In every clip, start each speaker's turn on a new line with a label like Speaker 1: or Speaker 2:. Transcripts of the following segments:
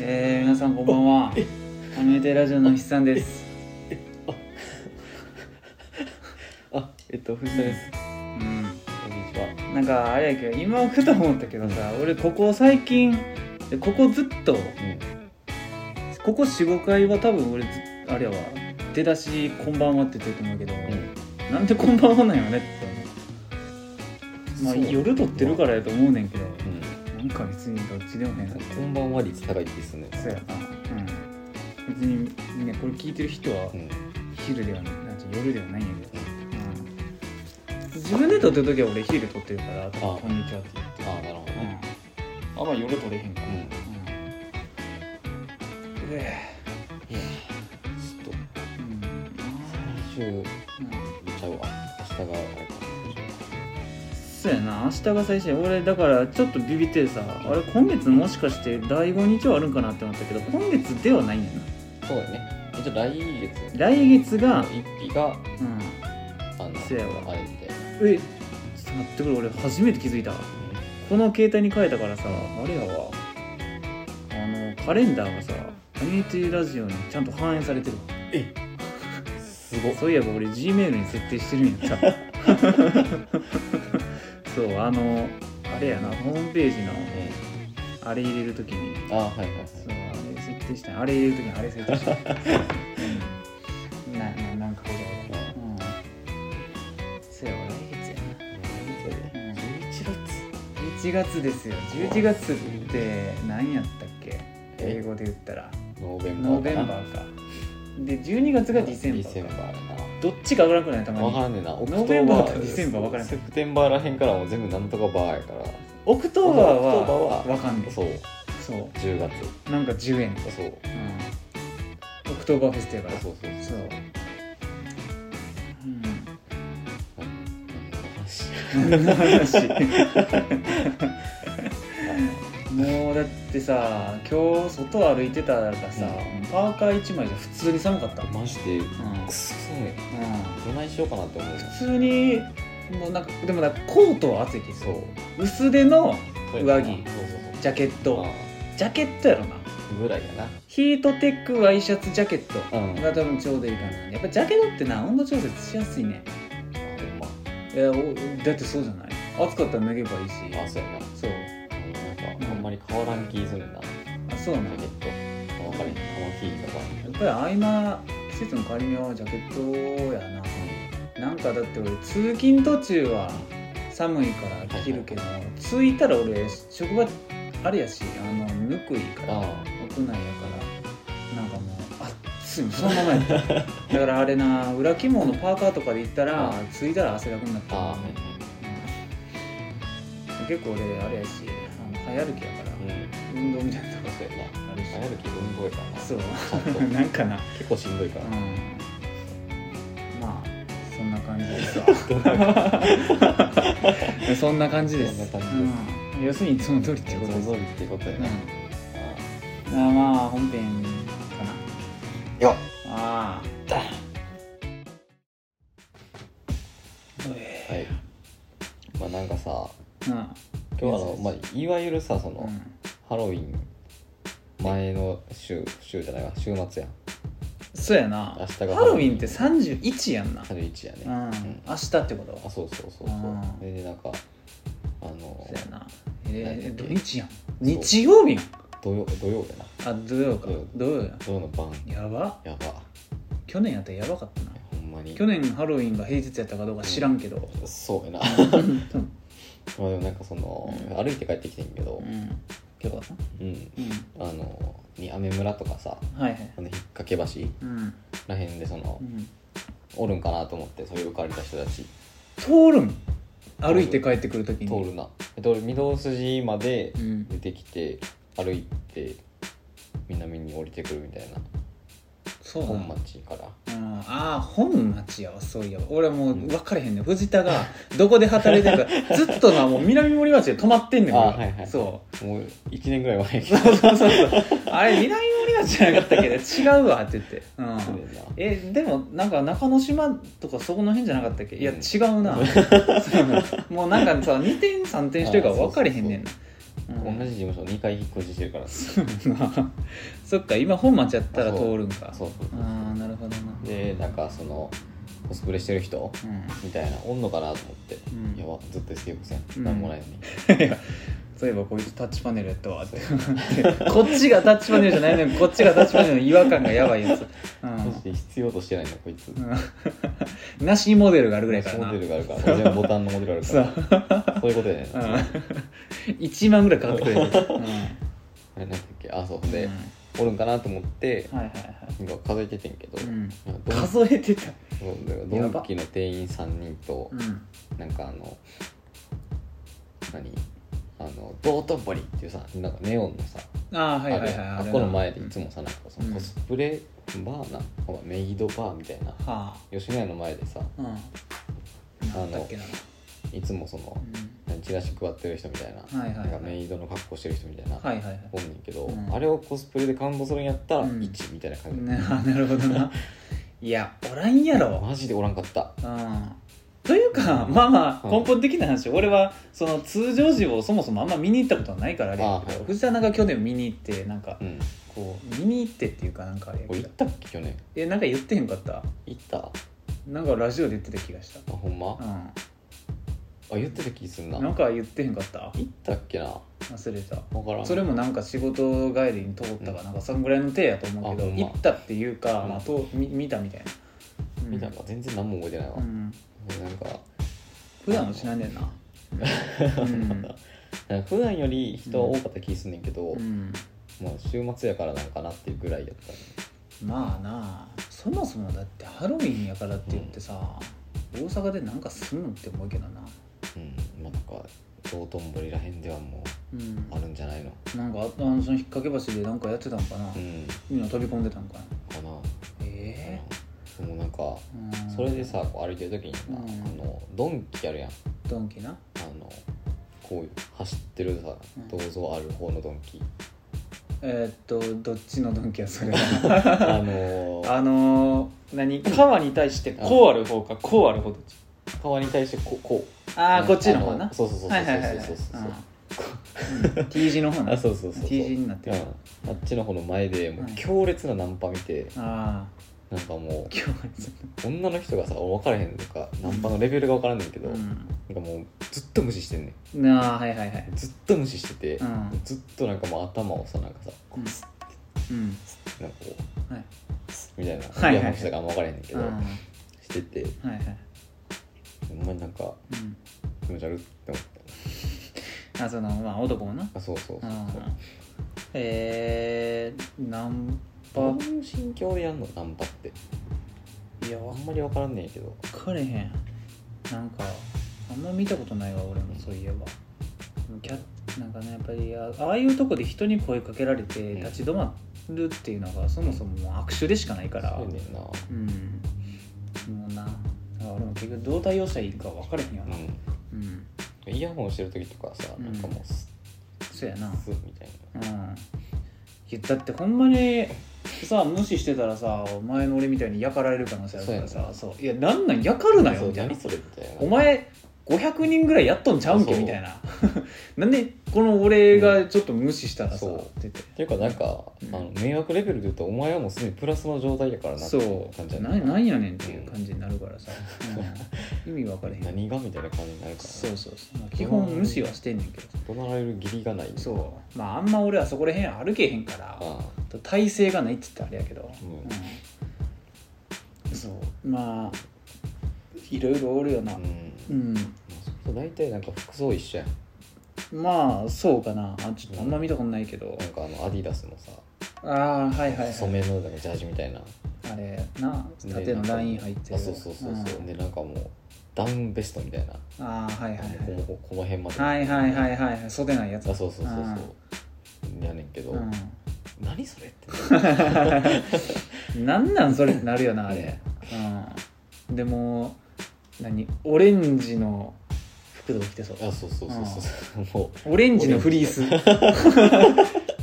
Speaker 1: えー、皆さんこんばん は。アニメテラジオの筆さんです。
Speaker 2: あ、えっと、藤田です。
Speaker 1: うん。
Speaker 2: こんにちは。
Speaker 1: なんかあれやけど、今ふと思ったけどさ、俺ここ最近、ここずっと、ここ4、5回は多分俺ずあれやわ、出だしこんばんはって言ってると思うけど、なんでこんばんはなんよねって思う。まあ
Speaker 2: そう
Speaker 1: 夜撮ってるからやと思うねんけど、
Speaker 2: うん。
Speaker 1: なんか別にどっちでもねえなって。
Speaker 2: こんばんは率高いですね。
Speaker 1: そうやな。うん。別にね、これ聞いてる人は
Speaker 2: う、ん。
Speaker 1: 昼ではないなんて夜ではないんやけど、うん、自分で撮ってる時は俺昼撮ってるから「こんにちは」って言って
Speaker 2: あー、なるほどね。
Speaker 1: うん、あんま夜撮れへんか
Speaker 2: う
Speaker 1: ら、
Speaker 2: ん。い
Speaker 1: うんえ
Speaker 2: や、ちょっと、
Speaker 1: えうん
Speaker 2: 最
Speaker 1: う
Speaker 2: 初、
Speaker 1: ん
Speaker 2: 見ちゃうわ。明日があれか。
Speaker 1: そうやな明日が最初や俺だからちょっとビビってさあれ今月もしかして第5日はあるんかなって思ったけど今月ではないんやな
Speaker 2: そうだね。えじゃあ来月
Speaker 1: 来月が
Speaker 2: の一日が、
Speaker 1: うん
Speaker 2: あの、
Speaker 1: せやわ
Speaker 2: あれみた
Speaker 1: え
Speaker 2: いな。
Speaker 1: ちょっと待ってくれ俺初めて気づいたこの携帯に変えたからさあれやわあのカレンダーがさアニメティラジオにちゃんと反映されてるわ
Speaker 2: すごっ。
Speaker 1: そういえば俺 G メールに設定してるんやったそうあのあれやなホームページの
Speaker 2: うん。
Speaker 1: あれ入れるときに
Speaker 2: あー、はいはいはい。
Speaker 1: そうあれ設定したんあれ入れるときにあれ設定したんうんなななんかこれうんそうやわ来月やなうん
Speaker 2: 11月
Speaker 1: 11月ですよ11月って何やったっけ英語で言ったら
Speaker 2: ノーベンバー
Speaker 1: ノーベンバーかで12月がディセンバ
Speaker 2: ディセン
Speaker 1: ー
Speaker 2: バ
Speaker 1: か
Speaker 2: ーやな
Speaker 1: どっちか分からなくないたま
Speaker 2: 分か
Speaker 1: に
Speaker 2: らんねんなオ
Speaker 1: クト
Speaker 2: クト
Speaker 1: ーバー
Speaker 2: ーバー
Speaker 1: とディセンバー分からん
Speaker 2: セプテンバーらへんからもう全部なんとかバーやから
Speaker 1: オクトーバー
Speaker 2: オクトーバ
Speaker 1: は
Speaker 2: ーは
Speaker 1: 分かんない
Speaker 2: そう
Speaker 1: そ
Speaker 2: 10月
Speaker 1: うなんか10円と
Speaker 2: そうそう
Speaker 1: うんオクトーバーフェストやから
Speaker 2: そうそう
Speaker 1: そうううん
Speaker 2: 何の話
Speaker 1: 何の 話 もうだってさ今日外歩いてたらさ、
Speaker 2: うん
Speaker 1: パーカー1枚じゃ普通に寒かった、うん
Speaker 2: マジで
Speaker 1: うん
Speaker 2: くっそ寒いどないしようかなって思う
Speaker 1: 普通にもうなんかでもなんかコートは暑いけど
Speaker 2: そう
Speaker 1: 薄手の
Speaker 2: そうや
Speaker 1: 上
Speaker 2: な
Speaker 1: 着
Speaker 2: そうそうそう
Speaker 1: ジャケット
Speaker 2: あ
Speaker 1: ジャケットやろな
Speaker 2: ーぐらいやな
Speaker 1: ヒートテックワイシャツジャケット
Speaker 2: うんあ
Speaker 1: が多分ちょうどいいかなやっぱジャケットってな温度調節しやすいね
Speaker 2: ほんま
Speaker 1: いやおだってそうじゃない暑かったら脱げばいいし
Speaker 2: あそうやな
Speaker 1: そう
Speaker 2: うんなんかあんまり変わらん気するんだ
Speaker 1: あそうな
Speaker 2: ジ
Speaker 1: んや
Speaker 2: ャケット分かれへんあんま気ぃか
Speaker 1: やっぱり合間季節の変わり目はジャケットやななんかだって俺通勤途中は寒いから着るけど着いたら俺職場あれやしあのぬくいから
Speaker 2: ら
Speaker 1: 屋
Speaker 2: んあ
Speaker 1: 内やからなんかもう暑いそのままやった だからあれな裏起毛のパーカーとかで行ったら着いたら汗だくになっ
Speaker 2: ああ
Speaker 1: た
Speaker 2: あはいは
Speaker 1: うん結構俺あれやしあの早歩きやから
Speaker 2: いうん
Speaker 1: 運動みたいなとこ
Speaker 2: そうやな
Speaker 1: あるし
Speaker 2: 早歩き運動やからな
Speaker 1: そう
Speaker 2: ちょっと
Speaker 1: なんかな
Speaker 2: 結構しんどいから、
Speaker 1: うんまあそんな感じですわ
Speaker 2: なんか
Speaker 1: そんな感じです
Speaker 2: そんな感じで
Speaker 1: うん要するにいつも通りって
Speaker 2: 手
Speaker 1: こ
Speaker 2: こと
Speaker 1: です、
Speaker 2: ぞりってことや
Speaker 1: うん
Speaker 2: な、
Speaker 1: あーまあ本編か
Speaker 2: よっ
Speaker 1: なあ
Speaker 2: はいまあなんかさ
Speaker 1: あうん
Speaker 2: 今日あの、まあ、いわゆるさその、
Speaker 1: うん
Speaker 2: ハロウィン前の週週じゃないわ週末やん
Speaker 1: そうやな
Speaker 2: 明日が
Speaker 1: ハロウィンって31やんな、
Speaker 2: 31やね、
Speaker 1: うん、明日ってこと
Speaker 2: あそうそうそうそう
Speaker 1: うん
Speaker 2: それでなんかあの
Speaker 1: そうやなえー、土
Speaker 2: 何
Speaker 1: 日やん日曜日やん
Speaker 2: 土曜土曜やな
Speaker 1: あ土曜か土曜や
Speaker 2: 土曜の晩
Speaker 1: やば
Speaker 2: やばいや
Speaker 1: 去年やったらやばかったな
Speaker 2: ほんまに
Speaker 1: 去年ハロウィンが平日やったかどうか知らんけど、
Speaker 2: そうやな
Speaker 1: うん
Speaker 2: まあでもなんかその、
Speaker 1: うん
Speaker 2: 歩いて帰ってきてんけど
Speaker 1: う、ん、今日は
Speaker 2: うん、
Speaker 1: う
Speaker 2: あのに雨村とかさ
Speaker 1: んはいはい
Speaker 2: あの引っ掛け橋
Speaker 1: うん、
Speaker 2: らへんでその、
Speaker 1: うん、
Speaker 2: おるんかなと思ってそれを浮かれた人たち
Speaker 1: 通るん歩いて帰ってくるときに
Speaker 2: 通るな通る御堂筋まで
Speaker 1: うん
Speaker 2: 出てきて歩いて南に降りてくるみたい
Speaker 1: そう
Speaker 2: な
Speaker 1: な
Speaker 2: 本
Speaker 1: の
Speaker 2: 町から
Speaker 1: うん、ああ本町やわそういや俺もう分かれへんねん藤田がどこで働いてる かずっとなもう南森町で泊まってんねん
Speaker 2: あー
Speaker 1: 俺
Speaker 2: はいはい
Speaker 1: そ
Speaker 2: もう1年ぐらい前に
Speaker 1: うそうそうそうあれ南森町じゃなかったけど違うわって言って、うん、えでもなんか中之島とかそこの辺じゃなかったっけいや
Speaker 2: うん
Speaker 1: 違うなそうなのもうなんかさ2点3点してるから分かれへんねんなうん
Speaker 2: 同じ事務所2回引っ越ししてるからそ
Speaker 1: そうやな そっか今本町やったら通るんか
Speaker 2: うそうそう
Speaker 1: ああなるほどな
Speaker 2: でなんかそのコスプレしてる人
Speaker 1: うん
Speaker 2: みたいなおんのかなと思って、
Speaker 1: うん
Speaker 2: やばずっと SK さ
Speaker 1: うん
Speaker 2: ん何もないのに、
Speaker 1: いやそういえばこいつタッチパネルやったわって こっちがタッチパネルじゃないのにこっちがタッチパネルの違和感がやばいやつうん
Speaker 2: マジで必要としてないのこいつ、
Speaker 1: うんなしモデルがあるぐらいから
Speaker 2: モ
Speaker 1: な
Speaker 2: デルがあるから全部ボタンのモデルあるか
Speaker 1: そ
Speaker 2: ら
Speaker 1: う
Speaker 2: そういうことやねんな、
Speaker 1: うん
Speaker 2: あ
Speaker 1: 1万ぐらいかか ってくれる、うん
Speaker 2: れなんだっけあそうで、
Speaker 1: うん
Speaker 2: おるんかなと思って、
Speaker 1: はいはいは
Speaker 2: なんか数えててんけど、
Speaker 1: い、うん、
Speaker 2: なんか
Speaker 1: 数えてた、
Speaker 2: ドンそうドンキの店員3人と、
Speaker 1: うん、
Speaker 2: なんかあの何あの道頓堀っていうさなんかネオンのさ、
Speaker 1: ああはいはいはい
Speaker 2: あ
Speaker 1: あ
Speaker 2: れ
Speaker 1: る
Speaker 2: あ
Speaker 1: な
Speaker 2: この前でいつもさなんかそ
Speaker 1: うん
Speaker 2: のコスプレバーな、ほらメイドバーみたいな
Speaker 1: は
Speaker 2: 吉野家の前でさ
Speaker 1: あうんなんだっけない
Speaker 2: つもその
Speaker 1: うん
Speaker 2: 何チラシ配ってる人みたいな,、
Speaker 1: はいはいはい
Speaker 2: なんかメイドの格好してる人みたいな、
Speaker 1: はいはいはい
Speaker 2: おんねんけど、
Speaker 1: うん
Speaker 2: あれをコスプレで感動するんやったら
Speaker 1: うん
Speaker 2: 1みたいな感じ、
Speaker 1: ななるほど ないやおらんやろ
Speaker 2: マジでおらんかった
Speaker 1: うんというかまあまあ
Speaker 2: うん
Speaker 1: 根本的な話、俺はその通常時をそもそもあんま見に行ったことはないからあれやけ
Speaker 2: あ
Speaker 1: ど
Speaker 2: はい
Speaker 1: 藤棚が去年見に行ってなんか
Speaker 2: うん
Speaker 1: こう見に行ってっていうかなんかあれや
Speaker 2: これ
Speaker 1: け
Speaker 2: 行
Speaker 1: ど
Speaker 2: ったっけ去年
Speaker 1: えなんか言ってへんかった
Speaker 2: 行ったあ
Speaker 1: なんかラジオで言ってた気がした
Speaker 2: ほんま、あ
Speaker 1: う
Speaker 2: 言ってた気するなん
Speaker 1: なんか言ってへんかった
Speaker 2: 行ったっけな
Speaker 1: 忘れた
Speaker 2: 分からん
Speaker 1: それもなんか仕事帰りに通ったかなんかそんぐらいの手やと思うけど
Speaker 2: あほんま
Speaker 1: 行ったっていうか
Speaker 2: うん
Speaker 1: まあと見見たみたいなうん
Speaker 2: 見たか全然何も覚えてないわ、
Speaker 1: うん
Speaker 2: なんか
Speaker 1: 普段はしないんだよなうん
Speaker 2: なんか普段より人は多かった気すんねんけど、
Speaker 1: うん
Speaker 2: もう週末やからなんかなっていうぐらいやったね
Speaker 1: まあなあそもそもだってハロウィンやからって言ってさ、大阪でなんかすんのって思うけどな
Speaker 2: うんまあなんか道頓堀らへんではも
Speaker 1: うん
Speaker 2: うあるんじゃないの
Speaker 1: なんかああのその引っ掛け橋でなんかやってたんかな、
Speaker 2: うん
Speaker 1: みんな飛び込んでたんかな
Speaker 2: かな、
Speaker 1: え
Speaker 2: うんもうなんか
Speaker 1: えうん
Speaker 2: それでさこう歩いてる時にさ、
Speaker 1: うん
Speaker 2: あのドンキあるやんあ
Speaker 1: ドンキな
Speaker 2: のこう走ってるさ
Speaker 1: うん
Speaker 2: 銅像ある方のドンキ、
Speaker 1: えーっとどっちのドンキやそれは
Speaker 2: あのー
Speaker 1: あのー、何川に対してこうある方かこうある方どっち
Speaker 2: 川に対してこうこう
Speaker 1: ああこっちの方
Speaker 2: あ
Speaker 1: な
Speaker 2: そうそうそうそう
Speaker 1: はいはいはい
Speaker 2: そ
Speaker 1: は
Speaker 2: う
Speaker 1: い
Speaker 2: そうそうそう
Speaker 1: うんうん T 字の方な
Speaker 2: あそうそうそうそう
Speaker 1: T 字になって
Speaker 2: うん
Speaker 1: る、
Speaker 2: あっちの方の前でもう
Speaker 1: はい
Speaker 2: 強烈なナンパ見て、
Speaker 1: ああ
Speaker 2: なんかも
Speaker 1: 今日はずっ
Speaker 2: う女の人がさ俺分からへんとかナンパのレベルが分からんねんけ
Speaker 1: と
Speaker 2: ど、
Speaker 1: う
Speaker 2: なん
Speaker 1: ん
Speaker 2: かもうずっと無視してんね
Speaker 1: なあはいはいはい
Speaker 2: んずっと無視して
Speaker 1: う
Speaker 2: て、
Speaker 1: ん
Speaker 2: ずっとなんかもう頭をさなんかさこう
Speaker 1: うん
Speaker 2: なんかこう、
Speaker 1: はい
Speaker 2: みたいな
Speaker 1: はいはい
Speaker 2: イヤホンしたかあんま分からへんねんけど、
Speaker 1: うんはい
Speaker 2: してて
Speaker 1: はい
Speaker 2: ほんまになんか
Speaker 1: うん
Speaker 2: 気持ち悪って思った
Speaker 1: あそのまあ男もな
Speaker 2: あそうそう
Speaker 1: う
Speaker 2: そうそ
Speaker 1: ん
Speaker 2: う
Speaker 1: えー、ナン
Speaker 2: ど
Speaker 1: パ
Speaker 2: ういう心境でやんのナンパって
Speaker 1: いや
Speaker 2: あ
Speaker 1: わ
Speaker 2: んまり分からんねんけど
Speaker 1: かれへんなんかあんま見たことないわ俺もそういえばキャなんかねやっぱりあああいうとこで人に声かけられて
Speaker 2: うん
Speaker 1: 立ち止まるっていうのがそもそももう握手でしかないから
Speaker 2: そうやねんなう
Speaker 1: うんもうなだから俺も結局どう対応したらいいか分かれへんよな、
Speaker 2: ん
Speaker 1: うん、
Speaker 2: イヤホンしてる時とかさ、
Speaker 1: うん
Speaker 2: なんかもうス
Speaker 1: そうやな
Speaker 2: ッみたい
Speaker 1: うんいやだってほんまにさ無視してたらさ前の俺みたいにやかられる可能性あるからさそういやなんなんやかるな
Speaker 2: な
Speaker 1: よ
Speaker 2: そう
Speaker 1: みたいな
Speaker 2: 何それみたいな
Speaker 1: お前500人ぐらいやっとんちゃうんけ
Speaker 2: そう
Speaker 1: みたいな なんでこの俺がちょっと無視したらさ、
Speaker 2: そう
Speaker 1: って言って
Speaker 2: っていうかなんか、
Speaker 1: うん
Speaker 2: あの迷惑レベルで言うとお前はもうすでにプラスの状態やからなって
Speaker 1: そ
Speaker 2: いう
Speaker 1: う
Speaker 2: 感じや
Speaker 1: な
Speaker 2: ね
Speaker 1: なんやねんっていう感じになるからさ、うん意味分かれへん
Speaker 2: 何がみたいな感じになるから
Speaker 1: そうそうそう、まあ基本無視はしてんねんけど
Speaker 2: 怒鳴られる義理がない
Speaker 1: そうまああんま俺はそこら辺歩けへんから
Speaker 2: あ
Speaker 1: と体勢がないって言ったらあれやけど、
Speaker 2: うん
Speaker 1: うんそうまあいろいろおるよ
Speaker 2: あ
Speaker 1: な
Speaker 2: うん、
Speaker 1: うん、
Speaker 2: そう大体なんか服装一緒やん
Speaker 1: まあそうかなあちょっとあんま見たことないけど、
Speaker 2: なんかあのアディダスのさ
Speaker 1: ああはいはい、はい、
Speaker 2: 染めのなんかジャージみたいな
Speaker 1: あれな
Speaker 2: で
Speaker 1: 縦のライン入ってる
Speaker 2: あそうそうそうそう、
Speaker 1: ん
Speaker 2: でなんかもうダウンベストみたいな、
Speaker 1: ああはいはい
Speaker 2: あのこのここの辺まで
Speaker 1: はいはいはいいはいはい袖ないや
Speaker 2: あ
Speaker 1: つ
Speaker 2: そうそうそうそうやねんけど、
Speaker 1: う
Speaker 2: 何それって
Speaker 1: ん、 なんなんそれってなるよなあれ、うん、でも何オレンジの服とか着てそう
Speaker 2: あそうそうそうそう、もう
Speaker 1: オレンジのフリース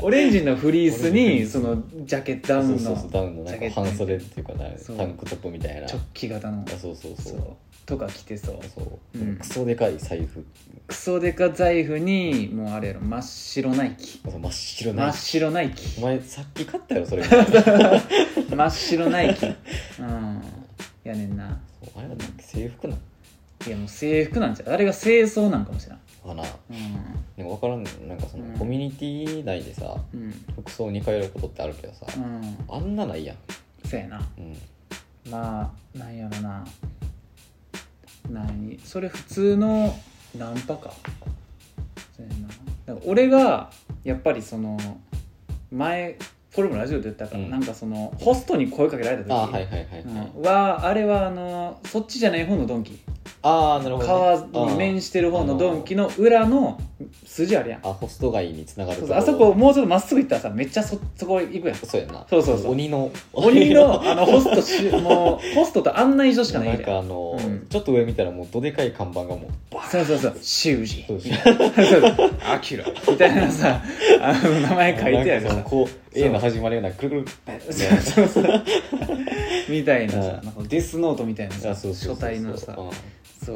Speaker 1: オレンジのフリースにそのジャケットダウン
Speaker 2: そう
Speaker 1: の
Speaker 2: そうそうダウンのなん
Speaker 1: ジャケ
Speaker 2: か
Speaker 1: ット
Speaker 2: 半袖っていうかな
Speaker 1: そう
Speaker 2: タンクトップみたいな
Speaker 1: 直
Speaker 2: あ
Speaker 1: 帰型の
Speaker 2: そうそうそう
Speaker 1: そうとか着てそう
Speaker 2: そう、
Speaker 1: うん
Speaker 2: クソでかい財布
Speaker 1: クソデカ財布にもうあれやろ真っ白ナイキ
Speaker 2: そう真っ白
Speaker 1: 真
Speaker 2: な
Speaker 1: っ白ナイキ
Speaker 2: お前さっき買ったやろそれそう
Speaker 1: 真っ白ナ イキうんやねんな
Speaker 2: あれはなんか制服なん
Speaker 1: いやもう制服なんちゃうあれが清掃なんかもしれん
Speaker 2: かな
Speaker 1: うん
Speaker 2: でも分からんねなんかその
Speaker 1: うん
Speaker 2: コミュニティ内でさ
Speaker 1: うん
Speaker 2: 服装に変えることってあるけどさ、
Speaker 1: うん
Speaker 2: あんなないやん、
Speaker 1: そうやな
Speaker 2: うん、
Speaker 1: まあなんやろな何それ普通のナンパかそうやなだから俺がやっぱりその前これもラジオで言ったから、
Speaker 2: うん
Speaker 1: なんかそのホストに声かけられた時
Speaker 2: あはいはいはいはい、
Speaker 1: うん、はあれはあのそっちじゃない方のドンキ
Speaker 2: ああなるほ
Speaker 1: 川
Speaker 2: ど、ね、
Speaker 1: に面
Speaker 2: し
Speaker 1: してる方のドンキの裏の筋あるやん
Speaker 2: あホスト街につながる
Speaker 1: そう
Speaker 2: と
Speaker 1: そうあ
Speaker 2: ろ
Speaker 1: そこもうちょっとまっすぐ行ったらさめっちゃそそこ行くやん
Speaker 2: そうやな
Speaker 1: そうそうそう
Speaker 2: 鬼の
Speaker 1: 鬼のあのホストしもうホストと案内所しかな
Speaker 2: ないん
Speaker 1: で
Speaker 2: かあの、
Speaker 1: うん
Speaker 2: ちょっと上見たらもうどでかい看板がもう
Speaker 1: そうそうそう修士
Speaker 2: そう
Speaker 1: アキラみたいなさあの名前書いてある
Speaker 2: なんかその
Speaker 1: さ
Speaker 2: こう A の始まりがなんかくるく
Speaker 1: そうそうそうみたいな
Speaker 2: うん
Speaker 1: さなんかデスノートみたいな
Speaker 2: る
Speaker 1: さ
Speaker 2: あそうそうそうそう
Speaker 1: 書体のさ
Speaker 2: うん
Speaker 1: そう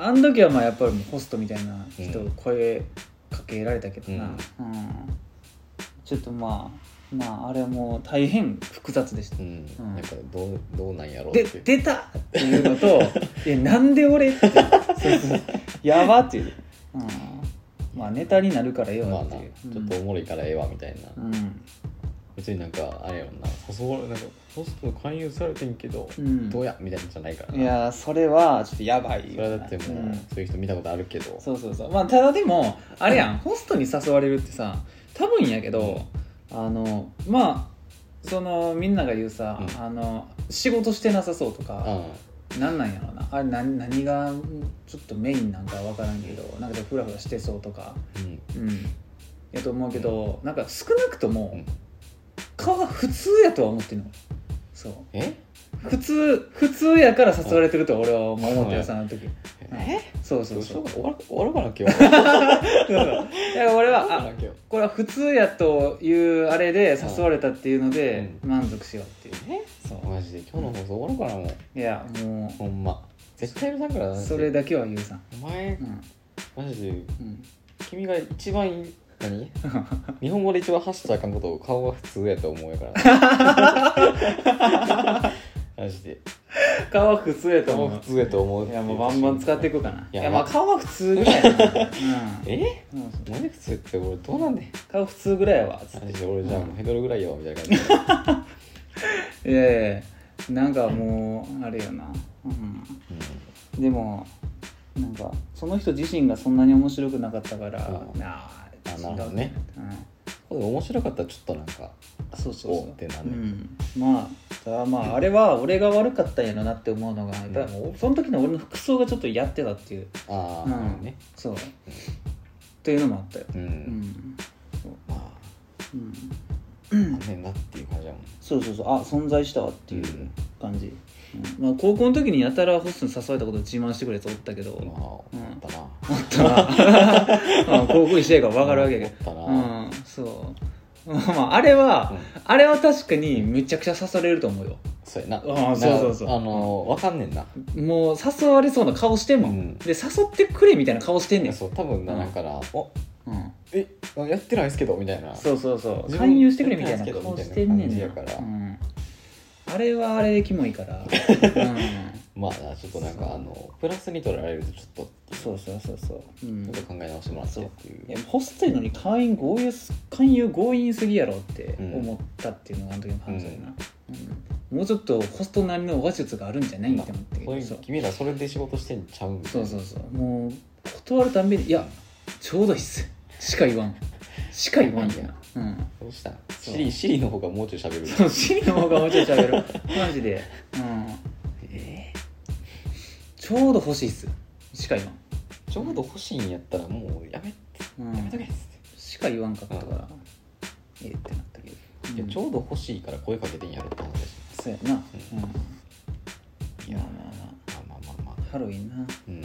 Speaker 1: あの時はまあやっぱりもうホストみたいな人声かけられたけどな、うんちょっとまあまああれはもう大変複雑でした
Speaker 2: うん
Speaker 1: うん
Speaker 2: なんかどうどうなんやろう
Speaker 1: で
Speaker 2: って
Speaker 1: 出たっていう のと「えなんで俺?」ってそうそうやばっていう、うん、まあネタになるからよ
Speaker 2: まあ
Speaker 1: っ
Speaker 2: な
Speaker 1: て
Speaker 2: ち
Speaker 1: いう、
Speaker 2: ょっとおもろいからええわみたいな、
Speaker 1: うんうん
Speaker 2: 別になんかあれやろな誘われなんかホスト勧誘されてんけど、
Speaker 1: うん
Speaker 2: どうやみたいなんじゃないからない
Speaker 1: やーそれはちょっとやばいよ
Speaker 2: それはだってもう、
Speaker 1: ん
Speaker 2: そういう人見たことあるけど
Speaker 1: そうそうそうまあただでもあれやんホストに誘われるってさ多分やけど、あのまあそのみんなが言うさ、
Speaker 2: うん
Speaker 1: あの仕事してなさそうと
Speaker 2: う
Speaker 1: か、
Speaker 2: ん
Speaker 1: なんなんやろなあれな何がちょっとメインなんかわからんけどなんかフラフラしてそうとか
Speaker 2: うん
Speaker 1: うんやと思うけど、なんか少なくとも、
Speaker 2: うん
Speaker 1: 顔が普通やとは思ってるのそう
Speaker 2: え
Speaker 1: 普通普通やから誘われてると俺は思ってるさあの時、
Speaker 2: え
Speaker 1: そうそ
Speaker 2: ど
Speaker 1: う
Speaker 2: うし
Speaker 1: そ
Speaker 2: よ
Speaker 1: う
Speaker 2: うかな終わる終わるかな 今日
Speaker 1: そうそういや俺はあ
Speaker 2: 終わるかな今日
Speaker 1: これは普通やというあれで誘われたっていうので
Speaker 2: う
Speaker 1: 満足しようっていう
Speaker 2: え
Speaker 1: そう
Speaker 2: マジで今日の放送終わるかなもう
Speaker 1: いやも
Speaker 2: ほんま絶対許さんからな
Speaker 1: うそれだけは言うさん
Speaker 2: お前
Speaker 1: うん
Speaker 2: マジで
Speaker 1: うん
Speaker 2: 君が一番 何日本語で一番発しちゃあかんことを顔が普通やと思うやから なマジで
Speaker 1: 顔は普通やと
Speaker 2: 顔
Speaker 1: 思
Speaker 2: 普通やと
Speaker 1: う
Speaker 2: 思うっ
Speaker 1: い
Speaker 2: て
Speaker 1: やもうバンバン使っていこうかない
Speaker 2: いや
Speaker 1: やまあ顔は普通ぐ らいやなうん
Speaker 2: え
Speaker 1: うんそう
Speaker 2: なんで普通って俺どうなんね
Speaker 1: 顔普通ぐらいやわつっ
Speaker 2: ん
Speaker 1: て
Speaker 2: マジで俺じゃあもうヘドロぐらいよみたいな感じで
Speaker 1: いやいやなんかもうあれよな、うん、でもなんかその人自身がそんなに面白くなかったから、
Speaker 2: うん
Speaker 1: あ
Speaker 2: あなるほどね、
Speaker 1: うん、
Speaker 2: うん面白かったらちょっとなんか
Speaker 1: そうそうそ
Speaker 2: お
Speaker 1: う
Speaker 2: ってなん
Speaker 1: う
Speaker 2: ねん
Speaker 1: ん、まあだまああれは俺が悪かったんやろなって思うのがやっぱりもうその時の俺の服装がちょっとやってたっていう、
Speaker 2: あ
Speaker 1: うん
Speaker 2: あなるほどね
Speaker 1: そうっていうのもあったよ、
Speaker 2: う
Speaker 1: うんんそう
Speaker 2: まあ
Speaker 1: うん、
Speaker 2: 残念だっていう感じだもん
Speaker 1: そうそうそうあ存在したわっていう
Speaker 2: うん
Speaker 1: 感じ、うんまあ、高校の時にやたらホストに誘われたことを自慢してくれとおったけど、
Speaker 2: まあ思ったな
Speaker 1: 思ったなうん高校生が分かるわけやけ
Speaker 2: 思っ
Speaker 1: ど
Speaker 2: たな
Speaker 1: うんそうまああれは、
Speaker 2: うん
Speaker 1: あれは確かにめちゃくちゃ刺されると思うよ
Speaker 2: そうやな
Speaker 1: あーそうそうそう
Speaker 2: なあのーわかんねんな
Speaker 1: もう誘われそうな顔してんもん、
Speaker 2: うん
Speaker 1: で誘ってくれみたいな顔してんねん、
Speaker 2: そう多分な
Speaker 1: うん
Speaker 2: なんかなお
Speaker 1: うん
Speaker 2: えあやってないですけどみたいな
Speaker 1: そうそうそう
Speaker 2: 自分
Speaker 1: 勧誘してくれみたいな顔
Speaker 2: やっ
Speaker 1: して
Speaker 2: て
Speaker 1: ん
Speaker 2: な
Speaker 1: ね
Speaker 2: いです
Speaker 1: ん
Speaker 2: け
Speaker 1: な
Speaker 2: どみたいな感じやから
Speaker 1: うん、あれはあれでキモいから、うん、
Speaker 2: まあなちょっとなん
Speaker 1: そう
Speaker 2: かあのプラスに取られるとちょっとっていう
Speaker 1: そうそうそうそう、うん、
Speaker 2: ちょっと考え直してもらってってい
Speaker 1: いうやホストやのに勧誘強引す勧誘強引すぎやろって思ったっていうのがあの時の感想やな、うんもうちょっとホストなりの話術があるんじゃないって思って
Speaker 2: そういう君らそれで仕事してんちゃうん
Speaker 1: そうそうそうもう断るたんびに「いやちょうどいいっす」しか言わんしか言わんやなうん
Speaker 2: どうしたん
Speaker 1: そう
Speaker 2: シリシリの方がもうちょい喋る
Speaker 1: そうシリの方がもうちょい喋 るマジでうん
Speaker 2: え
Speaker 1: ちょうど欲しいっすしか言わん
Speaker 2: ーちょうど欲しいんやったらもうやめ
Speaker 1: うん
Speaker 2: やめとけっつって
Speaker 1: しか言わんかったからええってなったけど
Speaker 2: いやち
Speaker 1: うん
Speaker 2: ょうど欲しいから声かけてんやろって話だし
Speaker 1: そうやなうん
Speaker 2: うん
Speaker 1: いやまあまあ
Speaker 2: まあまあまあまあ
Speaker 1: ハロウィンな
Speaker 2: うん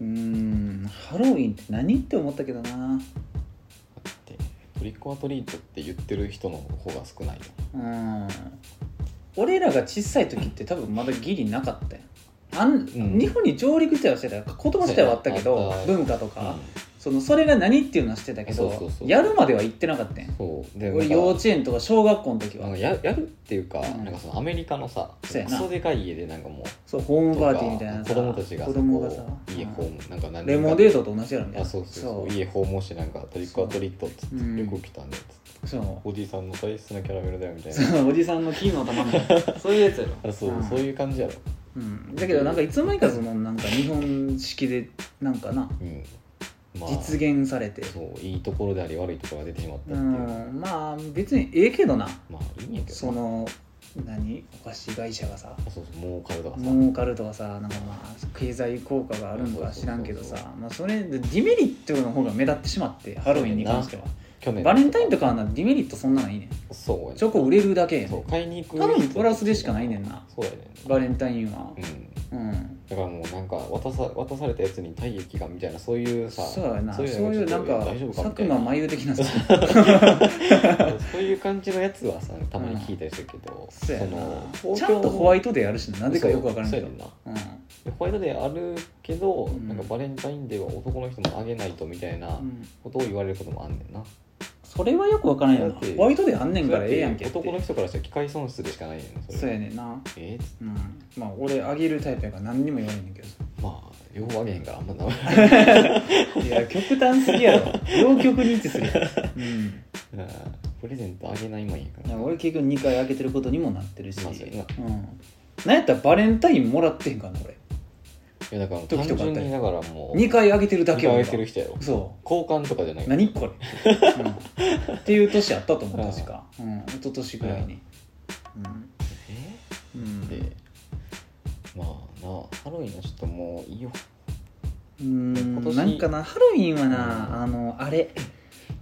Speaker 1: うーんハロウィンって何って思ったけどな
Speaker 2: だってトリックオアトリートって言ってる人の方が少ないよ
Speaker 1: うん俺らが小さい時って多分まだギリなかったやんあん
Speaker 2: ん
Speaker 1: 日本に上陸自体はしてたよ言葉自体はあったけ
Speaker 2: そう
Speaker 1: ど
Speaker 2: やなあった
Speaker 1: 文化とか、そのそれが何っていうのはしてたけど
Speaker 2: そうそうそう
Speaker 1: やるまでは行ってなかったんや
Speaker 2: そうで
Speaker 1: 俺
Speaker 2: なんか
Speaker 1: 幼稚園とか小学校の時
Speaker 2: なん
Speaker 1: は
Speaker 2: かややるっていうか,、
Speaker 1: うん
Speaker 2: なんかそのアメリカのさク
Speaker 1: そうやな
Speaker 2: ソでかい家でなんかもう
Speaker 1: そうホームパーティーみたいなさ
Speaker 2: 子供たちが
Speaker 1: 子
Speaker 2: さ
Speaker 1: 供がさ
Speaker 2: こう家
Speaker 1: うん
Speaker 2: 訪問なんか何
Speaker 1: レモンデートと同じやろみたい
Speaker 2: あ
Speaker 1: な
Speaker 2: そうそうそう家訪問してなんかトリックオアトリートっつって
Speaker 1: うん
Speaker 2: よく来たんだよつって
Speaker 1: そう
Speaker 2: おじいさんの大切なキャラメルだよみたい
Speaker 1: そ
Speaker 2: な
Speaker 1: うおじさんの金の玉みたい なそういうやつやろ
Speaker 2: あそう、
Speaker 1: うん
Speaker 2: そういう感じやろ
Speaker 1: うん、だけどなんかいつの間にかそのなんか日本式でなんかな
Speaker 2: うんま
Speaker 1: 実現されて
Speaker 2: そういいところであり悪いところが出てしまった
Speaker 1: う
Speaker 2: っていう、
Speaker 1: んまあ別にええけどな
Speaker 2: まあいいんやけど
Speaker 1: そ
Speaker 2: な
Speaker 1: の何お菓子会社がさ
Speaker 2: あそうそう儲かるとかさ
Speaker 1: 儲かるとかさなんかまあ経済効果があるんか知らんけど
Speaker 2: そうそう
Speaker 1: さまあそれでディメリットの方が目立ってしまってハロウィンに関しては
Speaker 2: 去年
Speaker 1: バレンタインとかはなディメリットそんなのいいねん
Speaker 2: そうやね
Speaker 1: チョコ売れるだけやね
Speaker 2: そ
Speaker 1: ん
Speaker 2: う買いに行く
Speaker 1: 多分プラスでしかないねんな
Speaker 2: そうやねん
Speaker 1: バレンタインは
Speaker 2: うん
Speaker 1: うん
Speaker 2: だからもうなんか渡さ渡されたやつに体液がみたいなそういうさ
Speaker 1: そうやなそういうなん
Speaker 2: ちょっ
Speaker 1: か
Speaker 2: と大丈
Speaker 1: 佐
Speaker 2: 夫かみた
Speaker 1: 久
Speaker 2: い
Speaker 1: 間
Speaker 2: な
Speaker 1: 真由的なさ
Speaker 2: そういう感じのやつはさたまに聞いたりするけど、
Speaker 1: そうやな
Speaker 2: その
Speaker 1: ちゃんとホワイトデーあるしななぜかよくわからんけど
Speaker 2: そうそうやね
Speaker 1: うん
Speaker 2: んなでホワイトデーあるけど、
Speaker 1: うん
Speaker 2: なんかバレンタインデーは男の人もあげないとみたいな
Speaker 1: うん
Speaker 2: ことを言われることもあんねんな、
Speaker 1: それはよくわからんよな
Speaker 2: だって
Speaker 1: ホワイトデーあんねんからええやんけって
Speaker 2: 男の人からしたら機械損失でしかないねんそれ
Speaker 1: そうやねんな
Speaker 2: えー
Speaker 1: うんまあ俺あげるタイプやから何にも言われんねんけど
Speaker 2: まあ両方あげへんからあんま名前
Speaker 1: いや極端すぎやろ両極に位置するやんうん
Speaker 2: うんプレゼントあげないもんやか
Speaker 1: いや
Speaker 2: ら
Speaker 1: 俺結局2回あげてることにもなってるし、
Speaker 2: まあそうやな
Speaker 1: うん、なんやったらバレンタインもらってへんからな俺
Speaker 2: いやだから
Speaker 1: 時
Speaker 2: 単
Speaker 1: とかあったり
Speaker 2: 純にだからもう
Speaker 1: 2回あげてるだけ
Speaker 2: 二
Speaker 1: や
Speaker 2: 回
Speaker 1: 俺
Speaker 2: あ
Speaker 1: は
Speaker 2: げてる人やろ
Speaker 1: そ
Speaker 2: 交換とかじゃないう
Speaker 1: 何これ、うん、っていう年あったと思
Speaker 2: う
Speaker 1: うん確か、うん、一昨年ぐらいにうん、
Speaker 2: え
Speaker 1: うん
Speaker 2: でまあなハロウィンはちょっともういいよ
Speaker 1: う
Speaker 2: 今
Speaker 1: ん
Speaker 2: 年
Speaker 1: なんかなハロウィンはな、
Speaker 2: うん
Speaker 1: あのあれ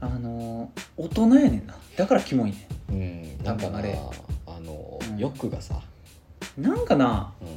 Speaker 1: あの大人やねんなだからキモいね
Speaker 2: うんなんかな
Speaker 1: あれ
Speaker 2: あの、
Speaker 1: うん
Speaker 2: 欲がさ
Speaker 1: んなんかな
Speaker 2: うん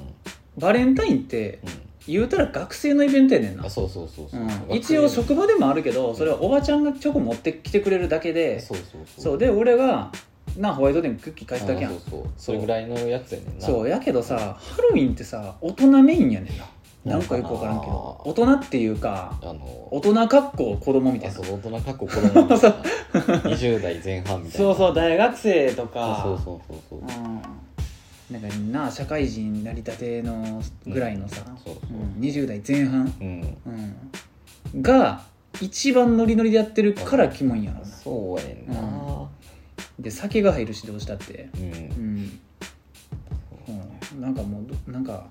Speaker 1: バレンタインって
Speaker 2: う
Speaker 1: 言うたら学生のイベントやねん
Speaker 2: ん
Speaker 1: な
Speaker 2: あそうそうそうそう、
Speaker 1: うん、
Speaker 2: 学生
Speaker 1: 一応職場でもあるけどそれはおばちゃんがチョコ持ってきてくれるだけでそ
Speaker 2: そうそう
Speaker 1: う
Speaker 2: そう
Speaker 1: で俺がなホワイトデーにクッキー返すだけやん
Speaker 2: あそうそうそれぐらいのやつやねんな
Speaker 1: そうやけどさハロウィンってさ大人メインやねんななんかよくわからんけど
Speaker 2: あー
Speaker 1: 大人っていうか
Speaker 2: あの
Speaker 1: 大人かっこ子供みたい
Speaker 2: あ
Speaker 1: な
Speaker 2: そう大人かっこ子供 みたいな20代前半みたい
Speaker 1: そ
Speaker 2: な
Speaker 1: うそう大学生とか
Speaker 2: そうそうそうそうそう
Speaker 1: うんなんかな社会人なりたてのぐらいのさ、
Speaker 2: そう
Speaker 1: う
Speaker 2: そうん
Speaker 1: 20代前半、
Speaker 2: うん
Speaker 1: うん、が一番ノリノリでやってるからキモいんやろな
Speaker 2: そうやねんな
Speaker 1: で酒が入るしどうしたって
Speaker 2: うん、
Speaker 1: うん、うん、なんかもうどなんか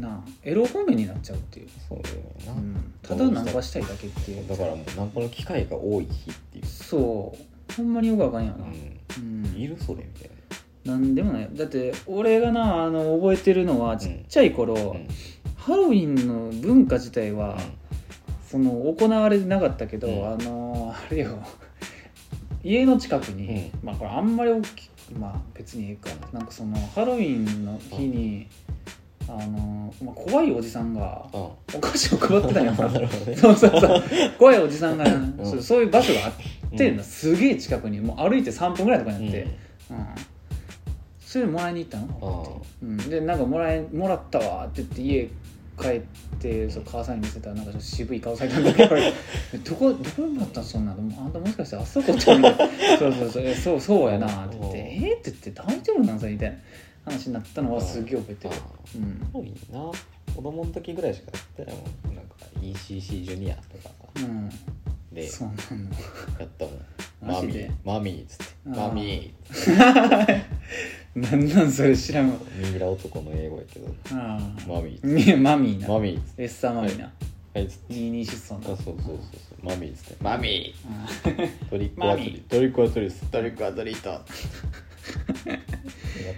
Speaker 1: なあエロ方面になっちゃうっていう、
Speaker 2: そうやねん
Speaker 1: う
Speaker 2: な、
Speaker 1: ん、ただナンパしたいだけっていう
Speaker 2: だからもうナンパの機会が多い日っていう、
Speaker 1: そうほんまによくわかんやな、
Speaker 2: う、
Speaker 1: うん
Speaker 2: い
Speaker 1: ん、
Speaker 2: るそれみたいな
Speaker 1: なんでもないだって俺がなあの覚えてるのはちっちゃい頃、
Speaker 2: うん
Speaker 1: ハロウィンの文化自体は、その行われてなかったけど、
Speaker 2: うん
Speaker 1: あのーあれよ家の近くに、まあこれあんまり大きくまあ別にええかなんかそのハロウィンの日に、あのーまあ、怖いおじさんが
Speaker 2: うん
Speaker 1: お菓子を配ってたんやん
Speaker 2: な
Speaker 1: か
Speaker 2: るほど ね
Speaker 1: そうそうそう怖いおじさんが、
Speaker 2: ん
Speaker 1: そうそういう場所があって、すげえ近くにもう歩いて3分ぐらいとかにあって、うんそれでもらいに行ったのうん、でなんかもらえもらったわって言って家帰ってそう母さんに見せたらなんかちょっと渋い顔されたんだ けどえどこどこだったんそんなのあんたもしかしてあそこってみたいなそう そうそうえそうそうやなって言って
Speaker 2: おう
Speaker 1: えーって言って大丈夫なんさみたいな話になったのはすげえ覚えてる、うん
Speaker 2: 多いな子供の時ぐらいしかやってないもんなんか ECC ジュニアとかさ
Speaker 1: うん、
Speaker 2: で
Speaker 1: そうな
Speaker 2: やったもん
Speaker 1: のマ
Speaker 2: マ
Speaker 1: ジ
Speaker 2: ミ
Speaker 1: で
Speaker 2: ーマミーっつって
Speaker 1: あー
Speaker 2: マミ
Speaker 1: なんなんそれ知らんわ
Speaker 2: ーミイラ男の英語やけど
Speaker 1: ああ
Speaker 2: マミーっつっ
Speaker 1: ねマミー
Speaker 2: て
Speaker 1: な
Speaker 2: マミーっつって
Speaker 1: エッサーマミーな、
Speaker 2: はいっつって
Speaker 1: 22出走
Speaker 2: あ
Speaker 1: な
Speaker 2: そうそうそうそうマミーっつってマミ
Speaker 1: うん
Speaker 2: ートリックアト
Speaker 1: マ
Speaker 2: リ
Speaker 1: ミー
Speaker 2: トリックアトリートトリックアトリートや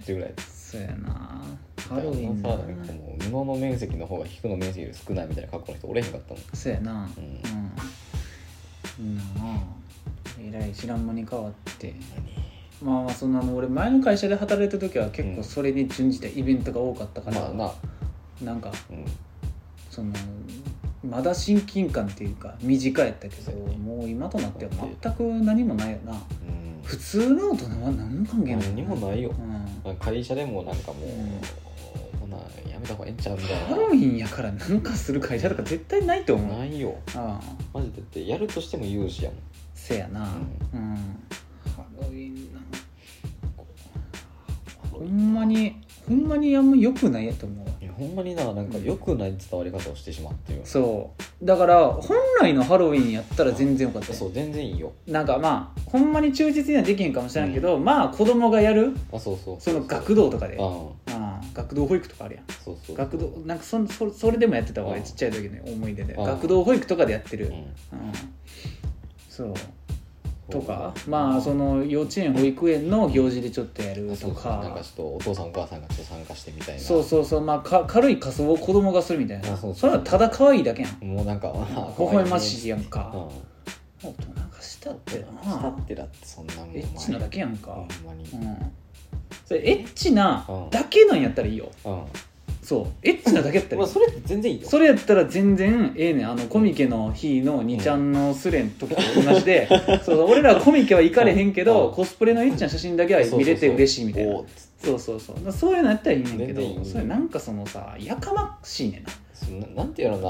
Speaker 2: ってるぐらい
Speaker 1: そうやなハ
Speaker 2: ハ
Speaker 1: ロ
Speaker 2: ロ
Speaker 1: ウ
Speaker 2: ウ
Speaker 1: ィ
Speaker 2: ィ
Speaker 1: ン
Speaker 2: ン
Speaker 1: な
Speaker 2: さなんかもう布の面積の方が皮膚の面積より少ないみたいな格好の人おれへんかったもん
Speaker 1: そうやな
Speaker 2: う
Speaker 1: うんん、なあえらい知らん間に変わってまあまあそんなの俺前の会社で働いた時は結構それに準じたイベントが多かったから、
Speaker 2: まあな
Speaker 1: なんか
Speaker 2: うん
Speaker 1: そのまだ親近感っていうか短いやったけど
Speaker 2: そうやね
Speaker 1: もう今となっては全く何もないよな普通の大人は何も関係ない
Speaker 2: 何にもないよ
Speaker 1: うん
Speaker 2: 会社でもなんかもう、
Speaker 1: うん
Speaker 2: もうなやめた方がええんちゃうみた
Speaker 1: ハロウ
Speaker 2: い
Speaker 1: ィンやからなんかする会社とか絶対ないと
Speaker 2: な
Speaker 1: 思う
Speaker 2: ないよ
Speaker 1: ああ
Speaker 2: マジでだってやるとしても有志やもん
Speaker 1: せやな
Speaker 2: う
Speaker 1: うんハロウィンなんかほんまにほんまにあんま良くないやと思う
Speaker 2: いやほんまにななんか良くない伝わり方をしてしまってるよね
Speaker 1: そうだから本来のハロウィンやったら全然よかったよ
Speaker 2: そう全然いいよ
Speaker 1: なんかまあほんまに忠実にはできへんかもしれないけど、まあ子供がやる
Speaker 2: あそうそう
Speaker 1: その学
Speaker 2: 童
Speaker 1: 童とかで、
Speaker 2: あ
Speaker 1: ああ学童保育とかあるやん
Speaker 2: そうそう
Speaker 1: 学童なんかそそそれでもやってたわ
Speaker 2: ああ
Speaker 1: ちっちゃい時の思い出で
Speaker 2: ああ
Speaker 1: 学童保育とかでやって
Speaker 2: う
Speaker 1: る、
Speaker 2: ん
Speaker 1: うん、そうとかまあその幼稚園保育園の行事でちょっとやる
Speaker 2: そ
Speaker 1: と
Speaker 2: うそうなんか
Speaker 1: か
Speaker 2: ちょっとお父さんお母さんがちょっと参加してみたいな
Speaker 1: そうそうそうまあか軽い仮装を子供がするみたい
Speaker 2: あ
Speaker 1: な
Speaker 2: そうそう
Speaker 1: それはただ可愛いだけやん
Speaker 2: もうなんか微
Speaker 1: 微笑ましいやんか
Speaker 2: うん
Speaker 1: 大人がしたって
Speaker 2: した
Speaker 1: な
Speaker 2: ってだってそんなもん
Speaker 1: エッチなだけやん
Speaker 2: ほ
Speaker 1: か
Speaker 2: んまに
Speaker 1: うんそれエッチなだけなんやったらいいよ
Speaker 2: う
Speaker 1: そうエッチなだけやった
Speaker 2: ん
Speaker 1: らい
Speaker 2: まあ
Speaker 1: い
Speaker 2: それって全然いいよ
Speaker 1: それやったら全然ええねんあのコミケの日の2ちゃんのスレの時と同じ で、そうそう俺らはコミケは行かれへんけど、
Speaker 2: うん
Speaker 1: コスプレのエッチな写真だけは見れて嬉しいみたいな
Speaker 2: そうそう
Speaker 1: そうそうそう
Speaker 2: そう
Speaker 1: だからそういうのやったらいいねんけ
Speaker 2: 全
Speaker 1: ど
Speaker 2: 然いいね
Speaker 1: それなんかそのさやかましいねんな
Speaker 2: そんななんていうのか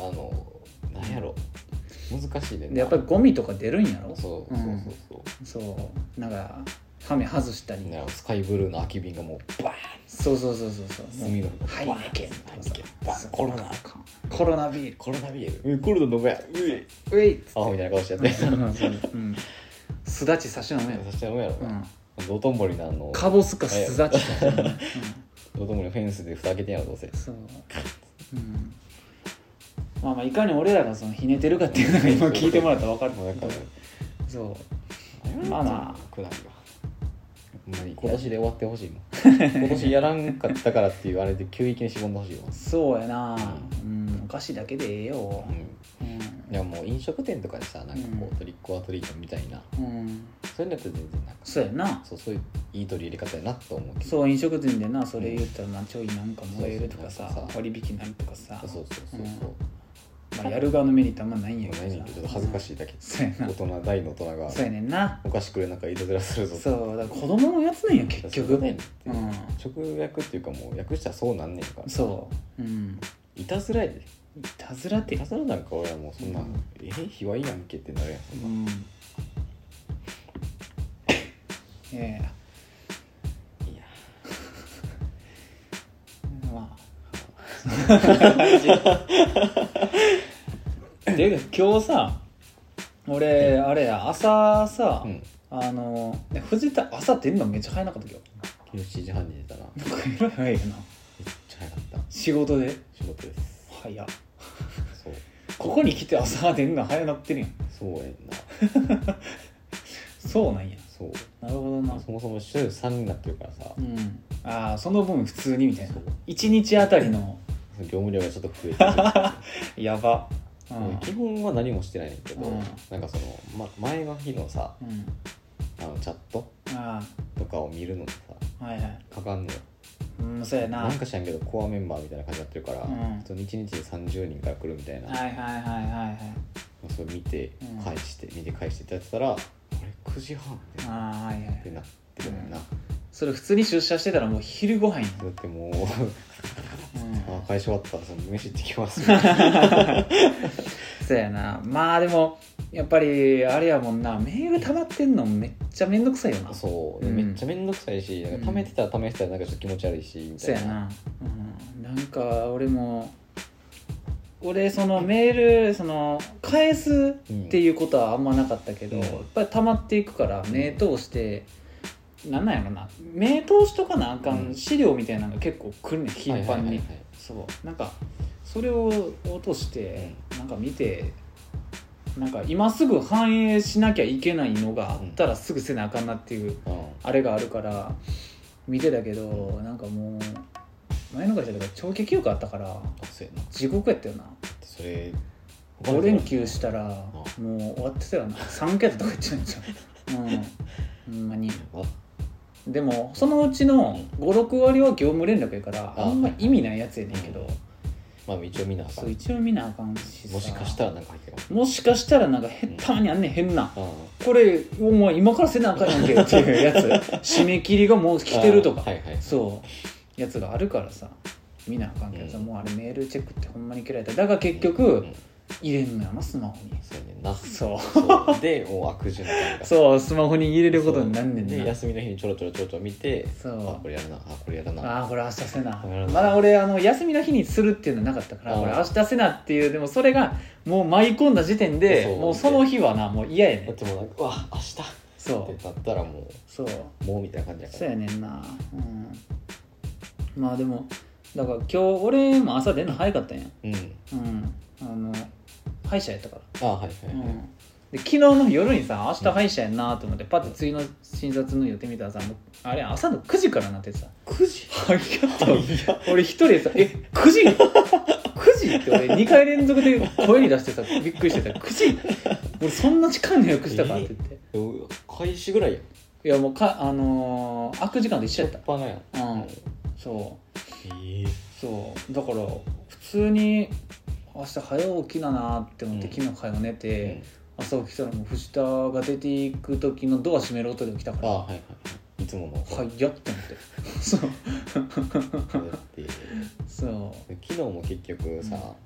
Speaker 2: なあのなんやろ難しいねん
Speaker 1: で
Speaker 2: な
Speaker 1: やっぱりゴミとか出るんやろ
Speaker 2: そうそう
Speaker 1: う
Speaker 2: そうんそう
Speaker 1: そうなんかハメ外したり、
Speaker 2: ねスカイブルーの空き瓶がもうバーン
Speaker 1: そうそうそうそうそう
Speaker 2: 海の
Speaker 1: ハイネケン
Speaker 2: ハイ
Speaker 1: とか
Speaker 2: ネケンバ
Speaker 1: さ
Speaker 2: ーンコロナ
Speaker 1: コロナビール
Speaker 2: コロナビールうんコロナ飲めやうえ
Speaker 1: ウェイ
Speaker 2: アホみたいな顔しちゃって
Speaker 1: うんうんすだち差し飲めよ、
Speaker 2: そして飲めやろ
Speaker 1: うん、
Speaker 2: 道頓堀のあの
Speaker 1: かぼすかすだち差し飲め、うん、
Speaker 2: 道頓堀のフェンスでふざけてんやろどうせ
Speaker 1: そう、うん、まあまあいかに俺らがそのひねてるかっていうのが今聞いてもらったら分かる
Speaker 2: もうなんか
Speaker 1: そうまあま
Speaker 2: まあま
Speaker 1: あ
Speaker 2: あくだりはほんまに今年で終わってほしいも ん今年やらんかったからっていうあれで急激にしぼんでほしいわ
Speaker 1: そうやな、うん、お菓子だけでええよ
Speaker 2: う、ん
Speaker 1: うん
Speaker 2: いやもう飲食店とかでさなんかこ
Speaker 1: うん
Speaker 2: うトリックオアトリートみたいな
Speaker 1: うん、
Speaker 2: そういうのって全然なんか
Speaker 1: そうやな
Speaker 2: そうそういういい取り入れ方やなと思うけど
Speaker 1: そう飲食店でなそれ言ったらなちょいなんか燃えるとかさ
Speaker 2: そうそうそう
Speaker 1: 割引になるとかさ
Speaker 2: そうそうそうそう
Speaker 1: うんまあ、やる側のメリットあんまないんや
Speaker 2: もう
Speaker 1: けど
Speaker 2: ないねんけどちょっと恥ずかしいだけ
Speaker 1: そうやな
Speaker 2: 大人大の大人が
Speaker 1: そうやねんな
Speaker 2: お菓子くれなんかいたずらするぞ
Speaker 1: そうだから子供のやつなんや結局
Speaker 2: そうだよねっていう
Speaker 1: うん
Speaker 2: 直訳っていうかもう訳したらそうなんねんから
Speaker 1: そううん
Speaker 2: いたずらやで
Speaker 1: いたずらって
Speaker 2: いたずらなんか俺はもうそんな
Speaker 1: うん
Speaker 2: 「え卑猥やんけ」ってなるやん
Speaker 1: うんいやいや
Speaker 2: いや
Speaker 1: まあで今日さ俺あれや朝さ、
Speaker 2: うん
Speaker 1: あのね藤田朝出んのめっちゃ早なかった今
Speaker 2: 昨日7時半に出たなめっ
Speaker 1: 日なんかえらい早いよな
Speaker 2: ちゃ早かった
Speaker 1: 仕事で
Speaker 2: 仕事です
Speaker 1: 早っ
Speaker 2: そう
Speaker 1: ここに来て朝出んの早なってるやん
Speaker 2: そうやんな
Speaker 1: そうなんや
Speaker 2: そう
Speaker 1: なるほどな
Speaker 2: そもそも週3になってるからさ
Speaker 1: うんああその分普通にみたいな
Speaker 2: そう
Speaker 1: 1日あたりの
Speaker 2: 業務量がちょっと増えてる
Speaker 1: やばうん
Speaker 2: うん基本は何もしてないねんけど、
Speaker 1: うん
Speaker 2: なんかその、ま、前の日のさ
Speaker 1: うん
Speaker 2: あのチャット
Speaker 1: あ
Speaker 2: とかを見るのにさ
Speaker 1: あはいはい
Speaker 2: かかんのよ
Speaker 1: うんそうやな
Speaker 2: な
Speaker 1: は
Speaker 2: んか知らんけどコアメンバーみたいな感じになってるから、
Speaker 1: うん
Speaker 2: その1日に30人から来るみたい
Speaker 1: い
Speaker 2: な、
Speaker 1: はいはいはいはい
Speaker 2: それ見て
Speaker 1: うん
Speaker 2: 返して、見て返してってやってたらあれ9時半ってなっ
Speaker 1: ああはいは
Speaker 2: て
Speaker 1: い
Speaker 2: なってるのよな、
Speaker 1: それ普通に出社してたらもう昼ご飯やん
Speaker 2: だっても
Speaker 1: う
Speaker 2: う
Speaker 1: ん
Speaker 2: あ会社終わったらその飯行って きますみたいな
Speaker 1: そうやなまあでもやっぱりあれやもんなメール溜まってんのめっちゃめんどくさいよなそ
Speaker 2: そう、
Speaker 1: うん
Speaker 2: めっちゃ面倒くさいしなんか貯めてたら貯めてたらなんかちょっと気持ち悪いしみ
Speaker 1: う
Speaker 2: たい
Speaker 1: や
Speaker 2: な
Speaker 1: な、うん、なんか俺も俺そのメールその返すっていうことはあんまなかったけど、
Speaker 2: うん
Speaker 1: やっぱり溜まっていくから目通して、なんなんやろな目通しとかなあか
Speaker 2: うんん
Speaker 1: 資料みたいなのが結構来るね頻繁に、
Speaker 2: はいはいはいはい
Speaker 1: そうなんかそれを落として、なんか見てなんか今すぐ反映しなきゃいけないのがあったらすぐせなあかんなっていう
Speaker 2: うん
Speaker 1: あれがあるから見てたけどなんかもう前の会社とか長期休暇あったから
Speaker 2: あそうやなだ
Speaker 1: 地獄やったよな
Speaker 2: ってそれ
Speaker 1: 5連休したらもう終わってたよな3桁とかいっちゃ うんじゃんうんほんまに
Speaker 2: あ
Speaker 1: でもそのうちの56割は業務連絡やから
Speaker 2: あ
Speaker 1: あんま意味ないやつやねんけど
Speaker 2: まあ一応見なあか
Speaker 1: そうん一応見なあかんしさ
Speaker 2: もしかしたらなんか入ってるか
Speaker 1: もしかしたらなんかへたまにあんねん変な
Speaker 2: も
Speaker 1: これお前今からせなあかんやんけ っていうやつ締め切りがもう来てるとか
Speaker 2: あーはいはい
Speaker 1: そうやつがあるからさ見なあかんけどさ、
Speaker 2: うん
Speaker 1: もうあれメールチェックってほんまに嫌いだだから結
Speaker 2: う
Speaker 1: 局
Speaker 2: ん
Speaker 1: 入れんのやなスマホに
Speaker 2: そうやねんな
Speaker 1: そう
Speaker 2: そ うでもう悪循環が
Speaker 1: そうスマホに入れることになんね
Speaker 2: で
Speaker 1: んな
Speaker 2: 休みの日にちょろちょろちょろちょろ見て
Speaker 1: そう
Speaker 2: あこれやるなあこれやるな
Speaker 1: ああこれ明日せな
Speaker 2: これやるな
Speaker 1: まだ俺あの休みの日にするっていうのはなかったから
Speaker 2: あー
Speaker 1: これ明日せなっていうでもそれがもう舞い込んだ時点で
Speaker 2: そう
Speaker 1: もうその日はなもう嫌やね
Speaker 2: だっ
Speaker 1: ん
Speaker 2: てもうなんかうわ明日
Speaker 1: そ
Speaker 2: ってなったらも
Speaker 1: うそう
Speaker 2: うもうみたいな感じやか
Speaker 1: そう
Speaker 2: ら
Speaker 1: やねんなうんまあでもだから今日俺も朝出んの早かったんや
Speaker 2: うん
Speaker 1: うんあの歯医者やったから
Speaker 2: あはいはいはい、
Speaker 1: で昨日の夜にさ明日歯医者やんなと思ってパッて次の診察の予定見たらさもうあれ朝の9時からなってさ
Speaker 2: 9時
Speaker 1: 早かった
Speaker 2: いや
Speaker 1: 俺一人でさ「え9時 ?9 時?」って俺2回連続で声に出してさびっくりしてた「9時?」俺そんな時間の予約したかって言って
Speaker 2: うわ 開始ぐらいや
Speaker 1: いやもうかあのー、悪時間と一緒やった
Speaker 2: ぱなやん
Speaker 1: うん
Speaker 2: へ
Speaker 1: そう
Speaker 2: え
Speaker 1: そうだから普通に明日早起きだなって思って
Speaker 2: うん
Speaker 1: 昨日早寝て、
Speaker 2: うん
Speaker 1: 朝起きたらもう藤田が出ていく時のドア閉める音で起きたか
Speaker 2: あ
Speaker 1: ら
Speaker 2: はいはいはいいつもの
Speaker 1: はいやって思ってそう
Speaker 2: だって
Speaker 1: そ
Speaker 2: 昨日も結局さ、も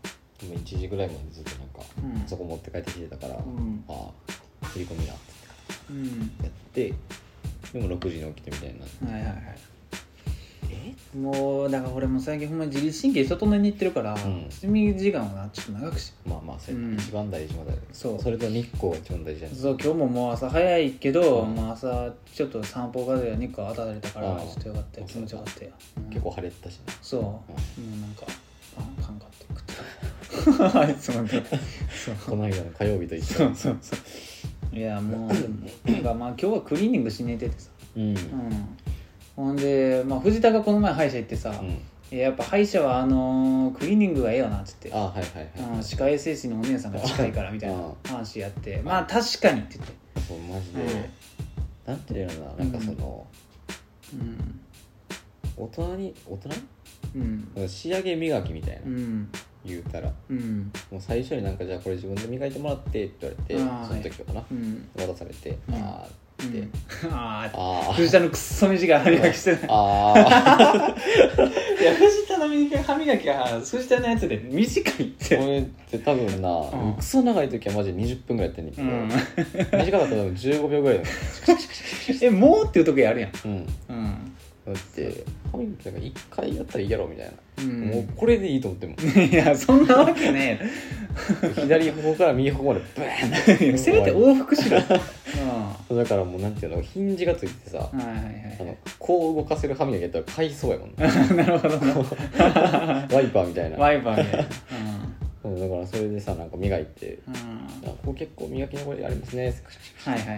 Speaker 2: う1時ぐらいまでずっとなんか、
Speaker 1: うん
Speaker 2: そこ持って帰ってきてたか
Speaker 1: う
Speaker 2: ら、
Speaker 1: う
Speaker 2: あ
Speaker 1: ん
Speaker 2: あ振り込みやって
Speaker 1: うん
Speaker 2: やってでも6時に起きてみたいになって
Speaker 1: はいはいはい
Speaker 2: え
Speaker 1: もうだから俺も最近ほんまに自律神経整えにいってるから、
Speaker 2: ん
Speaker 1: 睡眠時間をなちょっと長くし
Speaker 2: まあまあそれ
Speaker 1: うん
Speaker 2: 一番大事まだ、
Speaker 1: そう
Speaker 2: それと日光が一番大事じゃない
Speaker 1: そう今日ももう朝早いけど、
Speaker 2: うん
Speaker 1: もう朝ちょっと散歩がで日光当たられたから
Speaker 2: ああ
Speaker 1: ちょっとよかったよ気持ちよかったよ、うん
Speaker 2: 結構晴れてたし
Speaker 1: そう、も
Speaker 2: うん
Speaker 1: うなんかパンカン買って 食ったあいつもねそう
Speaker 2: なこの間の火曜日と一
Speaker 1: そ
Speaker 2: 緒
Speaker 1: うそうそういやもうでもなんかまあ今日はクリーニングしに行っててさ、
Speaker 2: うん、うん
Speaker 1: うん、ほんで、まあ、藤田がこの前歯医者行ってさ、いややっぱ歯医者はあのークリーニングがええよなっつって、
Speaker 2: あはいはいはい、
Speaker 1: うん、歯科衛生士のお姉さんが近いから みたいな
Speaker 2: う
Speaker 1: 話やってまあ確かにって言って、
Speaker 2: そうマジで、なんていうのかななんかその、
Speaker 1: うん
Speaker 2: 大人に大人
Speaker 1: うん
Speaker 2: なんか仕上げ磨きみたいな、
Speaker 1: うん
Speaker 2: 言うたら
Speaker 1: うん
Speaker 2: もう最初になんかじゃあこれ自分で磨いてもらってって言われて
Speaker 1: あ
Speaker 2: そ
Speaker 1: ー
Speaker 2: の時かな、
Speaker 1: うん
Speaker 2: 渡されて、
Speaker 1: うん
Speaker 2: あーって、
Speaker 1: うんああ
Speaker 2: あー
Speaker 1: 藤田のくっそ短い歯磨きしてない
Speaker 2: あ
Speaker 1: いや藤田の短い歯磨きが藤田のやつで短いっ
Speaker 2: ー
Speaker 1: て
Speaker 2: 俺って多分な、
Speaker 1: うん
Speaker 2: クソ長い時はマジで20分ぐらいやってんねんけ
Speaker 1: う
Speaker 2: ど、
Speaker 1: ん
Speaker 2: 短かったら多分15秒ぐらい だよ、
Speaker 1: えもうっていう時あるやん
Speaker 2: うん、だ
Speaker 1: うん
Speaker 2: って歯磨きなんか1回やったらいいやろみたいな、
Speaker 1: うん
Speaker 2: もうこれでいいと思っても
Speaker 1: いやそんなわけね
Speaker 2: 左頬から右頬までブーンっ
Speaker 1: えせめて往復し ろうん
Speaker 2: てだからもうなんていうのヒンジがついててさ、
Speaker 1: はいはい
Speaker 2: あのこう動かせる歯磨きやったら買いそうやもんね
Speaker 1: はい なるほどな
Speaker 2: ワイパーみたいな
Speaker 1: ワイパーで
Speaker 2: うんだからそれでさなんか磨いて
Speaker 1: うん、うん、
Speaker 2: あここ結構磨き残りありますね
Speaker 1: はいはいは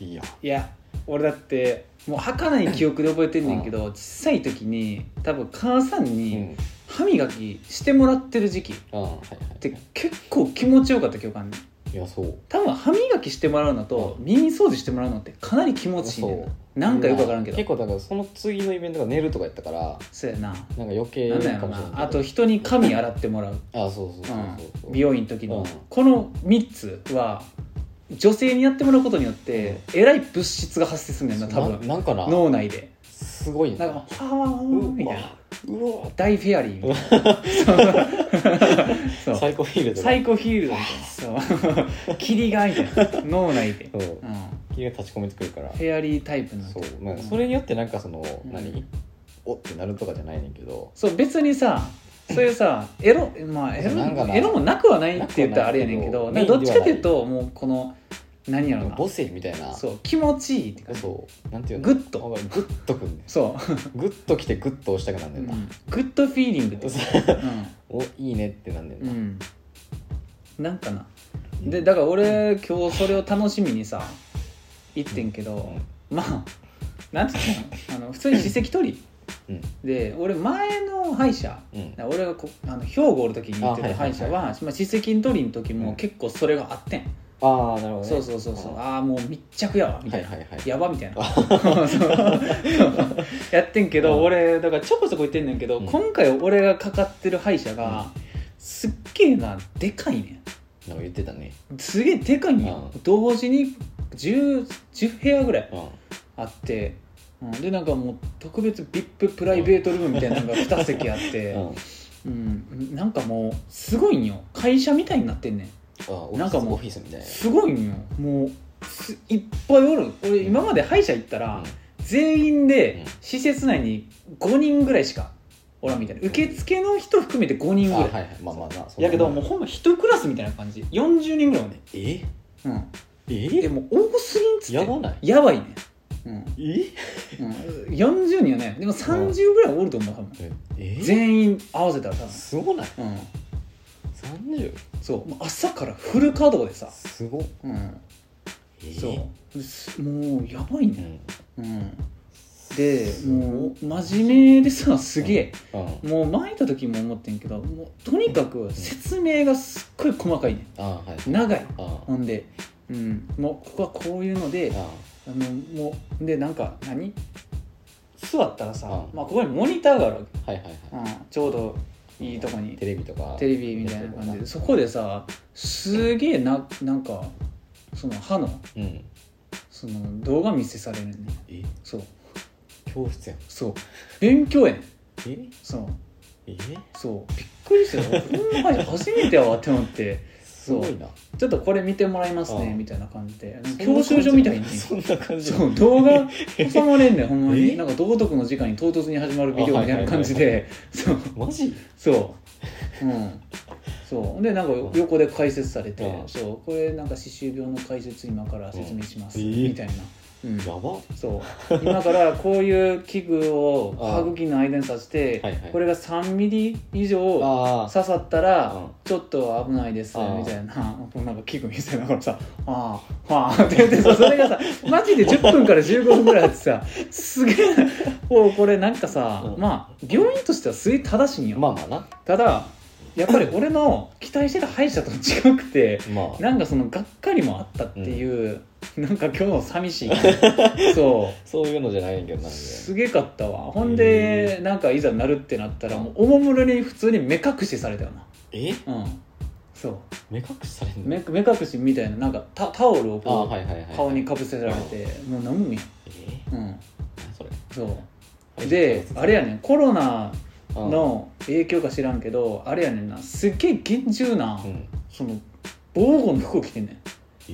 Speaker 1: い
Speaker 2: いいや
Speaker 1: いや俺だってもう儚い記憶で覚えてんねんけど小さい時に多分母さん
Speaker 2: うん
Speaker 1: に歯磨きしてもらってる時期っ
Speaker 2: あはいはい
Speaker 1: て結構気持ちよかった記憶あんねん
Speaker 2: いやそう
Speaker 1: 多分歯磨きしてもらうのと耳掃除してもらうのってかなり気持ちいいねんななんかよくわからんけど
Speaker 2: 結構だからその次のイベントが寝るとかやったから
Speaker 1: そうやな
Speaker 2: なんか余計
Speaker 1: なんだ
Speaker 2: か
Speaker 1: よ
Speaker 2: もしれない
Speaker 1: なあと人に髪洗ってもらう、
Speaker 2: あそうそうそうそう、
Speaker 1: うん美容院の時の、
Speaker 2: うん
Speaker 1: この3つは女性にやってもらうことによってえらい物質が発生するんだよな多分
Speaker 2: ななんかな
Speaker 1: 脳内です
Speaker 2: ごいね
Speaker 1: なんか「はわわ
Speaker 2: うわ
Speaker 1: みたいな
Speaker 2: うわ
Speaker 1: 「大フェアリー」みたいなそう
Speaker 2: 最高ヒールド
Speaker 1: サイコヒールドみたいなそう霧がみたいな脳内で、
Speaker 2: そう
Speaker 1: うん、
Speaker 2: 霧が立ち込めてくるから
Speaker 1: フェアリータイプになって
Speaker 2: そ
Speaker 1: る
Speaker 2: う、ま
Speaker 1: う
Speaker 2: あ、
Speaker 1: ん
Speaker 2: それによってなんかその、
Speaker 1: うん
Speaker 2: 何おってなるとかじゃないねんけど
Speaker 1: そう別にさそういうさエロまあエ
Speaker 2: なんか
Speaker 1: ロ
Speaker 2: な
Speaker 1: エロもなくはないって言ったらあれやねんけどな
Speaker 2: な
Speaker 1: ん
Speaker 2: く
Speaker 1: か
Speaker 2: は
Speaker 1: どっ
Speaker 2: ない
Speaker 1: ち
Speaker 2: けど
Speaker 1: かっていうともうこの何やろ
Speaker 2: 母
Speaker 1: う
Speaker 2: 性みたいな
Speaker 1: なそう気持ちいいって感じ
Speaker 2: そうなんていうの
Speaker 1: グッと
Speaker 2: わかるグッとくんね
Speaker 1: そ
Speaker 2: グッときてグッと押したくなん
Speaker 1: う、
Speaker 2: ねんな、
Speaker 1: グッドフィーリングって
Speaker 2: おいいねってなんねん
Speaker 1: うん、う
Speaker 2: な、
Speaker 1: ん、なんかなでだから俺今日それを楽しみにさ行ってんけど、まあなんていうのあの普通に歯石取り
Speaker 2: うん
Speaker 1: で俺前の歯医者
Speaker 2: うんうん
Speaker 1: 俺がこあの兵庫おる時に行ってた
Speaker 2: あはいは
Speaker 1: 歯
Speaker 2: いはい
Speaker 1: 医者はまあ歯石取りの時
Speaker 2: う
Speaker 1: も
Speaker 2: ん
Speaker 1: 結構それがあってん、
Speaker 2: ああなるほどね
Speaker 1: そうそうそうそう
Speaker 2: うん
Speaker 1: ああもう密着やわみた
Speaker 2: はいい
Speaker 1: な、
Speaker 2: はいはい
Speaker 1: やばみたいなそう やってんけど、
Speaker 2: うん
Speaker 1: 俺だからちょこちょこ言ってんねんけど、
Speaker 2: うん
Speaker 1: 今回俺がかかってる歯医者が、すっげえなでかいね
Speaker 2: なんか言ってたね
Speaker 1: んすげえでかいんよ、
Speaker 2: う
Speaker 1: 同時に 10, 10部屋ぐらい
Speaker 2: うん
Speaker 1: あって、うん、でなんかもう特別 VIP プライベートルームみたいなのが2席あって、
Speaker 2: うん、あ
Speaker 1: うん、なんかもうすごいんよ会社みたいになってんね
Speaker 2: オフィス
Speaker 1: なんかもう
Speaker 2: オフィスみたい
Speaker 1: ん
Speaker 2: な
Speaker 1: すごいんよもうすいっぱいおる俺今まで歯医者行ったら、
Speaker 2: うん
Speaker 1: 全員
Speaker 2: うん
Speaker 1: で施設内に5人ぐらいしかおらんみたいな受付の人含めて5人ぐ
Speaker 2: あ
Speaker 1: ら、
Speaker 2: はいいはいまあまあなそんな
Speaker 1: やけどもうほんま1クラスみたいな感じ40人ぐらいおんね
Speaker 2: え
Speaker 1: ん、うん、で
Speaker 2: え
Speaker 1: も多すぎんっつって
Speaker 2: やばない
Speaker 1: やばいねうん
Speaker 2: え
Speaker 1: うん、40人はねでも30ぐらいおると思う多分
Speaker 2: え
Speaker 1: 全員合わせたら多分
Speaker 2: すごない
Speaker 1: うん
Speaker 2: 30
Speaker 1: そうもう朝からフル稼働でさ
Speaker 2: すごっ
Speaker 1: うん
Speaker 2: え
Speaker 1: そうすもうやばいね、
Speaker 2: ん
Speaker 1: うん、でもう真面目でさすげ
Speaker 2: うん
Speaker 1: えもう前いた時も思ってんけどもうとにかく説明がすっごい細かいね
Speaker 2: あはい
Speaker 1: 長い
Speaker 2: あ
Speaker 1: ほんで、うん、もうここはこういうので
Speaker 2: あ
Speaker 1: あのもうでなんか何座ったらさ、
Speaker 2: うん
Speaker 1: まあ、ここにモニターがあるわけ、
Speaker 2: はいはいは
Speaker 1: うん、ちょうど
Speaker 2: い
Speaker 1: いいとこに
Speaker 2: テレビとか
Speaker 1: テレビみたいな感じでそこでさすげえななんかその歯の
Speaker 2: うん
Speaker 1: その動画見せされるね
Speaker 2: え
Speaker 1: そう
Speaker 2: 教室やん
Speaker 1: そう勉強やねん
Speaker 2: え
Speaker 1: そう
Speaker 2: え
Speaker 1: そうびっくりしたよこんな感じ初めてやわって思って
Speaker 2: すごいな
Speaker 1: ちょっとこれ見てもらいますね
Speaker 2: ああ
Speaker 1: みたいな感じで教習所みたいに
Speaker 2: そんな感じ
Speaker 1: そう動画収まれんねんほんま
Speaker 2: え
Speaker 1: になんか道徳の時間に唐突に始まるビデオみたいな感じ
Speaker 2: あはい
Speaker 1: でそう
Speaker 2: マジ
Speaker 1: そううんそうでなんかよ
Speaker 2: うん
Speaker 1: 横で解説されて
Speaker 2: うん
Speaker 1: そうこれなんか歯周病の解説今から説明します
Speaker 2: うんええ
Speaker 1: みたいなうん
Speaker 2: やば
Speaker 1: そう今からこういう器具を
Speaker 2: ああ
Speaker 1: 歯茎の間に刺して
Speaker 2: はいはい
Speaker 1: これが3ミリ以上
Speaker 2: あ
Speaker 1: 刺さった
Speaker 2: うん
Speaker 1: らちょっと危ないです
Speaker 2: ああ
Speaker 1: みたいな もうなんか器具見せながらさ「ああはあ」って言ってさそれ がさマジで10分から15分ぐらいあってさすげえもうこれなんかさ
Speaker 2: うん
Speaker 1: まあ病院としてはすげえ正しいんよ
Speaker 2: まあまあな
Speaker 1: ただやっぱり俺の期待してた歯医者と違くて
Speaker 2: まあ
Speaker 1: なんかそのがっかりもあったっていう、なんか今日の寂しい感 じそ
Speaker 2: そういうのじゃないんやけど
Speaker 1: う
Speaker 2: なんです
Speaker 1: げかったわほんでなんかいざなるってなったらもうおもむろに普通に目隠しされたよ
Speaker 2: え
Speaker 1: なうんそう
Speaker 2: 目隠しされんの
Speaker 1: 目目隠しみたいななんかタタオルを
Speaker 2: あ
Speaker 1: こう、
Speaker 2: はいはいはいはい
Speaker 1: 顔にかぶせられてもう何も見
Speaker 2: え
Speaker 1: えんうん
Speaker 2: 何それ
Speaker 1: そうであれやねんコロナ
Speaker 2: うん
Speaker 1: の影響か知らんけどあれやねんなすっげえ厳重な、
Speaker 2: うん
Speaker 1: その防護の服を着てんねん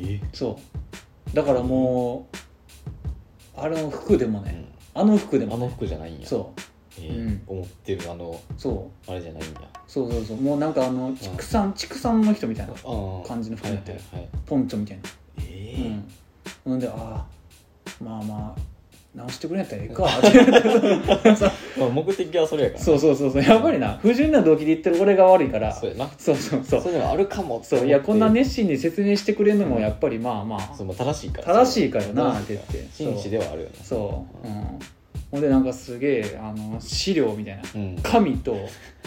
Speaker 2: え
Speaker 1: そうだからもうあの服でも
Speaker 2: う
Speaker 1: ね
Speaker 2: ん
Speaker 1: あの服で
Speaker 2: あ
Speaker 1: も
Speaker 2: の服じゃないんや
Speaker 1: そう
Speaker 2: え
Speaker 1: うん
Speaker 2: 思ってるあの
Speaker 1: そう
Speaker 2: あれじゃないんや
Speaker 1: そうそうそうもうなんかあの畜産畜産の人みたいな
Speaker 2: ああ
Speaker 1: 感じの服になってる
Speaker 2: はいはいはい
Speaker 1: ポンチョみたいな
Speaker 2: え
Speaker 1: う
Speaker 2: え
Speaker 1: んほんでああまあまあ直してくれんやったらええかってそう
Speaker 2: まあ目的 はそれやから
Speaker 1: そうそうそうそうやっぱりな不純な動機で言ってる俺が悪いから
Speaker 2: そうやな
Speaker 1: そうそうそ
Speaker 2: そうういうのがあるかもって
Speaker 1: そ
Speaker 2: 思って
Speaker 1: ういやこんな熱心に説明してくれるのもやっぱりまあまあ
Speaker 2: そうまあ正しいから
Speaker 1: 正しいからな
Speaker 2: 正しい
Speaker 1: って言って
Speaker 2: 真摯ではあるよね
Speaker 1: そう、うん、ほんでなんかすげえあの資料みたいな
Speaker 2: うん
Speaker 1: 紙と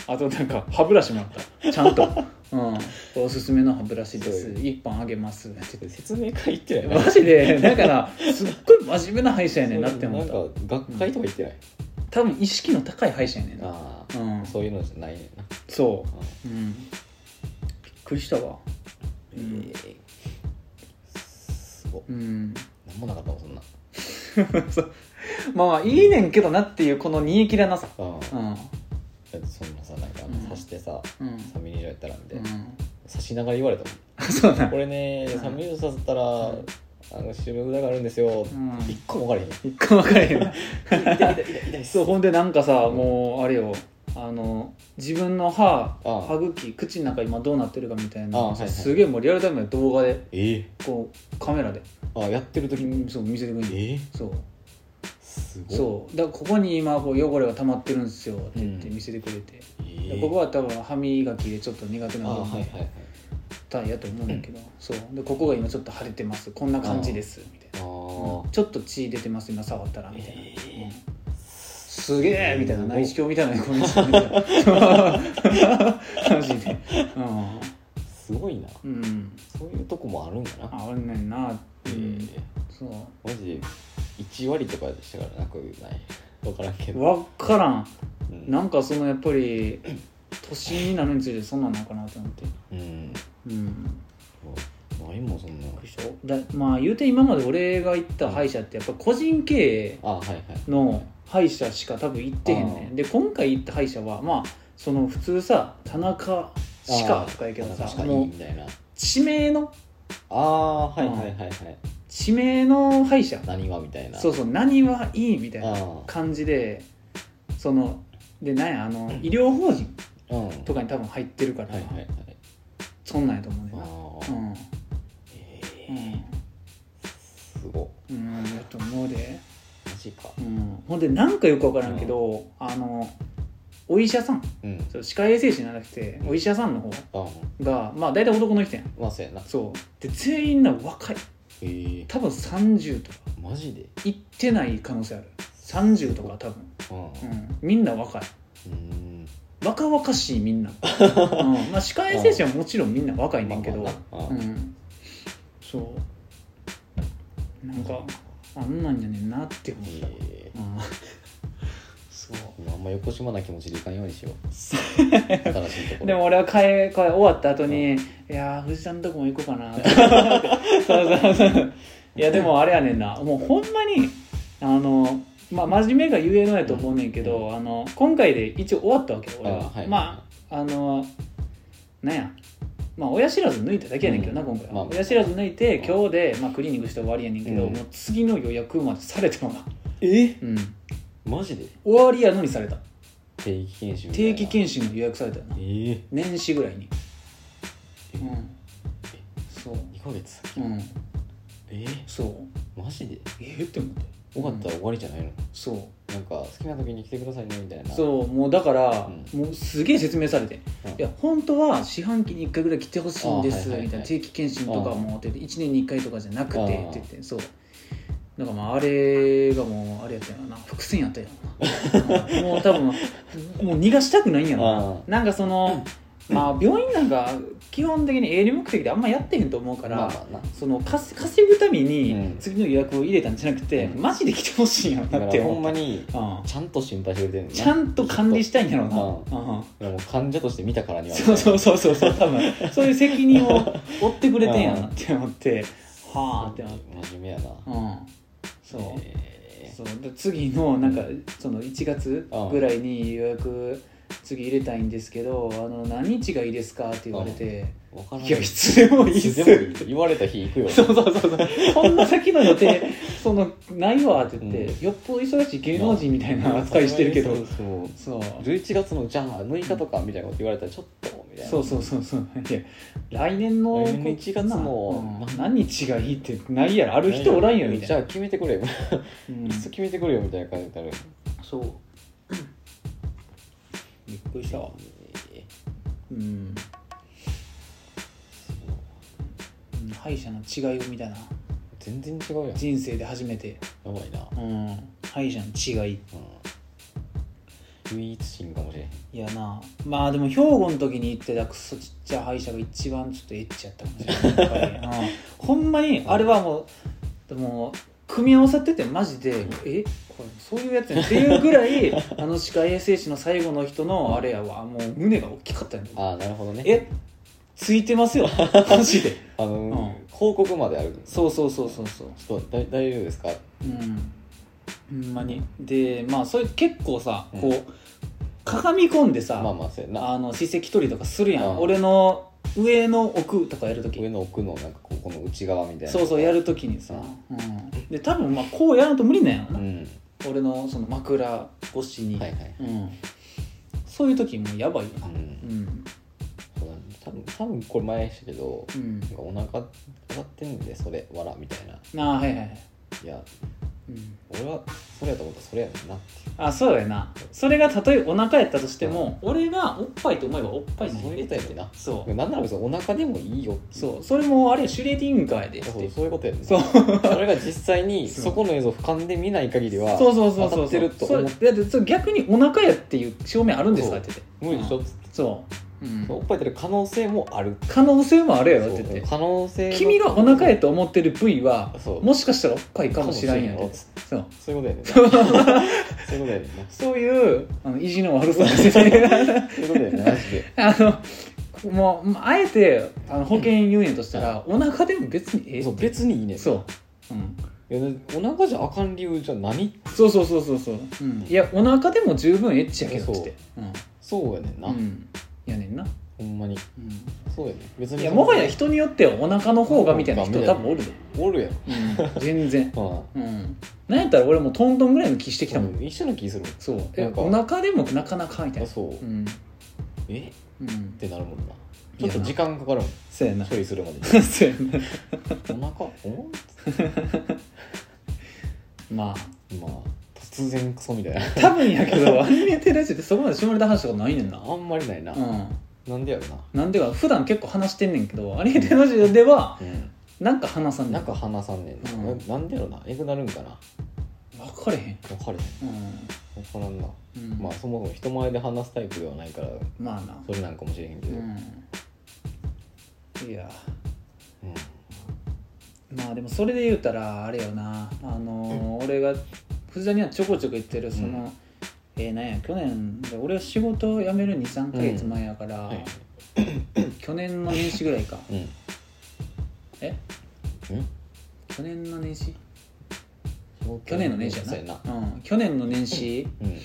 Speaker 1: あとなんか歯ブラシもらったちゃ んと、うん、おすすめの歯ブラシです
Speaker 2: そう
Speaker 1: 1本あげますって言って
Speaker 2: 説明会行ってない
Speaker 1: マジでだからすっごい真面目な歯医者やねんなって思っ
Speaker 2: なん
Speaker 1: た
Speaker 2: か学会とか行ってない
Speaker 1: 多分意識の高い歯医者やねんな
Speaker 2: あ
Speaker 1: うん
Speaker 2: あそういうのじゃないねんな
Speaker 1: そ
Speaker 2: うん
Speaker 1: う、うん、びっくりしたわ
Speaker 2: え
Speaker 1: うん
Speaker 2: ーすごっ
Speaker 1: うん
Speaker 2: なんもなかったもんそんな
Speaker 1: まあいいねんけどなっていうこの煮え切らなさ
Speaker 2: うん
Speaker 1: うん
Speaker 2: だってそんなさなんか
Speaker 1: うん
Speaker 2: 刺してさ
Speaker 1: うん
Speaker 2: サミリジョやったらみた
Speaker 1: う
Speaker 2: いなん刺しながら言われたも ん
Speaker 1: そうなん
Speaker 2: これね
Speaker 1: うん
Speaker 2: サミリジョ刺せたら
Speaker 1: うん
Speaker 2: あの腫瘍だがあるんですよ
Speaker 1: うん
Speaker 2: 一個も分からへん
Speaker 1: 一個分からへんな
Speaker 2: 痛い痛い痛い痛い
Speaker 1: そうほんでなんかさもうあれよあの自分の歯
Speaker 2: ああ
Speaker 1: 歯茎口の中今どうなってるかみたいな
Speaker 2: ああ
Speaker 1: さ
Speaker 2: はいはい
Speaker 1: すげえもうリアルタイムで動画で
Speaker 2: え
Speaker 1: こうカメラで、
Speaker 2: ーあやってる時に
Speaker 1: そう見せてくれる
Speaker 2: えー
Speaker 1: そう
Speaker 2: すごい
Speaker 1: そうだからここに今こう汚れが溜まってるんですよって言って
Speaker 2: うん
Speaker 1: 見せてくれて、
Speaker 2: えー
Speaker 1: ここは多分歯磨きでちょっと苦手
Speaker 2: あ
Speaker 1: な
Speaker 2: ー
Speaker 1: 部
Speaker 2: はい
Speaker 1: 分
Speaker 2: はいはい
Speaker 1: だやと思うんだけど、そうでここが今ちょっと腫れてますこんな感じですみたいな
Speaker 2: あ
Speaker 1: うん
Speaker 2: ー
Speaker 1: ちょっと血出てます今触ったらみたいな、
Speaker 2: えー
Speaker 1: うんすげえみたいな
Speaker 2: すごい
Speaker 1: 内視鏡みたいなこの人みたいな マジで
Speaker 2: すごいな
Speaker 1: うん、うん、
Speaker 2: そういうとこもあるんだな
Speaker 1: ああんねんな
Speaker 2: え
Speaker 1: うん
Speaker 2: ー
Speaker 1: そう
Speaker 2: マジで1割とかでしたからなこういうない分からんけど
Speaker 1: 分からん
Speaker 2: うん
Speaker 1: なんかそのやっぱり年になるにつれてそんなんなんかなって思って
Speaker 2: うん
Speaker 1: うん
Speaker 2: もうないもんそんな
Speaker 1: でしょだまあ言うて今まで俺が行った歯医者ってやっぱ個人経営
Speaker 2: あはいはい
Speaker 1: の歯医者しか多分行ってへんね
Speaker 2: あ
Speaker 1: んで今回行った歯医者はまあその普通さ田中歯科とかやけど
Speaker 2: あ確
Speaker 1: さ
Speaker 2: かに
Speaker 1: もう
Speaker 2: みたいな
Speaker 1: 地名の
Speaker 2: ああはいはいはいはい
Speaker 1: 地名の歯医者
Speaker 2: 何がみたいな
Speaker 1: そうそう何はいいみたい
Speaker 2: あ
Speaker 1: な感じでそのでなんやあの医療法人
Speaker 2: あうん
Speaker 1: とかに多分入ってるから、
Speaker 2: はいはいはい
Speaker 1: そんなんやと思うねんな
Speaker 2: あ
Speaker 1: う
Speaker 2: あ
Speaker 1: ん
Speaker 2: え
Speaker 1: うん
Speaker 2: ーすごっ
Speaker 1: うんやと思うで、
Speaker 2: マジか
Speaker 1: うん、ほんでなんかよく分からんけど、あのお医者さん
Speaker 2: うん
Speaker 1: そう歯科衛生士じゃなくてお医者さんの方
Speaker 2: ああ
Speaker 1: がまあ大体男の人やん
Speaker 2: まあそうやなへ
Speaker 1: そうで全員な若い
Speaker 2: えー
Speaker 1: 多分30とか
Speaker 2: マジで
Speaker 1: 行ってない可能性ある30とか多分、
Speaker 2: うん
Speaker 1: う
Speaker 2: う
Speaker 1: ん、みんな若い
Speaker 2: ーん
Speaker 1: 若々しいみ んな、うんまあ、歯科衛生士はもちろんみんな若いねんけど、
Speaker 2: まあまあな
Speaker 1: う
Speaker 2: うん
Speaker 1: ん、そうなんかあんなんやねんなって思っ
Speaker 2: え
Speaker 1: た、うん、 そ
Speaker 2: ーあんま横島な気持ちでいかんようにしよう新しいとこ
Speaker 1: う
Speaker 2: ろ
Speaker 1: でも俺は帰帰終わった後に、いやー藤さんのとこも行こうかな そうそうそういやでもあれやねんなもうほんまにあのまあ真面目がゆえのやと思うねんけど、あの今回で一応終わったわけよ俺は
Speaker 2: あはい
Speaker 1: まああのなんやまあ親知らず抜いただけやねんけどな、
Speaker 2: うん
Speaker 1: 今回は、
Speaker 2: まあ
Speaker 1: 親知らず抜いて
Speaker 2: うん
Speaker 1: 今日で、まあ、クリーニングして終わりやねんけど、
Speaker 2: うん
Speaker 1: もう次の予約までされたのな、
Speaker 2: え
Speaker 1: うん、
Speaker 2: マジで
Speaker 1: 終わりやのにされた
Speaker 2: 定期研修みたい
Speaker 1: 定
Speaker 2: な
Speaker 1: 期研修の予約されたよな
Speaker 2: ええ
Speaker 1: 年始ぐらいに
Speaker 2: え
Speaker 1: うんそう
Speaker 2: 2ヶ月
Speaker 1: うん
Speaker 2: え
Speaker 1: そう
Speaker 2: マジで
Speaker 1: ええって思って
Speaker 2: よかったら終わりじゃないの、
Speaker 1: そ
Speaker 2: なんか好きな時に来てくださいねみたいうな
Speaker 1: そうもうだから、
Speaker 2: う
Speaker 1: もうすげえ説明されて、
Speaker 2: うん
Speaker 1: いや本当は四半期に1回ぐらい来てほしいんです
Speaker 2: あはいはいはい
Speaker 1: みたいな定期検診とかもって1年に1回とかじゃなくて
Speaker 2: あ
Speaker 1: って言ってそうだからまああれがもうあれやったよな伏線やったよな もう多分もう逃がしたくないんやろ
Speaker 2: あ
Speaker 1: ななんかそ のまあ病院なんか基本的に営利目的であんまやってへんと思う
Speaker 2: あ
Speaker 1: から、
Speaker 2: まあまあな
Speaker 1: その稼稼ぐために
Speaker 2: うん
Speaker 1: 次の予約を入れたんじゃなくて、
Speaker 2: うん
Speaker 1: マジで来てほしいんやろ
Speaker 2: だ
Speaker 1: なっ
Speaker 2: か
Speaker 1: て
Speaker 2: らほ
Speaker 1: 思
Speaker 2: ん
Speaker 1: った
Speaker 2: まに
Speaker 1: うん
Speaker 2: ちゃんと心配してくれてるんだ
Speaker 1: ちゃんと管理したいんやろ
Speaker 2: う
Speaker 1: うな、うん
Speaker 2: でも患者として見たからには
Speaker 1: そうそうそうそうそう多分そういう責任 を負ってくれてんや
Speaker 2: う
Speaker 1: なんって思ってはあって思って
Speaker 2: 真面目やな
Speaker 1: うんそう、
Speaker 2: え
Speaker 1: そうで次のなんかその1月ぐらいに予約次入れたいんですけどあの何日がいいですかって言われて
Speaker 2: ー、分からない
Speaker 1: いやいつでもいいっす
Speaker 2: でも言われた日行くよ
Speaker 1: そうそうそうそうこんな先の予定 そのないわって言って、
Speaker 2: う
Speaker 1: よっぽど忙しい芸能人みたいな扱いしてるけど
Speaker 2: そうそう
Speaker 1: そう
Speaker 2: 11月のじゃあ6日とかみたいなこと言われたらちょっとみたいな
Speaker 1: そうそうそうそういや来年の
Speaker 2: 来年の1月の
Speaker 1: うん何日がいいってないやろある人おらんよみたい
Speaker 2: じ
Speaker 1: な
Speaker 2: ゃ、あ決めてくれよ、
Speaker 1: うん
Speaker 2: いつ決めてくれよみたいな感じになる
Speaker 1: そうびっくりしたわ
Speaker 2: え
Speaker 1: うん
Speaker 2: ーそう
Speaker 1: うん歯医者の違いを見たな
Speaker 2: 全然違うやんや
Speaker 1: 人生で初めて、
Speaker 2: ばいな、
Speaker 1: うん、歯医者の違い
Speaker 2: うん、唯一心かもしれん
Speaker 1: いやなまあでも兵庫の時に行ってたクソちっちゃい歯医者が一番ちょっとエッチやったかもしれないやっぱり、うん、ほんまにあれはもうでも組み合わさっててマジでえこれそういうやつやんっていうぐらい あの歯科衛生士の最後の人のあれやわもう胸が大きかったん
Speaker 2: ああなるほどね
Speaker 1: えついてます よマジで
Speaker 2: あの、
Speaker 1: うん
Speaker 2: 報告まである
Speaker 1: そうそうそうそうそう
Speaker 2: ちょっとだ大丈夫ですか
Speaker 1: うんほんまにでまあそれ結構さ
Speaker 2: うん
Speaker 1: こう、かがみ込んでさ、
Speaker 2: まあまあそうやな
Speaker 1: あの歯石取りとかするやん、
Speaker 2: うん
Speaker 1: 俺の上の奥とかやるとき
Speaker 2: 上の奥のなんかここの内側みたいな
Speaker 1: そうそうやるときにさ、うん、で多分まあこうやらんと無理なんやろ
Speaker 2: う
Speaker 1: な、
Speaker 2: ん
Speaker 1: 俺のその枕越しに、
Speaker 2: はいはい
Speaker 1: うん、そういうときもうやばいよ
Speaker 2: う
Speaker 1: な、うんん
Speaker 2: そうだね多分多分これ前でしたけど
Speaker 1: うん
Speaker 2: なんかお腹上がってんでそれわらみたいな
Speaker 1: ああはいはいはい、
Speaker 2: いや
Speaker 1: うん、
Speaker 2: 俺はそれやと思ったらそれやねんなっていう
Speaker 1: あそうやなそれがたとえお腹やったとしても、俺がおっぱいと思えばおっぱい
Speaker 2: そういうことやねんな
Speaker 1: そう
Speaker 2: なんなら別にお腹でもいいよってい
Speaker 1: そうそれもあれよシュレーディンガーやでって
Speaker 2: そうそういうことやねんな
Speaker 1: そう
Speaker 2: それが実際 に
Speaker 1: そう
Speaker 2: そこの映像を俯瞰で見ない限りは
Speaker 1: そうそうそう
Speaker 2: 当
Speaker 1: そ
Speaker 2: た
Speaker 1: う
Speaker 2: ってると思っ
Speaker 1: それだってそれ逆にお腹やっていう証明あるんですか
Speaker 2: そう
Speaker 1: って言って
Speaker 2: 無理でしょっつって
Speaker 1: そう、うん
Speaker 2: おっぱい出る可能性もある
Speaker 1: 可能性もあるやろって
Speaker 2: そう
Speaker 1: 言って
Speaker 2: 可能性の
Speaker 1: 君がお腹やと思ってる部位は
Speaker 2: そう
Speaker 1: もしかしたらおっぱいかもしれんや
Speaker 2: か
Speaker 1: ろ
Speaker 2: もし
Speaker 1: そう
Speaker 2: そうい うことやねんなそういうことやねんな
Speaker 1: そういうあの意地の悪さをして
Speaker 2: そういうことやねんなマジで
Speaker 1: あのもうまああえてあの保険言うんやとしたら、お腹でも別にええ
Speaker 2: そう
Speaker 1: って
Speaker 2: 別にいいねん
Speaker 1: そう、うん、
Speaker 2: いやねお腹じゃあかん理由じゃ何
Speaker 1: そうそうそうそうそう、うん、いやお腹でも十分エッチやけどっつって
Speaker 2: そうやねんな、
Speaker 1: うん、うん、やねんな、
Speaker 2: ほんまにそうやねん別に
Speaker 1: いやもはや人によってはお腹の方がみたいな人多分おるで、
Speaker 2: おるや
Speaker 1: うん、全然
Speaker 2: ろ、うん
Speaker 1: うんなんやったら俺もトントンぐらいの気してきたもん、
Speaker 2: うん一緒の気するもん
Speaker 1: そう
Speaker 2: な
Speaker 1: え
Speaker 2: んか
Speaker 1: お腹でもなかなかみたい
Speaker 2: あ
Speaker 1: な
Speaker 2: そう、
Speaker 1: うん
Speaker 2: えっ
Speaker 1: うん
Speaker 2: てなるもんなちょっと時間かかるもん
Speaker 1: そうやな
Speaker 2: 処理するまで
Speaker 1: そうやな
Speaker 2: お腹お
Speaker 1: まあ
Speaker 2: まあ突然クソ みたいな
Speaker 1: 多分やけ どアニメテラジオってそこまで下ネタ話とかないねんな
Speaker 2: あんまりないな、
Speaker 1: うん
Speaker 2: なんでやろな
Speaker 1: なんでか普段結構話してんねんけどアニメテラジオでは
Speaker 2: う
Speaker 1: なんか話さん
Speaker 2: ん、
Speaker 1: ねん
Speaker 2: なんか話さんねんな,、
Speaker 1: うん
Speaker 2: ななんでやろなえぐなるんかな
Speaker 1: 分かれへん
Speaker 2: 分かる
Speaker 1: う
Speaker 2: 分からんな、
Speaker 1: ん、うん、
Speaker 2: まあそもそも人前で話すタイプではないから
Speaker 1: まあな
Speaker 2: それなんかもしれへんけど、
Speaker 1: うんいや
Speaker 2: うん
Speaker 1: まあでもそれで言うたらあれよなあのー俺が藤田にはちょこちょこ言ってるその、
Speaker 2: うん
Speaker 1: えー、なんや去年で俺は仕事を辞める23か月前やから、
Speaker 2: はい
Speaker 1: 去年の年始ぐらいか
Speaker 2: うん
Speaker 1: え
Speaker 2: うん
Speaker 1: 去年の年始
Speaker 2: そう
Speaker 1: 去年の年始やな
Speaker 2: そうやな
Speaker 1: うん、去年の年始
Speaker 2: うん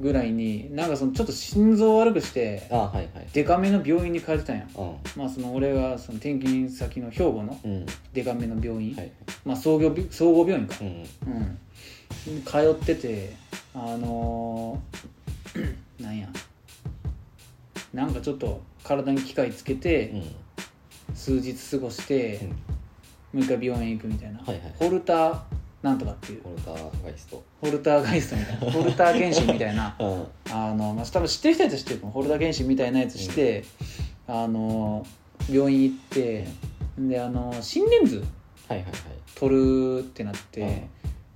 Speaker 1: ぐらいになんかそのちょっと心臓を悪くして
Speaker 2: あはいはい
Speaker 1: デカめの病院に通ってたんや
Speaker 2: うん
Speaker 1: まあその俺がその転勤先の兵庫の
Speaker 2: うん
Speaker 1: デカめの病院、
Speaker 2: はい
Speaker 1: まあ総合病総合病院か
Speaker 2: うん
Speaker 1: うん、通っててあのー なんやなんかちょっと体に機械つけ
Speaker 2: う
Speaker 1: て
Speaker 2: ん
Speaker 1: 数日過ごして、もう一回病院行くみたいな、
Speaker 2: はいはい
Speaker 1: ホルターなんとかっていう
Speaker 2: オルターガイスト
Speaker 1: ホルターガイストみた いなホルター原神みたいな
Speaker 2: うん
Speaker 1: あの、まあ、多分知ってる人やつは知ってると思うホルター原神みたいなやつして、あのー病院行ってであのー心電図
Speaker 2: はいはいはい
Speaker 1: 取るってなって、
Speaker 2: うん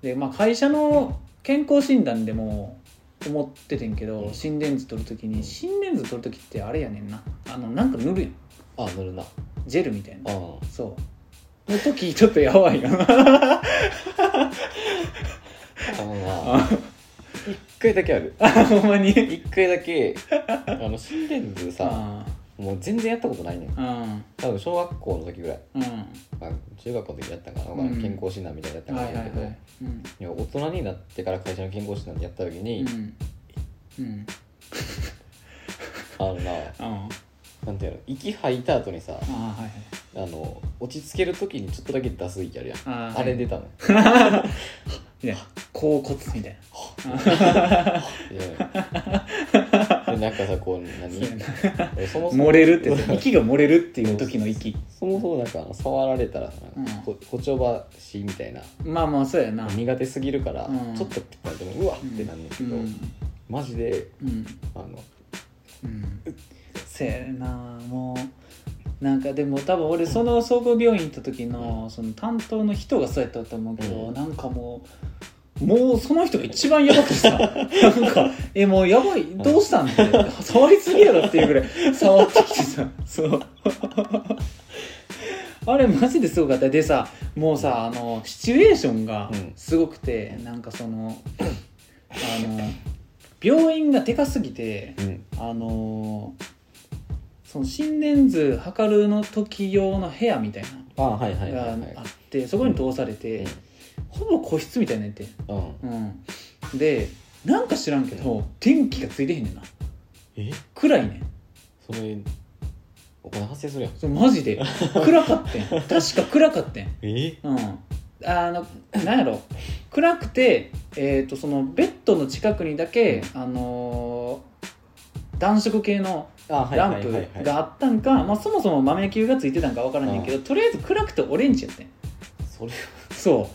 Speaker 1: で、まあ、会社の健康診断でも思っててんけど、
Speaker 2: うん
Speaker 1: 心電図取るとき
Speaker 2: う
Speaker 1: に
Speaker 2: ん
Speaker 1: 心電図取るときってあれやねんなあのなんか塗るやん
Speaker 2: あ乗るな
Speaker 1: ジェルみたいな
Speaker 2: うん
Speaker 1: そうの時ちょっとやばいよ な
Speaker 2: あのな一回だけある
Speaker 1: ほんまに
Speaker 2: 一回だけあの心電図さ
Speaker 1: あ
Speaker 2: もう全然やったことないねん
Speaker 1: うん
Speaker 2: 多分小学校の時ぐらい、
Speaker 1: うん
Speaker 2: まあ、中学校の時やったんかな、まあ
Speaker 1: うん
Speaker 2: 健康診断みたいなのやったん
Speaker 1: は
Speaker 2: か
Speaker 1: い
Speaker 2: な
Speaker 1: はい
Speaker 2: や
Speaker 1: は
Speaker 2: けど、
Speaker 1: いうん
Speaker 2: いや大人になってから会社の健康診断でやった時
Speaker 1: う
Speaker 2: に、
Speaker 1: んうん
Speaker 2: あのな
Speaker 1: あ
Speaker 2: なんていうの息吐いた後に
Speaker 1: あ
Speaker 2: さ
Speaker 1: はいはい
Speaker 2: あの落ち着ける時にちょっとだけ出す息あるやん
Speaker 1: あー
Speaker 2: あれ出たの
Speaker 1: ね甲骨みたい
Speaker 2: いやい やでなんかさこう何
Speaker 1: そうやな
Speaker 2: 俺そもそ
Speaker 1: な
Speaker 2: も
Speaker 1: 漏れるって息が漏れるっていう時の息
Speaker 2: そもそもなんかあの触られたらさなんかここちょばしみたいな
Speaker 1: まあまあそうやな
Speaker 2: 苦手すぎるから、
Speaker 1: うん
Speaker 2: ちょっとピッタリでもうわっ
Speaker 1: うん
Speaker 2: てなんねんけど、
Speaker 1: うん
Speaker 2: マジで
Speaker 1: うん
Speaker 2: あの
Speaker 1: うんせやなもうなんかでも多分俺その総合病院行った時のその担当の人がそうやったと思うけど、
Speaker 2: うん
Speaker 1: なんかもうもうその人が一番やばくて さなんか「えもうやばいどうしたん?」って触りすぎやろっていうぐらい触ってきてさそう あれマジですごかったでさもうさあのシチュエーションが
Speaker 2: うん
Speaker 1: すごくて、なんかそのあの病院がでかすぎて
Speaker 2: うん
Speaker 1: あのーその心電図測るの時用の部屋みたい
Speaker 2: あはいは
Speaker 1: ないの
Speaker 2: はい
Speaker 1: が
Speaker 2: は
Speaker 1: あ
Speaker 2: い
Speaker 1: って、そこに通されて、ほぼ個室みたいなやって、
Speaker 2: うん、うん、
Speaker 1: うん、でなんか知らんけど、電気がついてへんねんな
Speaker 2: え
Speaker 1: 暗いねん
Speaker 2: それお金発生するやん
Speaker 1: それマジ で暗かってん確か暗かってん
Speaker 2: え
Speaker 1: うんあのなんやろ暗くて、えー、とそのベッドの近くにだけ、あのー暖色系の
Speaker 2: あはい
Speaker 1: ラ
Speaker 2: は
Speaker 1: ン
Speaker 2: いはいは
Speaker 1: プ
Speaker 2: い
Speaker 1: があったんか、まあ、そもそも豆球がついてたんか分からんねんけどとりあえず暗くてオレンジやってん
Speaker 2: それ
Speaker 1: そ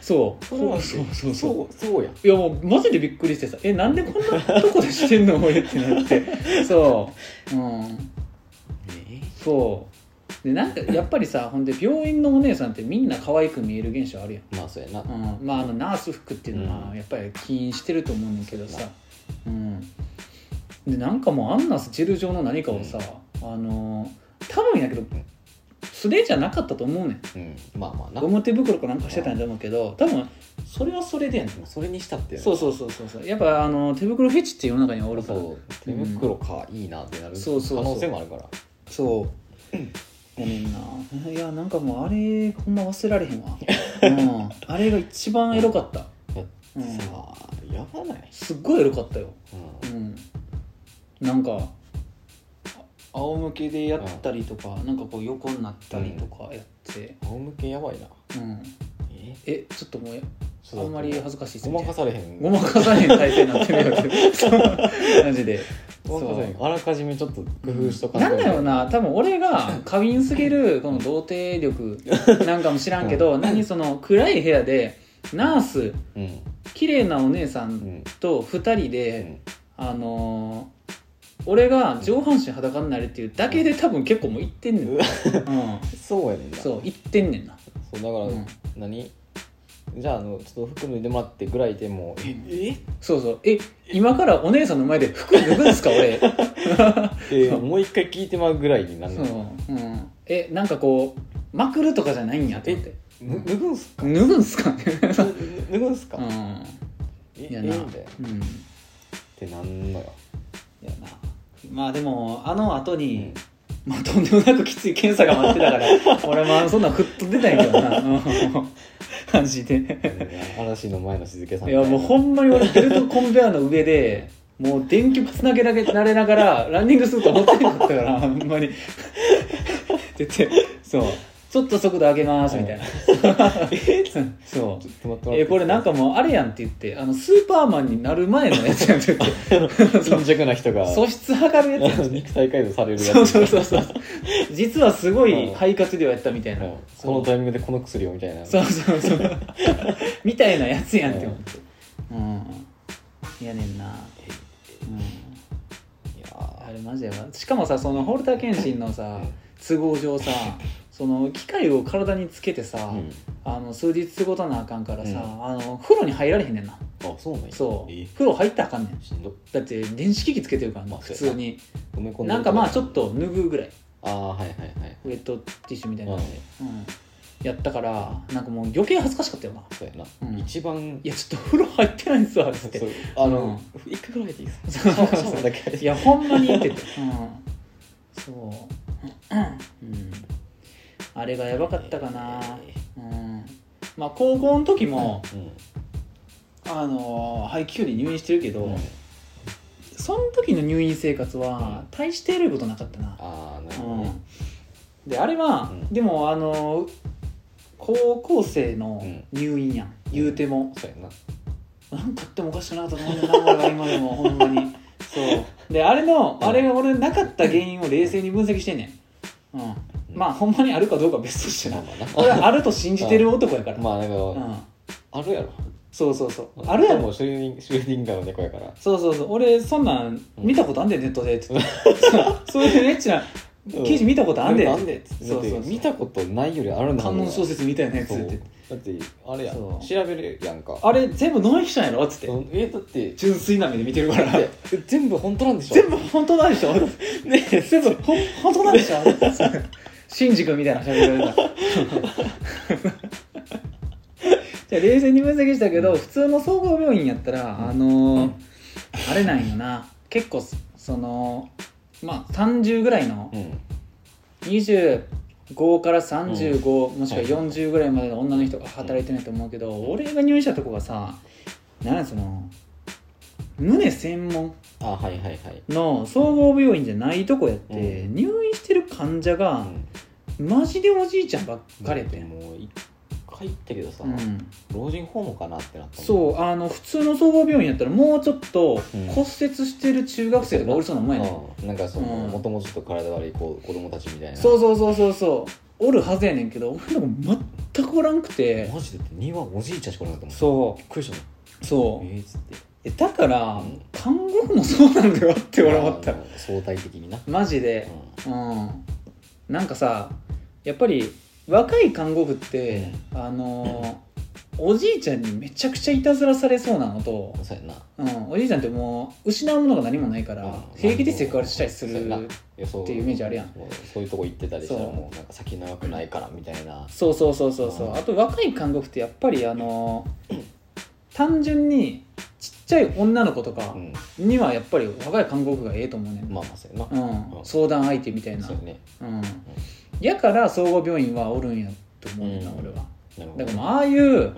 Speaker 1: うそう
Speaker 2: それは
Speaker 1: そうそうそう
Speaker 2: そうそうやん
Speaker 1: いやもうマジでびっくりしてさ「えなんでこんなとこでして んの俺」ってなってそううん
Speaker 2: え
Speaker 1: そうでなんかやっぱりさほんで病院のお姉さんってみんな可愛く見える現象あるやん
Speaker 2: まあそうやな、
Speaker 1: うん、まああのナース服っていうの
Speaker 2: う
Speaker 1: は
Speaker 2: ん
Speaker 1: やっぱり起因してると思うねんだけどさ、うん、でなんかもうあんなジェル状の何かをさ、あのー多分やけど素手じゃなかったと思うねん
Speaker 2: うん、まあまあな
Speaker 1: ゴム手袋かなんかしてたんやと思うけど多分それはそれでやんな
Speaker 2: それにしたって
Speaker 1: そううそうそうそうそうやっぱあの手袋フェチって世の中にはおるから
Speaker 2: そう手袋か、いいなってなる
Speaker 1: そうそうそう
Speaker 2: 可能性もあるから
Speaker 1: そうやねんないやなんかもうあれほんま忘れられへん わ、うん、あれが一番エロかった、う
Speaker 2: さ
Speaker 1: ん、
Speaker 2: あやばない、
Speaker 1: すっごいエロかったよ
Speaker 2: うん
Speaker 1: うんなんかあ仰向けでやったりとか、なんかこう横になったりとかやって、
Speaker 2: 仰向けやばいな
Speaker 1: うん、
Speaker 2: え
Speaker 1: えちょっともうやあんまり恥ずかしいす
Speaker 2: ご
Speaker 1: ぎて
Speaker 2: まかされへん
Speaker 1: ごまかされへん体勢になってるやつそう マジで
Speaker 2: ごまかされへんあらかじめちょっと工夫しとか
Speaker 1: なんだ
Speaker 2: よ
Speaker 1: ろうな多分俺が過敏すぎるこの童貞力なんかも知らんけど、何その暗い部屋でナース
Speaker 2: うん
Speaker 1: 綺麗なお姉さ
Speaker 2: うんん
Speaker 1: と2人
Speaker 2: う
Speaker 1: で、
Speaker 2: ん
Speaker 1: あのー俺が上半身裸になるっていうだけで多分結構もういってんねん、
Speaker 2: う
Speaker 1: う
Speaker 2: わ
Speaker 1: ん、
Speaker 2: そうやねんな
Speaker 1: そういってんねんな、
Speaker 2: そうだから、
Speaker 1: うん
Speaker 2: 何じゃああのちょっと服脱いでもらってぐらいでもう え
Speaker 1: そうそうえ今からお姉さんの前で服脱ぐんすか俺
Speaker 2: えってもう一回聞いてま うぐらいになる
Speaker 1: そ
Speaker 2: の
Speaker 1: う、うん、えなんかこうまくるとかじゃないんやと思って
Speaker 2: ぬ脱ぐんすか
Speaker 1: 脱ぐんすかね
Speaker 2: 脱脱ぐんすか、
Speaker 1: うん
Speaker 2: え
Speaker 1: いや
Speaker 2: え
Speaker 1: な、
Speaker 2: えんだよ
Speaker 1: うん
Speaker 2: ってなんのよ、
Speaker 1: いやなまあでもあの後
Speaker 2: う
Speaker 1: に、まあとんでもなくきつい検査が待ってたから 俺もそんなん吹っ飛んでたんやけどなうんマジで
Speaker 2: 嵐の前の静けさん
Speaker 1: い
Speaker 2: みた
Speaker 1: や
Speaker 2: な
Speaker 1: もうほんまに俺ベルトコンベアの上でもう電極つなげられられながらランニングすると思ってなかったからほんまにって言ってそうちょっと速度上げますみたいな そう
Speaker 2: ちょっと待って待って
Speaker 1: えこれなんかもうあれやんって言ってあのスーパーマンになる前のやつやんって 言ってそう
Speaker 2: 貧弱な人が
Speaker 1: 素質測 るやつやんって言っ
Speaker 2: 肉体改造される
Speaker 1: て
Speaker 2: やつ
Speaker 1: そうそうそうそう実はすご
Speaker 2: う
Speaker 1: い
Speaker 2: ん
Speaker 1: 肺活量やったみたいな
Speaker 2: うんこのタイミングでこの薬をみたいな
Speaker 1: そうそうそう みたいなやつやんって思ってうんいやねんなうん
Speaker 2: いや
Speaker 1: あ
Speaker 2: ー
Speaker 1: れマジやばしかもさそのホルター検診のさ都合上さその機械を体につけてさ、
Speaker 2: うん
Speaker 1: あの数日過ごたなあかんからさ、
Speaker 2: うん
Speaker 1: あの風呂に入られへんねんな
Speaker 2: あそうなんや
Speaker 1: そう
Speaker 2: え
Speaker 1: 風呂入ったらあかんねん
Speaker 2: しんど
Speaker 1: だって電子機器つけてるからな
Speaker 2: まあ
Speaker 1: 普通に
Speaker 2: 埋め込んでる
Speaker 1: なんかまあちょっと脱ぐぐらい
Speaker 2: ああはいはいはい
Speaker 1: ウェットティッシュみたいな
Speaker 2: う
Speaker 1: の
Speaker 2: ん
Speaker 1: で、うん、やったからなんかもう余計恥ずかしかったよな
Speaker 2: そうや
Speaker 1: う
Speaker 2: なん一番
Speaker 1: いやちょっと風呂入ってないんですわっつっ
Speaker 2: そ
Speaker 1: て
Speaker 2: うあの一回ぐらいでいいです
Speaker 1: そうそう
Speaker 2: シャワーだけ
Speaker 1: いやほんまにって言って、うん、そう、うん、あれがやばかったかな、うん、まあ高校の時も、
Speaker 2: うん
Speaker 1: あのー、肺気球で入院してるけど、
Speaker 2: うん
Speaker 1: その時の入院生活は大してることなかったな、
Speaker 2: ああなるほど
Speaker 1: う
Speaker 2: ね
Speaker 1: んであれは、
Speaker 2: うん
Speaker 1: でもあの高校生の入院やん、
Speaker 2: ん
Speaker 1: 言うても、
Speaker 2: そうやな
Speaker 1: なんかあってもおかしくなかったと思うんだよな俺が今でもほんまにそうであれの、
Speaker 2: うん
Speaker 1: あれが俺なかった原因を冷静に分析してんねん、うんまあほんまにあるかどうかは別として
Speaker 2: まあ
Speaker 1: な
Speaker 2: まあな
Speaker 1: 俺 はあると信じてる男やから、
Speaker 2: まあだけ
Speaker 1: う
Speaker 2: ど
Speaker 1: ん、
Speaker 2: あるやろ
Speaker 1: そうそうそうあるやろ
Speaker 2: もうシュレーディンシュレーディンガーの猫やから
Speaker 1: そうそうそう俺そんなん見たことあんで、ネッ トでって言ってそうそういうエッチな記事見たことあんで、
Speaker 2: なんでっつってだ
Speaker 1: そ
Speaker 2: っ
Speaker 1: うそう
Speaker 2: て
Speaker 1: そう
Speaker 2: 見たことないよりあるんだも
Speaker 1: 観
Speaker 2: ん
Speaker 1: 音小説みたいなやつ
Speaker 2: そう
Speaker 1: って
Speaker 2: だってあれやん
Speaker 1: そ
Speaker 2: 調
Speaker 1: う
Speaker 2: べるやんか
Speaker 1: あれ全部ノンフィクションやろっつって
Speaker 2: うんえだって
Speaker 1: 純粋な目で見てるから
Speaker 2: だって全部本当なんでしょ
Speaker 1: 全部本当なんでしょ ね全部ほん本当なんで しょシンジ君みたいな喋り方 だじゃあ冷静に分析したけど普通の総合病院やったらあのーあれなんよな結構そそのまあ30ぐらいの
Speaker 2: うん
Speaker 1: 25から35、もしくは
Speaker 2: はい
Speaker 1: 40ぐらいまでの女の人が働いてないと思うけど、俺が入院したとこがさなんやその胸専門
Speaker 2: あはいはいはい
Speaker 1: の総合病院じゃないとこやって、
Speaker 2: う
Speaker 1: 入院してる患者が、マジでおじいちゃんばっかりやってん、
Speaker 2: もう一回行ったけどさ
Speaker 1: うん、
Speaker 2: 老人ホームかなってなったもん
Speaker 1: そうあの普通の総合病院やったらもうちょっと
Speaker 2: うん
Speaker 1: 骨折してる中学生とかおりそうなもんやね、
Speaker 2: うんなんかその
Speaker 1: うん
Speaker 2: もともとちょっと体悪い子子供たちみたいな
Speaker 1: そうそうそうそうそうおるはずやねんけど俺の子全くおらんくて
Speaker 2: マジでだって庭おじいちゃんしかおらなかったもん
Speaker 1: そ
Speaker 2: びっくりしたもん
Speaker 1: うそう
Speaker 2: えーっつって
Speaker 1: えだから
Speaker 2: うん
Speaker 1: 看護婦もそうなんだよって俺思った
Speaker 2: あの相対的にな
Speaker 1: マジでうんなんかさやっぱり若い看護婦って、あのーおじいちゃんにめちゃくちゃいたずらされそうなのと、
Speaker 2: そうやんな
Speaker 1: うん、おじいちゃんってもう失うものが何もないから、
Speaker 2: うん
Speaker 1: 平気でセクハラしたりする、
Speaker 2: そうやなやそ
Speaker 1: っていうイメージあるやん
Speaker 2: もうそういうとこ行ってたりしたら
Speaker 1: そう
Speaker 2: もうなんか先長くないからみたいな
Speaker 1: そうそうそうそうそううんあと若い韓国ってやっぱりあの単純にちっちゃい女の子とか
Speaker 2: うん
Speaker 1: にはやっぱり若い韓国がええと思うねん、
Speaker 2: まあまあそうやな
Speaker 1: うん
Speaker 2: うん
Speaker 1: 相談相手みたいな
Speaker 2: そうやね
Speaker 1: うんやから総合病院はおるんやと思うねんな、
Speaker 2: うん
Speaker 1: 俺は
Speaker 2: なるほ
Speaker 1: だ
Speaker 2: ど
Speaker 1: からもうああいう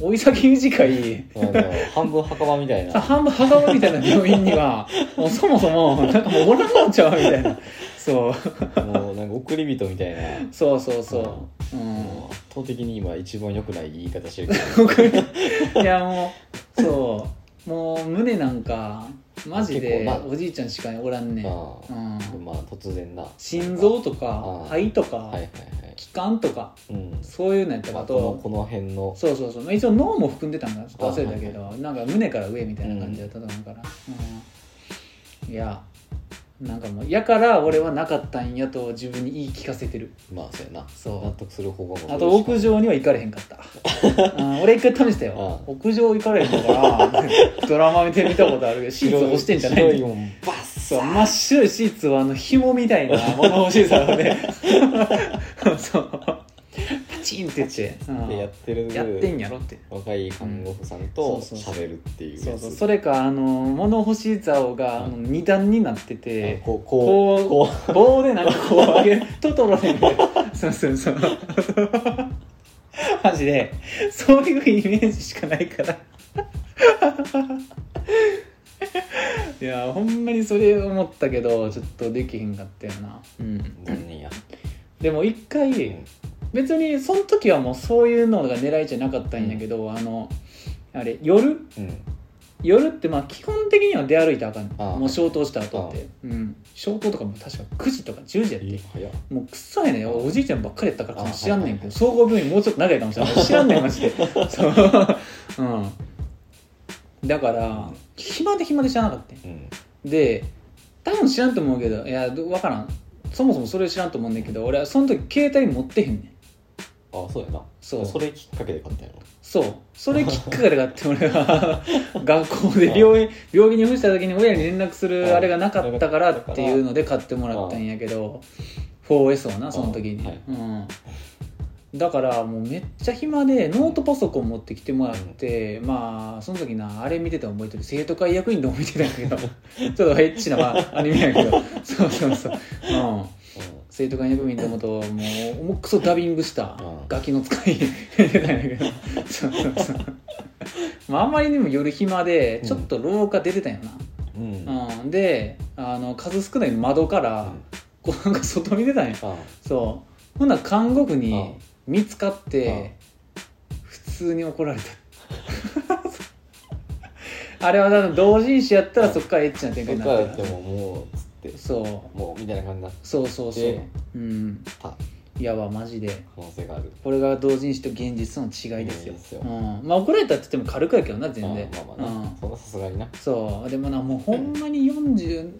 Speaker 1: 老い先短い
Speaker 2: うんまあでも半分墓場みたいな
Speaker 1: さ半分母親みたいな病院に はもうそもそもなんかもうおらんのんちゃうみたいなそう
Speaker 2: もうなんか送り人みたいな
Speaker 1: そうそうそう、うん
Speaker 2: もう圧倒的に今一番良くない言い方してるけど
Speaker 1: いやもうそうもう胸なんかマジで
Speaker 2: 結構な
Speaker 1: おじいちゃんしかおらんねん、
Speaker 2: ああ
Speaker 1: うん、
Speaker 2: まあ突然な
Speaker 1: 心臓と
Speaker 2: あ
Speaker 1: か
Speaker 2: あ
Speaker 1: 肺と
Speaker 2: はいは
Speaker 1: か
Speaker 2: いはい
Speaker 1: 気管とか
Speaker 2: うん
Speaker 1: そういうのやった
Speaker 2: ま
Speaker 1: か
Speaker 2: あこのことの辺の
Speaker 1: そうそうそうまあ一応脳も含んでたんだちょっと忘れたけ
Speaker 2: あ
Speaker 1: どなんか胸から上みたいな感じだったと思うから、うんいやなんかもうやから俺はなかったんやと自分に言い聞かせてる
Speaker 2: まあそうやな
Speaker 1: そう
Speaker 2: 納得する方法も
Speaker 1: あと屋上には行かれへんかった、うん、俺一回試したよ
Speaker 2: あ
Speaker 1: 屋上行かれへん からドラマ見て見たことあるけどシーツ押してんじゃない
Speaker 2: 白
Speaker 1: の
Speaker 2: いもんバッ
Speaker 1: そう
Speaker 2: サ
Speaker 1: 真っ白いシーツはあの紐みたいな物欲しいさを ねそうパチンって言って、うん
Speaker 2: ってやってる
Speaker 1: やってんやろって
Speaker 2: 若い看護婦さんと
Speaker 1: うんそうそうそう
Speaker 2: 喋るっていう
Speaker 1: そ
Speaker 2: や
Speaker 1: う
Speaker 2: つ
Speaker 1: そうそれかあの物欲しい竿があの二段になってて
Speaker 2: あこう
Speaker 1: こう
Speaker 2: こ
Speaker 1: 棒でなんかこう上げる トトロでみたいなそうそうそう マジでそういうイメージしかないから いやほんまにそれ思ったけどちょっとできへんかったよな、うん、
Speaker 2: う残念や
Speaker 1: でも一
Speaker 2: う
Speaker 1: 回
Speaker 2: ん
Speaker 1: 別にその時はもうそういうのが狙いじゃなかったんやけど、あのあれ夜
Speaker 2: うん
Speaker 1: 夜ってまあ基本的には出歩いてあかん
Speaker 2: ああ
Speaker 1: もう消灯した後ってうん消灯とかも確か9時とか10時やって
Speaker 2: いい早っ
Speaker 1: もうくっさいねおじいちゃんばっかりやったからかも
Speaker 2: あ
Speaker 1: 知らんねんけど
Speaker 2: はいはいはい
Speaker 1: 総合病院もうちょっと長いかもしれない知らんねんマジでそう うんだから暇で暇で知らなかったよ
Speaker 2: うん
Speaker 1: で多分知らんと思うけどいやどわからんそもそもそれ知らんと思うんだけど俺はその時携帯持ってへんねん
Speaker 2: あそうやな
Speaker 1: そう
Speaker 2: それきっかけで買ったんやろ
Speaker 1: そうそれきっかけであって俺 は学校で病院病気に伏した時に親に連絡するあれがなかったからっていうので買ってもらったんやけど 4S はなその時に、
Speaker 2: あはい
Speaker 1: うん、だからもうめっちゃ暇でノートパソコン持ってきてもらって、まあその時なあれ見てたの覚えてる生徒会役員でも見てたんやけど ちょっとエッチな、まあ、アニメやけどそうそうそう、うん、生徒会役員のことをもう重くそダビングした
Speaker 2: うん
Speaker 1: ガキの使い出てたんやけどそうそうそうまああんまりにも夜暇でちょっと廊下出てたんや
Speaker 2: うんうん
Speaker 1: な、うんであの数少ない窓からこうなんか外見てたんや
Speaker 2: あ
Speaker 1: そうほんなら看護婦
Speaker 2: う
Speaker 1: に
Speaker 2: ん
Speaker 1: 見つかって普通に怒られた あれは多分同人誌やったらそっからエッチな展
Speaker 2: そ
Speaker 1: 開
Speaker 2: っ
Speaker 1: に
Speaker 2: か
Speaker 1: な
Speaker 2: ら
Speaker 1: っ
Speaker 2: やってて
Speaker 1: る
Speaker 2: ももうつって
Speaker 1: そう
Speaker 2: もうみたいな感じになっ
Speaker 1: そうそうそう
Speaker 2: で
Speaker 1: うん
Speaker 2: た可
Speaker 1: いやわマジで
Speaker 2: 能性がある
Speaker 1: これが同人誌と現実の違いですよ
Speaker 2: いいですよ
Speaker 1: うん、まあ怒られたって言っても軽くやけどな全然
Speaker 2: あまあまあな、
Speaker 1: うん
Speaker 2: そんなさすがにな
Speaker 1: そうでもなもうほんまに40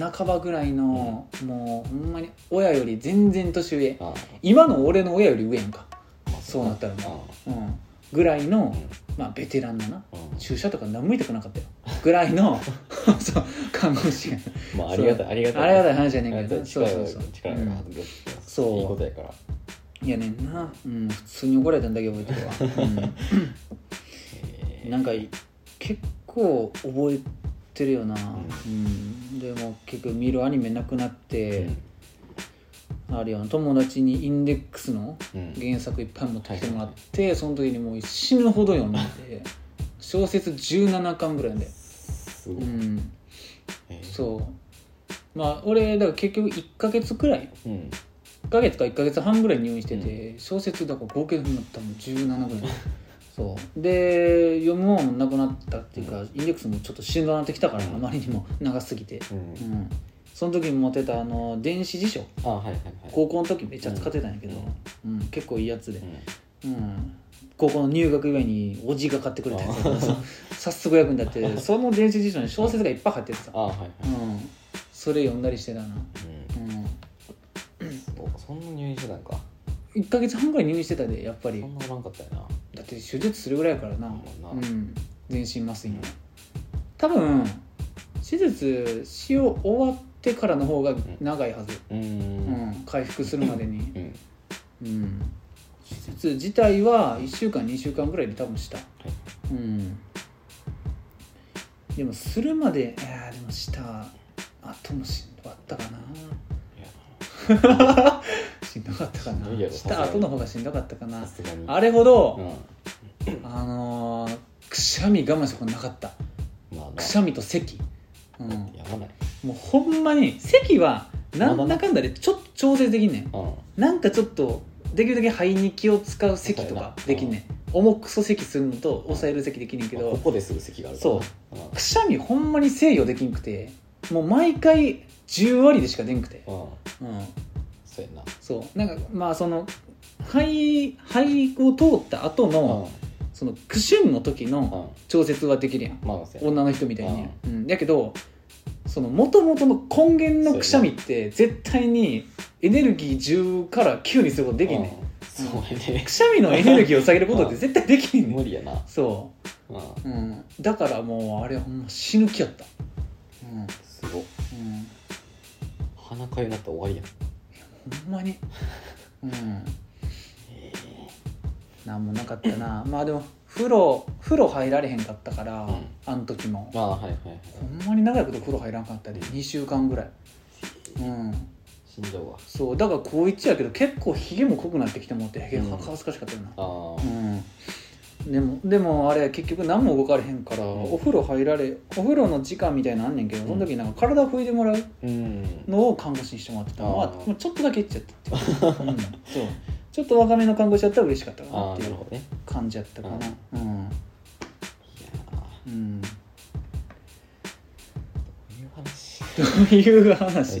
Speaker 1: 半ばぐらいの、もうほんまに親より全然年上
Speaker 2: あ
Speaker 1: 今の俺の親より上やんか、
Speaker 2: まあ
Speaker 1: そうなったらね
Speaker 2: あ
Speaker 1: うん、ぐらいの、
Speaker 2: う
Speaker 1: まあベテランだな
Speaker 2: うん
Speaker 1: 注射とか何も痛くなかったよぐらい のそう看護師が
Speaker 2: まあありがたいありがたい
Speaker 1: ありがたい話や
Speaker 2: あり
Speaker 1: ねんけ
Speaker 2: がた
Speaker 1: ど
Speaker 2: い
Speaker 1: なそう
Speaker 2: 力
Speaker 1: そうそう
Speaker 2: が力が発揮してます
Speaker 1: そう
Speaker 2: いいことやから
Speaker 1: うんいやねんな、うん、普通に怒られたんだけど覚えてるわ、うん
Speaker 2: えー
Speaker 1: なんか結構覚えてるよな、う
Speaker 2: うん
Speaker 1: でも結局見るアニメなくなって
Speaker 2: うん、
Speaker 1: あるよな友達にインデックスの
Speaker 2: うん
Speaker 1: 原作いっぱい持ってきてもらって、その時にもう死ぬほど読んで小説17巻ぐらいで、
Speaker 2: すご
Speaker 1: う
Speaker 2: い
Speaker 1: ん、
Speaker 2: えー
Speaker 1: そうまあ俺だから結局1ヶ月くらい
Speaker 2: うん
Speaker 1: 1ヶ月か1ヶ月半ぐらい入院してて、小説だから合計でも多分17ぐら いそうで読むもんもなくなったっていうか、
Speaker 2: う
Speaker 1: インデックスもちょっとしんどなってきたから、
Speaker 2: うん
Speaker 1: あまりにも長すぎて
Speaker 2: う
Speaker 1: うんんその時に持ってたあの電子辞書
Speaker 2: あはいはいはい
Speaker 1: 高校の時めっちゃ使ってたんやけど、うん結構いいやつで
Speaker 2: う、ん
Speaker 1: うん、高校の入学祝いにおじが買ってくれたやつだから
Speaker 2: あ
Speaker 1: 早速役に立ってその電子辞書に小説がいっぱい入っててさ、
Speaker 2: あはいは
Speaker 1: う
Speaker 2: い
Speaker 1: ん、それ読んだりしてたな、
Speaker 2: うん
Speaker 1: うん、
Speaker 2: そうかそんな入院してたんか
Speaker 1: 1ヶ月半ぐらい入院してたでやっぱり
Speaker 2: そんなおらんかったよな
Speaker 1: だだって手術するぐらいやからな
Speaker 2: まあ
Speaker 1: う
Speaker 2: なん
Speaker 1: 全身麻酔の多分手術しを終わってからの方が長いはず、
Speaker 2: うんうん
Speaker 1: うん、回復するまでに、
Speaker 2: うん
Speaker 1: うん、手術自体は1週間2週間ぐらいで多分した、うん、でもするまでいやーでもしたあともしんどかったか
Speaker 2: いや
Speaker 1: なしんどかったか
Speaker 2: しんどいや
Speaker 1: な
Speaker 2: ろ
Speaker 1: した後の方がしんどかったかな
Speaker 2: さすがに
Speaker 1: あれほど、
Speaker 2: うん
Speaker 1: あのーくしゃみ我慢したことなかった
Speaker 2: まあな
Speaker 1: くしゃみと咳、うん、も
Speaker 2: やばないう
Speaker 1: ほんまに咳はな
Speaker 2: まだ
Speaker 1: ん
Speaker 2: な
Speaker 1: だかんだでちょっと調整できんねん
Speaker 2: うん
Speaker 1: なんかちょっとできるだけ肺に気を使う咳と
Speaker 2: そうやな
Speaker 1: かできんねん重くそ咳するのと抑える咳できんねんけ
Speaker 2: まあこ
Speaker 1: ど
Speaker 2: こですぐ席があるから
Speaker 1: そうくしゃみほんまに制御できんくてもう毎回10割でしか出んくて、
Speaker 2: うんうん
Speaker 1: うん、
Speaker 2: そうやな
Speaker 1: そうなんかまあその肺肺を通った後
Speaker 2: うん
Speaker 1: のそのクシュンの時
Speaker 2: う
Speaker 1: の
Speaker 2: ん
Speaker 1: 調節はできるやん
Speaker 2: まあそうやな
Speaker 1: 女の人みたいに、うん、だけどその元々の根源のくしゃみって絶対にエネルギー10から9にすることできんねん
Speaker 2: うんそうやね
Speaker 1: くしゃみのエネルギーを下げることって絶対できんねん
Speaker 2: 無理やな
Speaker 1: そ
Speaker 2: うん
Speaker 1: う、うん、だからもうあれほんま死ぬ気やったうんうん
Speaker 2: すごっ鼻かゆなったら終わりやん
Speaker 1: ほんまにうんなんもなかったなまあでも風呂風呂入られへんかったから、
Speaker 2: うん
Speaker 1: あの時も
Speaker 2: まあはいはいはい
Speaker 1: ほんまに長いこと風呂入らんかったで2週間ぐらいうん
Speaker 2: 死んじゃうわ
Speaker 1: そうだから高一やけど結構ひげも濃くなってきてもってひげ
Speaker 2: うん
Speaker 1: は恥ずかしかったよな
Speaker 2: ああ
Speaker 1: うん、でもでもあれ結局何も動かれへんから、
Speaker 2: ん
Speaker 1: お風呂入られお風呂の時間みたいなのあんねんけど、
Speaker 2: ん
Speaker 1: その時なんか体拭いてもらう
Speaker 2: うん
Speaker 1: のを看護師にしてもらってたのは
Speaker 2: あー
Speaker 1: もうちょっとだけいっちゃったっていう、うんそうちょっと若めの看護師だったら嬉しかったか
Speaker 2: あ
Speaker 1: な
Speaker 2: あ
Speaker 1: って
Speaker 2: な
Speaker 1: いう
Speaker 2: るほどね
Speaker 1: 感じやったかなうん
Speaker 2: いやーど
Speaker 1: うん
Speaker 2: うい
Speaker 1: という
Speaker 2: う話マ
Speaker 1: 話
Speaker 2: ジ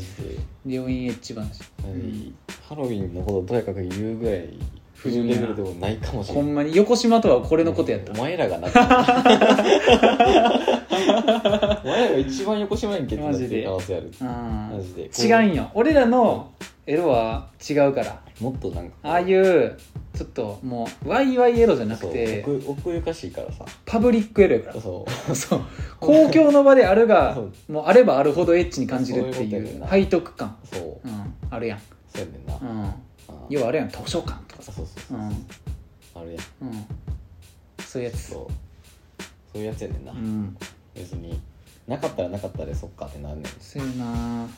Speaker 2: で
Speaker 1: 病院エッチ話ん
Speaker 2: ハロウィンのこととやかく言うぐらい不純レベルでもないかもし
Speaker 1: ほ
Speaker 2: れない
Speaker 1: んまに横島とはこれのことやった
Speaker 2: お前らが なお前らが一番横島やんけってなってる可能性ある
Speaker 1: うん
Speaker 2: マジで
Speaker 1: 違うんよ俺らのエロは違うから
Speaker 2: もっとなんか
Speaker 1: ああいうちょっともうワイワイエロじゃなく
Speaker 2: そう
Speaker 1: て
Speaker 2: 奥奥ゆかしいからさ
Speaker 1: パブリックエロやか
Speaker 2: そう
Speaker 1: らそう公共の場であるが
Speaker 2: そう
Speaker 1: もうあればあるほどエッチに感じるって
Speaker 2: そういう
Speaker 1: い
Speaker 2: ことやねん
Speaker 1: う
Speaker 2: な
Speaker 1: 背徳感、
Speaker 2: そう
Speaker 1: うん、あるやん、
Speaker 2: そうやねんな、
Speaker 1: う
Speaker 2: あ
Speaker 1: ん、
Speaker 2: ー
Speaker 1: 要はあれやん図書館とか
Speaker 2: そ
Speaker 1: さ、
Speaker 2: うそうそううんあれや
Speaker 1: うん、そういうやつ
Speaker 2: そうそういうやつやねんな、
Speaker 1: うん
Speaker 2: 別になかったらなかったでそっかってなんねん
Speaker 1: そうやな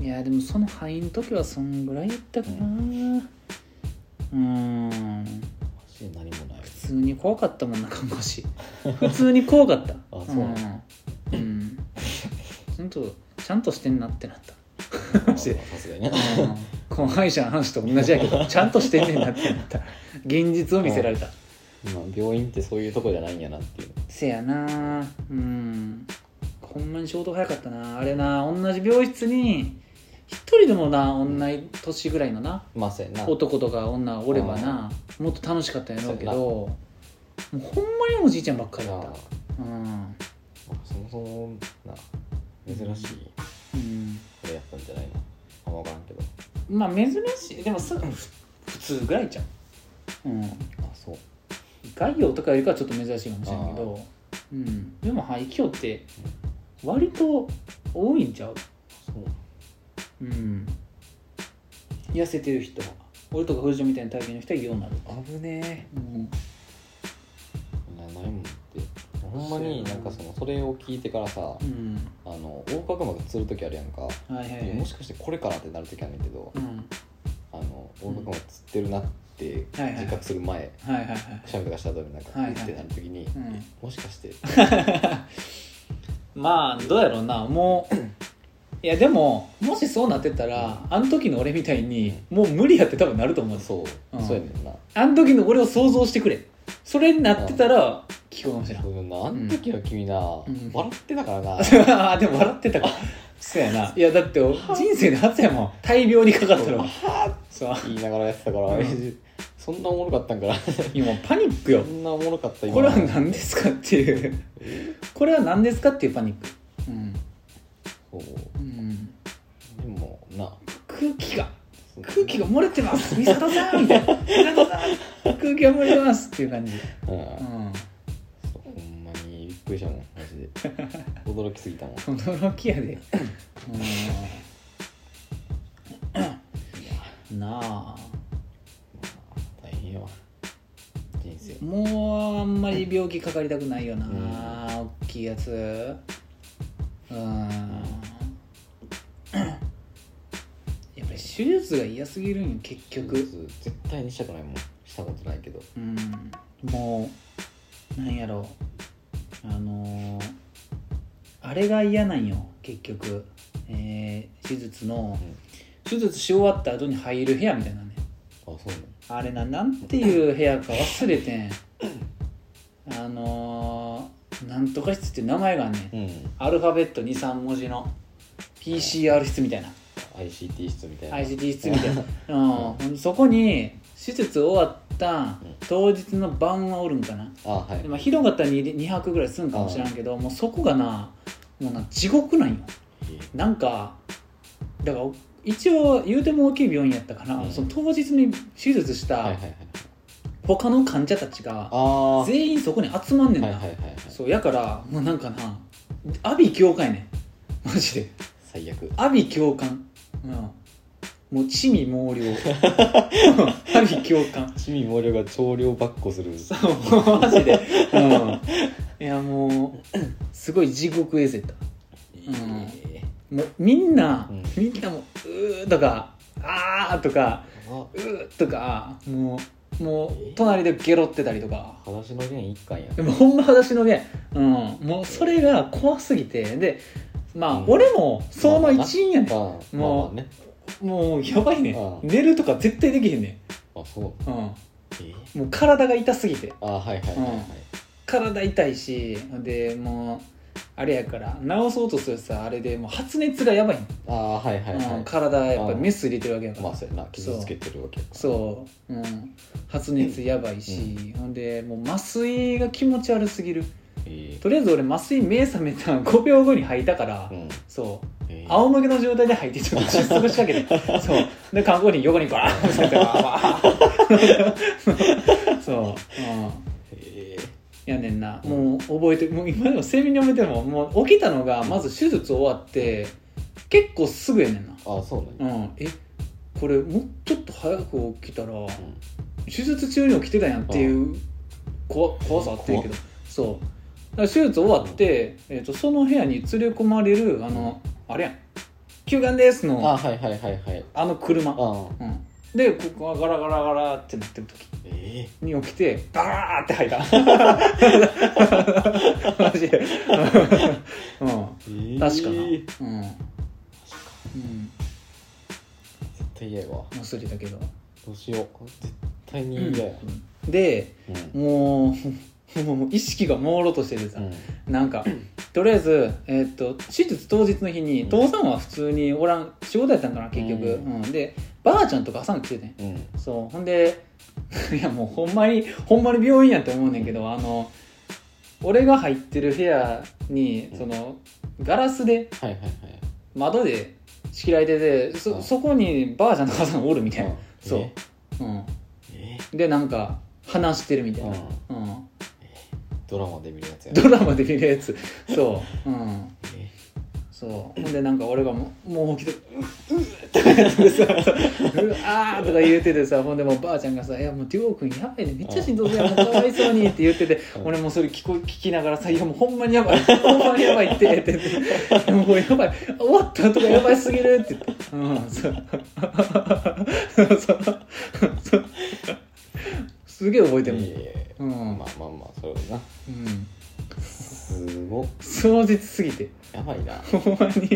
Speaker 1: いやでもその範囲の時はそんぐらいやったかなうん
Speaker 2: マジで何もない
Speaker 1: 普通に怖かったもんな看護師普通に怖かった
Speaker 2: あそうなん
Speaker 1: うん、うん、ちゃんとちゃんとしてんなってなった
Speaker 2: まあさすがにね
Speaker 1: うんこの歯医者の話と同じやけどちゃんとしてんねんなってなった現実を見せられた、
Speaker 2: まあ病院ってそういうとこじゃないんやなっていう
Speaker 1: せやなうんほんまに衝動早かったなあれな同じ病室に一人でもな同い年ぐらいのな
Speaker 2: まあそうやな
Speaker 1: 男とか女おればなもっと楽しかったんやろうけどもうほんまにおじいちゃんばっかり
Speaker 2: な
Speaker 1: だ
Speaker 2: あ
Speaker 1: っ
Speaker 2: まあ
Speaker 1: たうん
Speaker 2: そもそもな珍しい
Speaker 1: うん
Speaker 2: これやったんじゃないのあんま分からんけど
Speaker 1: まあ珍しいでもすぐ普通ぐらいじゃんうん
Speaker 2: あそう
Speaker 1: 概要とかよりかはちょっと珍しいかもしれんけどうんでも肺気って割と多いんちゃう
Speaker 2: そう
Speaker 1: うん痩せてる人は俺とか藤井みたいな体型の人はようなる
Speaker 2: 危ね
Speaker 1: うん
Speaker 2: えなないもんってほんまになんかそのそれを聞いてからさ
Speaker 1: うん
Speaker 2: あの横隔膜つる時あるやんか
Speaker 1: はいはいはい
Speaker 2: もしかしてこれかなってなる時あるんだけど
Speaker 1: うん
Speaker 2: あの横隔膜つってるなって
Speaker 1: はいはい
Speaker 2: 自覚する前
Speaker 1: はいはいはい
Speaker 2: くしゃみとかした後になんか
Speaker 1: はいは
Speaker 2: う
Speaker 1: い
Speaker 2: ってなる時に
Speaker 1: うん
Speaker 2: もしかして
Speaker 1: まあどうやろうなもういやでももしそうなってたらあの時の俺みたいにもう無理やって多分なると思う
Speaker 2: そう
Speaker 1: うん
Speaker 2: そうやねんな
Speaker 1: あの時の俺を想像してくれそれになってたら聞こうかもしれん
Speaker 2: そうなあの時は君な
Speaker 1: うん
Speaker 2: 笑ってたから な
Speaker 1: あーでも笑ってたかそうやないやだって人生で初やもん大病にかかったのそう
Speaker 2: 言いながらやってたから、
Speaker 1: うん
Speaker 2: そんなおもろかったんかなそ
Speaker 1: 今パニックよ
Speaker 2: んなおもろかっ た
Speaker 1: これは何ですかっていうこれは何ですかっていうパニックうん、
Speaker 2: そう
Speaker 1: うん、
Speaker 2: でもな
Speaker 1: 空気が
Speaker 2: そ
Speaker 1: 空気が漏れてます美里さんみたいな美里さん空気が漏れてますっていう感じ、
Speaker 2: うん
Speaker 1: うん、
Speaker 2: そうほんまにびっくりしたもんマジで驚きすぎたもん
Speaker 1: 驚きやでうんなあ
Speaker 2: 大変やわ人生
Speaker 1: もうあんまり病気かかりたくないよな、
Speaker 2: うん
Speaker 1: 大きいやつうんやっぱり手術が嫌すぎるんよ結局
Speaker 2: 手術絶対にしたくないもんしたことないけど
Speaker 1: うんもうなんやろうあのーあれが嫌なんよ結局、えー手術の
Speaker 2: うん
Speaker 1: 手術し終わった後に入る部屋みたいなね
Speaker 2: あそうなの
Speaker 1: あれななんていう部屋か忘れてんあのー、なんとか室って名前があんねん
Speaker 2: うん
Speaker 1: アルファベット23文字の PCR 室みたいな
Speaker 2: ICT 室みたいな
Speaker 1: ICT 室みたいな、うん、そこに手術終わった当日の晩はおるんかな、
Speaker 2: あはい
Speaker 1: まあ、広かったら 2, 2泊ぐらいすんかもしらんけどもうそこがなもうな地獄なんよなんかだから一応言うても大きい病院やったから、
Speaker 2: うん
Speaker 1: その当日に手術し
Speaker 2: はいはい
Speaker 1: た
Speaker 2: はい
Speaker 1: 他の患者たちが
Speaker 2: ああー
Speaker 1: 全員そこに集まんねんな、
Speaker 2: はいはいはいはい
Speaker 1: そうやからもうなんかな阿鼻教官やねんマジで
Speaker 2: 最悪
Speaker 1: 阿鼻教官うんもう地味猛 量阿鼻教官
Speaker 2: 趣味毛量が長量ばっこするそ
Speaker 1: そうマジでうんいやもうすごい地獄絵図やった
Speaker 2: うん
Speaker 1: もうみんな、
Speaker 2: うん
Speaker 1: みんなもう「うー」とか「あー」とか「
Speaker 2: あ
Speaker 1: うー」とかもうもう隣でゲロってたりとか
Speaker 2: 話の弦一巻や
Speaker 1: でもほんま私のね、うん、もうそれが怖すぎてでまあ、
Speaker 2: うん
Speaker 1: 俺もその一員やねん、
Speaker 2: ああ
Speaker 1: もう
Speaker 2: まあまあね
Speaker 1: もうやばいね、、
Speaker 2: うんん
Speaker 1: 寝るとか絶対できへんね
Speaker 2: あそう
Speaker 1: うん、
Speaker 2: え
Speaker 1: もう体が痛すぎて
Speaker 2: あはいはいはいはい
Speaker 1: 体痛いしでもうあれやから治そうとするとさあれでもう発熱がやばいねん、
Speaker 2: ああはいはいは
Speaker 1: うん、
Speaker 2: い
Speaker 1: 体やっぱメス入れてるわけやから、
Speaker 2: まあそうやな傷つけてるわけやから
Speaker 1: そう、うん、発熱やばいし、ほんでもう麻酔が気持ち悪すぎる
Speaker 2: え
Speaker 1: とりあえず俺麻酔目覚めた5秒後に吐いたから、
Speaker 2: うん
Speaker 1: そう
Speaker 2: え
Speaker 1: 仰向けの状態で吐いてちょっと窒息しかけてそうで看護婦に横にバーンってやってバーンそう、うん、
Speaker 2: え
Speaker 1: やねんなもう覚えてもう今でも鮮明に覚えてるもんもう起きたのがまず手術終わって結構すぐやねんな
Speaker 2: ああそうなん
Speaker 1: う
Speaker 2: や
Speaker 1: んえこれもうちょっと早く起きたら
Speaker 2: うん
Speaker 1: 手術中に起きてたやんっていう怖怖さあってんけどそうだから手術終わって、えー、とその部屋に連れ込まれるあのあれやん「休館です」の
Speaker 2: あはいはいはいはい
Speaker 1: あの車、
Speaker 2: あ
Speaker 1: うん、でここがガラガラガラってなってる時
Speaker 2: え
Speaker 1: に起きてバラーって吐いた マジで、 う
Speaker 2: え
Speaker 1: ん、
Speaker 2: ー
Speaker 1: 確かな、
Speaker 2: 絶
Speaker 1: うん、うん、
Speaker 2: 対嫌やわ
Speaker 1: 忘れたけど、
Speaker 2: どうしよう絶対に嫌や
Speaker 1: うんで
Speaker 2: うん
Speaker 1: もう もう意識が朦朧としててさ、
Speaker 2: うん
Speaker 1: なんかとりあえず、えーっと手術当日の日に
Speaker 2: うん
Speaker 1: 父さんは普通におらん仕事やったんかな結局、う
Speaker 2: うんん
Speaker 1: でばあちゃんとか朝に来ててん
Speaker 2: うん
Speaker 1: そうほんで いやもうほんまにほんまに病院やって思うねんけどあの俺が入ってる部屋に
Speaker 2: うん
Speaker 1: そのガラスで
Speaker 2: はいはいはい
Speaker 1: 窓で仕切られてて
Speaker 2: う
Speaker 1: そ
Speaker 2: ん
Speaker 1: そこにばあちゃんとかさんおるみたいな、
Speaker 2: ん
Speaker 1: そう
Speaker 2: え
Speaker 1: うん、
Speaker 2: え
Speaker 1: でなんか話してるみたいな、うん、
Speaker 2: ドラマで見るやつや
Speaker 1: ドラマで見るやつそううん
Speaker 2: え
Speaker 1: そうほんでなんか俺がもうもう起きて「うっうっ」とかやってさ「うあー」とか言っててさほんでもうばあちゃんがさ「いやもうデュオ君やばいねめっちゃしんどそうやもうかわいそうに」って言ってて
Speaker 2: うん
Speaker 1: 俺もそれ聞こ聞きながらさ「いやもうほんまにやばいほんまにやばいって」って言って「もうやばい終わったとかやばいすぎる」って言ってうんそうそうそうすげえ覚えてるもん
Speaker 2: いやいやいや
Speaker 1: うん、
Speaker 2: まあまあまあそれは
Speaker 1: うん
Speaker 2: なすごっ
Speaker 1: 壮絶すぎて
Speaker 2: やばいな
Speaker 1: ほんまに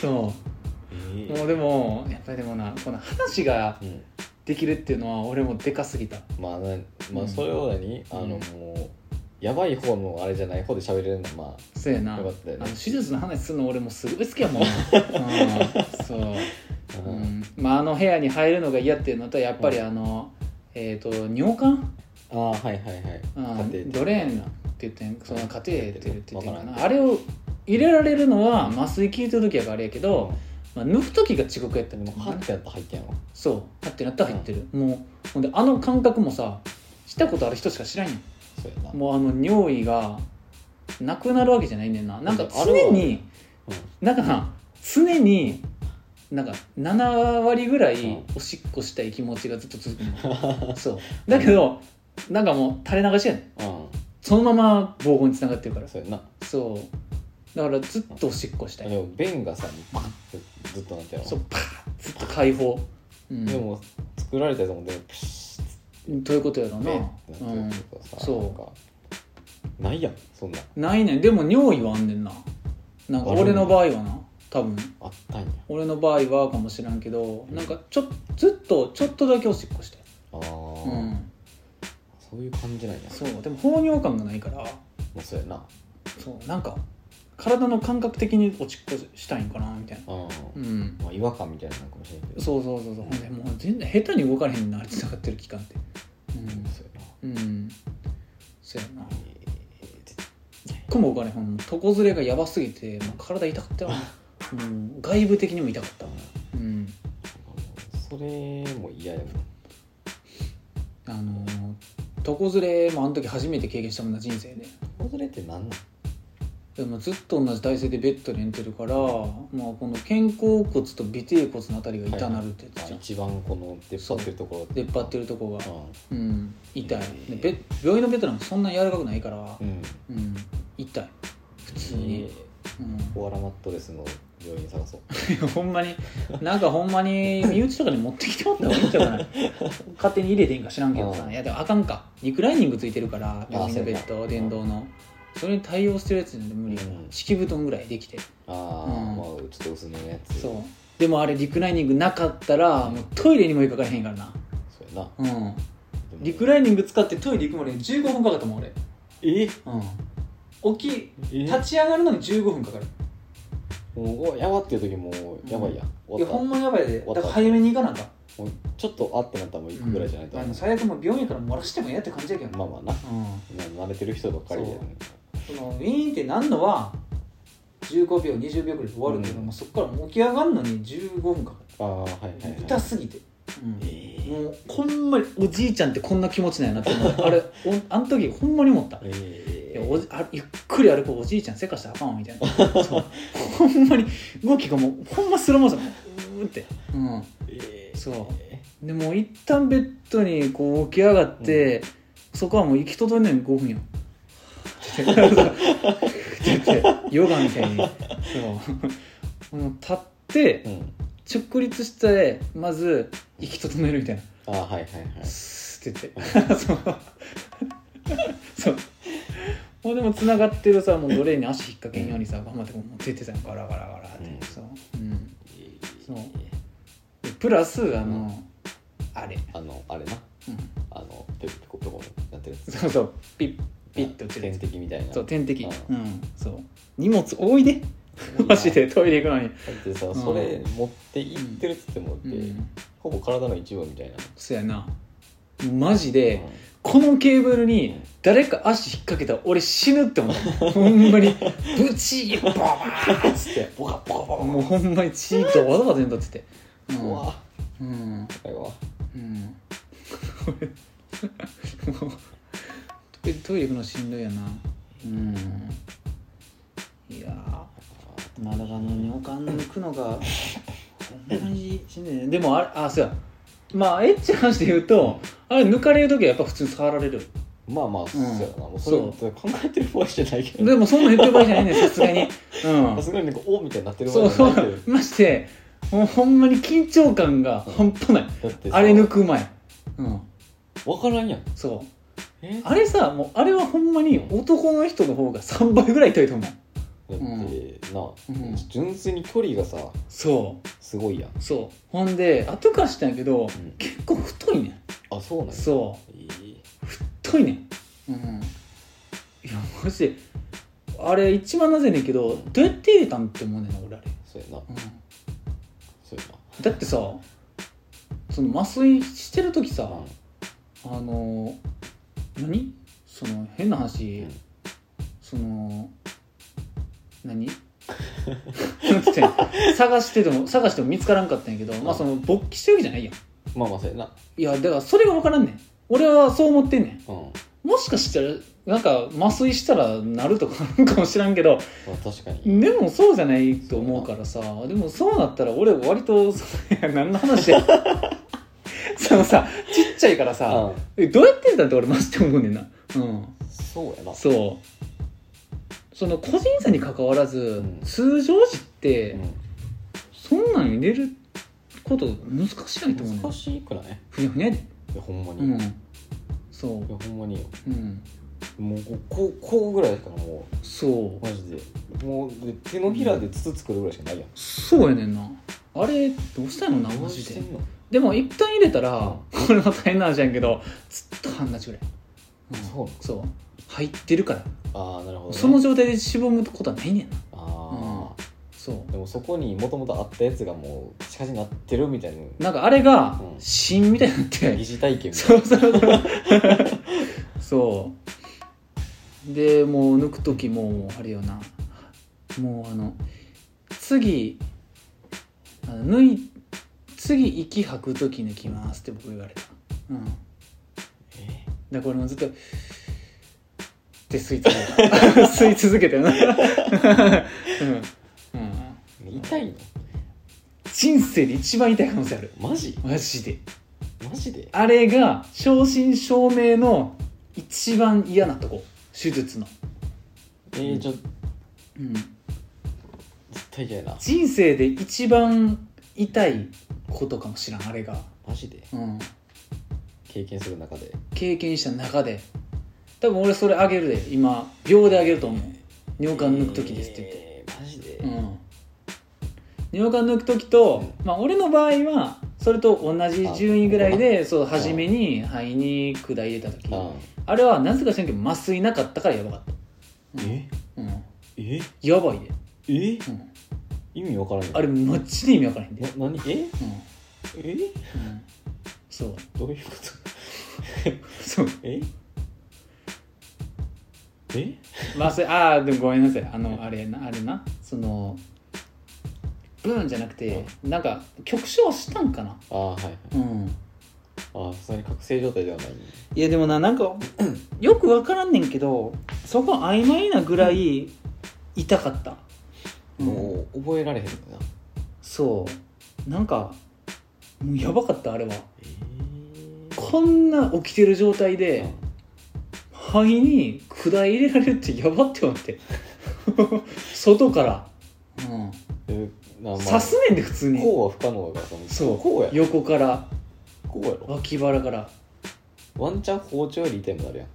Speaker 1: そう
Speaker 2: え
Speaker 1: もうでもやっぱりでもなこの話が
Speaker 2: うん
Speaker 1: できるっていうのは俺もでかすぎた
Speaker 2: まあなま
Speaker 1: うん
Speaker 2: あそれを何あのもうやばい方のあれじゃない方で喋れるのはま
Speaker 1: そうやな
Speaker 2: よかったよね
Speaker 1: あの手術の話するの俺もすごい好きや もん、うん、そう、
Speaker 2: あ
Speaker 1: う
Speaker 2: うん
Speaker 1: んまあ、あの部屋に入るのが嫌っていうのとやっぱり
Speaker 2: うん
Speaker 1: あの、えっ、と尿管、
Speaker 2: ああはいはいはい
Speaker 1: うん
Speaker 2: 家庭
Speaker 1: ドレーンって言ってんそのカテーテルって言ってんか
Speaker 2: わから
Speaker 1: なんあれを入れられるのは麻酔効いてる時やからあれやけど、まあ、抜く時が遅刻やったねもう
Speaker 2: ハ
Speaker 1: は
Speaker 2: ッてやったら入ったやろ
Speaker 1: そうはってなったら入ってる、もうほんであの感覚もさしたことある人しか知らんよ
Speaker 2: そうやな
Speaker 1: もうあの尿意がなくなるわけじゃないねんななんか
Speaker 2: あれ
Speaker 1: 常
Speaker 2: は
Speaker 1: に
Speaker 2: うん
Speaker 1: なんかな常になんか7割ぐら
Speaker 2: うん
Speaker 1: いおしっこしたい気持ちがずっと続く のそうだけどなんかもう垂れ流しやねん
Speaker 2: う
Speaker 1: そのまま膀胱につながってるから
Speaker 2: んそうやな
Speaker 1: そうだからずっとおしっこしたい
Speaker 2: でも便がさパッてずっとなってやろ
Speaker 1: そうパーッずっと解放、うん、
Speaker 2: でも作られたやつもでプシッ
Speaker 1: どういうことやろうな、
Speaker 2: ねな
Speaker 1: うんん
Speaker 2: てるけどさ、
Speaker 1: そう
Speaker 2: なんかないやんそんなん
Speaker 1: ないねんでも尿意はあんねんななんか俺の場合はな多分
Speaker 2: あったんや
Speaker 1: 俺の場合はかもしらんけどなんかちょずっとちょっとだけおしっこして
Speaker 2: ああ、
Speaker 1: うん
Speaker 2: そういう感じなんや
Speaker 1: そうでも放尿感がないから
Speaker 2: まあ、そうやな
Speaker 1: そうなんか体の感覚的におしっこしたいんかなみたいな
Speaker 2: うん、
Speaker 1: うん
Speaker 2: まあ、違和感みたいなのかもしれんけど
Speaker 1: そうそうそうそうほんでもう全然下手に動かれへんなつながってる期間って
Speaker 2: うんそうやな
Speaker 1: うんうんそうやな
Speaker 2: えー絶
Speaker 1: 一個も動かれへんほんま床ずれがやばすぎてもう体痛かったようん外部的にも痛かった
Speaker 2: 対な
Speaker 1: うん
Speaker 2: それも嫌やもん
Speaker 1: あの床ずれもあの時初めて経験したもんな人生で
Speaker 2: 訪れってなんなん
Speaker 1: でもずっと同じ体勢でベッドで寝てるから、まあ、この肩甲骨と尾てい骨のあたりが痛なるってや
Speaker 2: あ
Speaker 1: つじゃん、
Speaker 2: 一番この出っ張ってるところ
Speaker 1: 出っ張ってるとこが、
Speaker 2: う
Speaker 1: うん、痛いで
Speaker 2: へー
Speaker 1: ベ病院のベッドなんかそんな柔らかくないから、
Speaker 2: ん、うん、
Speaker 1: うん、痛い普通に、う、
Speaker 2: コアラマットレスの病院探そうん
Speaker 1: ほんまになんかほんまに身内とかに持ってきてもらった方がいいんちゃうかな勝手に入れていいんか知らんけどさ、
Speaker 2: うん
Speaker 1: いやでもあかんかリクライニングついてるから病院のベッ
Speaker 2: あそう
Speaker 1: ド
Speaker 2: か
Speaker 1: 電動の、それに対応してるやつなんで無理、
Speaker 2: うん
Speaker 1: 敷布団ぐらいできて
Speaker 2: ああ、
Speaker 1: うん
Speaker 2: まあちょっと薄めのやつ
Speaker 1: そうでもあれリクライニングなかったらもうトイレにも行かかれへんからな
Speaker 2: そうやな
Speaker 1: うん
Speaker 2: でも
Speaker 1: リクライニング使ってトイレ行くまでに15分かかったもん俺
Speaker 2: え
Speaker 1: うん起き
Speaker 2: え
Speaker 1: 立ち上がるのに15分かかる
Speaker 2: もううわやばっていう時もうやばいや、
Speaker 1: い
Speaker 2: 終
Speaker 1: や
Speaker 2: わっ
Speaker 1: ほ
Speaker 2: た
Speaker 1: んまやばいでだ
Speaker 2: 終わっ
Speaker 1: か
Speaker 2: た
Speaker 1: ら早めに行かなんか
Speaker 2: もうちょっとあってなったらもう行くぐらいじゃないと、
Speaker 1: うんまあ最悪もう病院から漏らしてもええやって感じやけどな
Speaker 2: まあまあな
Speaker 1: うん
Speaker 2: な慣れてる人ばっかりで、ね、
Speaker 1: そのウィーンってなんのは15秒20秒ぐらいで終わるけど、
Speaker 2: うん
Speaker 1: もうそこから起き上がるのに15分かか
Speaker 2: ああはいはい、は
Speaker 1: る
Speaker 2: い、
Speaker 1: 痛すぎて、うん
Speaker 2: えー、
Speaker 1: もうほんまにおじいちゃんってこんな気持ちなんやなって思 うあれおあの時ほんまに思ったいや
Speaker 2: え
Speaker 1: おじあゆっくり歩くおじいちゃんせかしたらあかんわみたい なそうほんまに動きがもうほんまスローモーションうーって、う
Speaker 2: ー、えー、
Speaker 1: そうん、でもう一旦ベッドにこう起き上がって、そこはもう行き届いないのに5分よっ て言ってヨガみたいにそうもう立って
Speaker 2: うん
Speaker 1: 直立してまず息整えるみたいな
Speaker 2: ああはいはいはい
Speaker 1: スーって 言ってそうそうもうでも繋がってるさもうドレーンに足引っ掛けんようにさ頑張ってこうもう出てたよガラガラガラって、
Speaker 2: うん
Speaker 1: そう、うん、そう
Speaker 2: え
Speaker 1: でプラスあの、
Speaker 2: う
Speaker 1: あれ、
Speaker 2: ーあのあれな
Speaker 1: うん、
Speaker 2: あのペコペコペコやってるやつ
Speaker 1: そうそうピッピッて落ちるや
Speaker 2: 点
Speaker 1: つ
Speaker 2: 滴みたいな
Speaker 1: そう点滴
Speaker 2: う
Speaker 1: うんんそう荷物多いで マジでトイレ行くのに
Speaker 2: だってさ、
Speaker 1: ん
Speaker 2: それ持って行ってるっつってもって、
Speaker 1: うん
Speaker 2: ほぼ体の一部みたいな、
Speaker 1: そやなマジで、
Speaker 2: うん
Speaker 1: このケーブルに誰か足引っ掛けたら俺死ぬって思うほんま にブチーバーっつって
Speaker 2: ボカボカボカ
Speaker 1: もうほんまに血ドバドバ全部立ってて
Speaker 2: うわ
Speaker 1: うんうん
Speaker 2: 高いわ
Speaker 1: うん もうトイレトイレ行くのしんどいよなうんいやーまだあの尿管抜くのがほんまにしんどいねでもあれあそうやまあエッチな話で言うとあれ抜かれる時はやっぱ普通に触られる
Speaker 2: まあまあ、そうやなもうそれ
Speaker 1: そう
Speaker 2: 考えてる場合じゃないけど
Speaker 1: でもそんな言ってる場合じゃないねんさすがに
Speaker 2: さす
Speaker 1: う
Speaker 2: がになんかおみたいになって
Speaker 1: ん
Speaker 2: る
Speaker 1: そ
Speaker 2: 場合
Speaker 1: う
Speaker 2: じゃ
Speaker 1: そ
Speaker 2: ないけど
Speaker 1: うましてもうほんまに緊張感が半端ない
Speaker 2: だってさ
Speaker 1: あれ抜く前うん
Speaker 2: 分からんやん
Speaker 1: そう
Speaker 2: えだ
Speaker 1: あれさもうあれはほんまに男の人の方が3倍ぐらい痛いと思う
Speaker 2: ってな、
Speaker 1: うん
Speaker 2: 純粋に距離がさ
Speaker 1: そ
Speaker 2: すごいやん
Speaker 1: うそうほんで後からしたんやけど、
Speaker 2: ん
Speaker 1: 結構太いねん
Speaker 2: あそうなんや
Speaker 1: そ
Speaker 2: えー
Speaker 1: う太いねんうんいやマジであれ一番なぜねんけどどうやって入れたんって思うねんな俺あれ、
Speaker 2: そうやな
Speaker 1: うん
Speaker 2: そうやな
Speaker 1: だってさその麻酔してる時さ、
Speaker 2: うん
Speaker 1: あの何その変な話、
Speaker 2: うん
Speaker 1: その何 ちっちゃい探してても探しても見つからんかったんやけどまあその勃起してるわけじゃないやん
Speaker 2: まあまあそうやな。
Speaker 1: いやだからそれが分からんねん俺はそう思ってんねん
Speaker 2: うん。ま
Speaker 1: もしかしたらなんか麻酔したらなるとかあるかもしらんけど
Speaker 2: あ確かに。
Speaker 1: でもそうじゃないと思うからさでもそうなったら俺割とそのい や何の話やそのさちっちゃいからさ、
Speaker 2: う
Speaker 1: えどうやってんだって俺マジで思うねんなうん
Speaker 2: ん。そうやな。
Speaker 1: そうその個人差に関わらず、
Speaker 2: ん
Speaker 1: 通常時って、
Speaker 2: う
Speaker 1: そんなん入れること難しいと思うね
Speaker 2: ん。
Speaker 1: ん
Speaker 2: 難しくない
Speaker 1: ふにゃふにゃやで
Speaker 2: いや、ほんまに。
Speaker 1: う
Speaker 2: い
Speaker 1: んそ
Speaker 2: や、ほんまによ。
Speaker 1: ううん
Speaker 2: もう、こう、こうぐらいだから、も
Speaker 1: そう
Speaker 2: う、マジで。もう、で手のひらで筒作るぐらいしかないやん。
Speaker 1: そうやねんなあれどうしたのなマジ
Speaker 2: して
Speaker 1: で
Speaker 2: んの
Speaker 1: でも一旦入れたらこれは大変な話やんけどずっと半日ぐらい、うん
Speaker 2: そうなの
Speaker 1: そう入ってるから
Speaker 2: ああ、なるほどね。
Speaker 1: その状態でしぼむことはないねんな
Speaker 2: あ
Speaker 1: そ
Speaker 2: あ。でもそこにもともとあったやつがもう、しかしなってるみたいな。
Speaker 1: うなんかあれが
Speaker 2: うん
Speaker 1: 芯みたいになっ
Speaker 2: 疑
Speaker 1: て、
Speaker 2: 似体験みたい
Speaker 1: そうそうそうそうでもう抜く時もあれよなもうあの次あの抜い次息吐く時抜きますって僕言われたうん
Speaker 2: な。え
Speaker 1: だから俺もずっとって吸い続けた 吸い続けたよな うん、うん、
Speaker 2: 痛いの
Speaker 1: 人生で一番痛い可能性ある
Speaker 2: マジ
Speaker 1: マジで
Speaker 2: マジで
Speaker 1: あれが正真正銘の一番嫌なとこ手術の、
Speaker 2: えー、ちょ、
Speaker 1: うん、
Speaker 2: 絶対嫌やな。
Speaker 1: 人生で一番痛いことかもしらんあれが、
Speaker 2: マジで
Speaker 1: うん、
Speaker 2: 経験する中で。
Speaker 1: 経験した中で多分俺それあげるで今秒であげると思う尿管抜く時ですって言って、
Speaker 2: えーマジで、
Speaker 1: うん、尿管抜く時と、まあ、俺の場合はそれと同じ順位ぐらいでそう初めに肺に管入れた時
Speaker 2: あ
Speaker 1: あれはなぜか知らんけど麻酔なかったからやばかった、
Speaker 2: え
Speaker 1: うん、
Speaker 2: え
Speaker 1: やばいで、
Speaker 2: え
Speaker 1: うん、
Speaker 2: 意味わからんよ
Speaker 1: あれマジで意味わからへんで、
Speaker 2: な何え
Speaker 1: うん
Speaker 2: え
Speaker 1: うん、そう
Speaker 2: どういうこと
Speaker 1: そう
Speaker 2: ええ
Speaker 1: 麻酔ああでもごめんなさいあのあれなあれなそのブーンじゃなくてなんか曲調したんかな
Speaker 2: ああはいはい
Speaker 1: うん
Speaker 2: ああそれ覚醒状態ではない
Speaker 1: いやでもななんか よく分からんねんけどそこ曖昧なぐらい痛かった、うん、
Speaker 2: もう覚えられへんのかな
Speaker 1: そうなんかもうやばかったあれは
Speaker 2: ええ
Speaker 1: こんな起きてる状態で肺に管入れられるってやばって思って 外から、う
Speaker 2: えなま
Speaker 1: ん、
Speaker 2: あ
Speaker 1: 刺すねんで普通に
Speaker 2: こうは不可能だからさ
Speaker 1: そう
Speaker 2: こうや
Speaker 1: 横から
Speaker 2: こうやろ
Speaker 1: 脇腹から
Speaker 2: ワンチャン包丁より痛いもんなるやん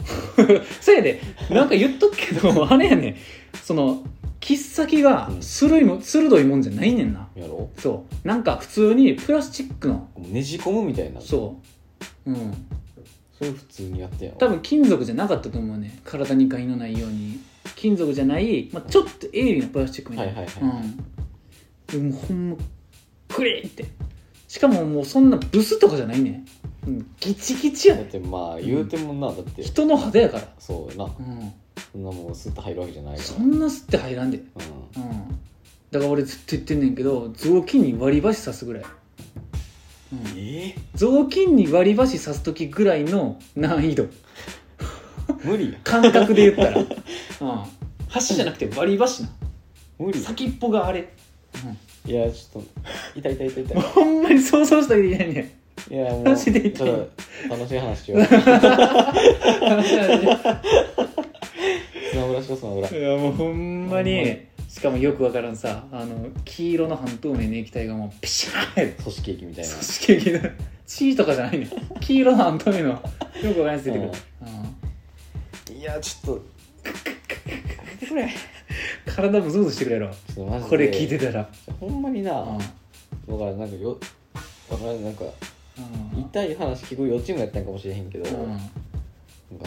Speaker 1: そやでなんか言っとくけど あれやねんその切っ先が鋭いも鋭いもんじゃないねんな
Speaker 2: やろ
Speaker 1: そうなんか普通にプラスチックの
Speaker 2: もうねじ込むみたいな
Speaker 1: そううん
Speaker 2: それ普通にやってんやろ
Speaker 1: 多分金属じゃなかったと思うね体に害のないように金属じゃない、まあ、ちょっと鋭利なプラスチックみたいな
Speaker 2: はいはいはいは
Speaker 1: うんでもほんまクリーンってしかももうそんなブスとかじゃないねん、うん、ギチギチや
Speaker 2: だっ
Speaker 1: で
Speaker 2: てまあ言うてもな、だって
Speaker 1: 人の肌やから
Speaker 2: そうやな
Speaker 1: うん
Speaker 2: そんなもうスッと入るわけじゃないから
Speaker 1: そんな吸って入らんで
Speaker 2: う
Speaker 1: うんだから俺ずっと言ってんねんけど雑巾に割り箸刺すぐらい、うん
Speaker 2: ん、え
Speaker 1: 雑巾に割り箸刺す時ぐらいの難易度
Speaker 2: ー、無理や
Speaker 1: 感覚で言ったら、 うん、箸じゃなくて割り箸な
Speaker 2: 無理や
Speaker 1: 先っぽがあれ、
Speaker 2: いやちょっと痛い痛い痛い 痛
Speaker 1: もう ほんまに想像したらいけない ね
Speaker 2: いいやもう
Speaker 1: マジで痛い
Speaker 2: ちょっと楽しい話し よう
Speaker 1: い
Speaker 2: スマブラしようスマブラ
Speaker 1: やもうほんま
Speaker 2: ほんま
Speaker 1: にしかもよくわからんさあの黄色の半透明の液体がもうピシャー
Speaker 2: 組織液みたいな
Speaker 1: 組織液の血とかじゃないね黄色の半透明のよくわからんやつ出てくる、うん
Speaker 2: いやちょっと
Speaker 1: 体ムズムズしてくれろ
Speaker 2: ちょっとマジで
Speaker 1: これ聞いてたら、
Speaker 2: ほんまにな、
Speaker 1: うん
Speaker 2: だからなんかよわからんなんか
Speaker 1: うん
Speaker 2: 痛い話聞く予知もやったんかもしれへんけど、なんか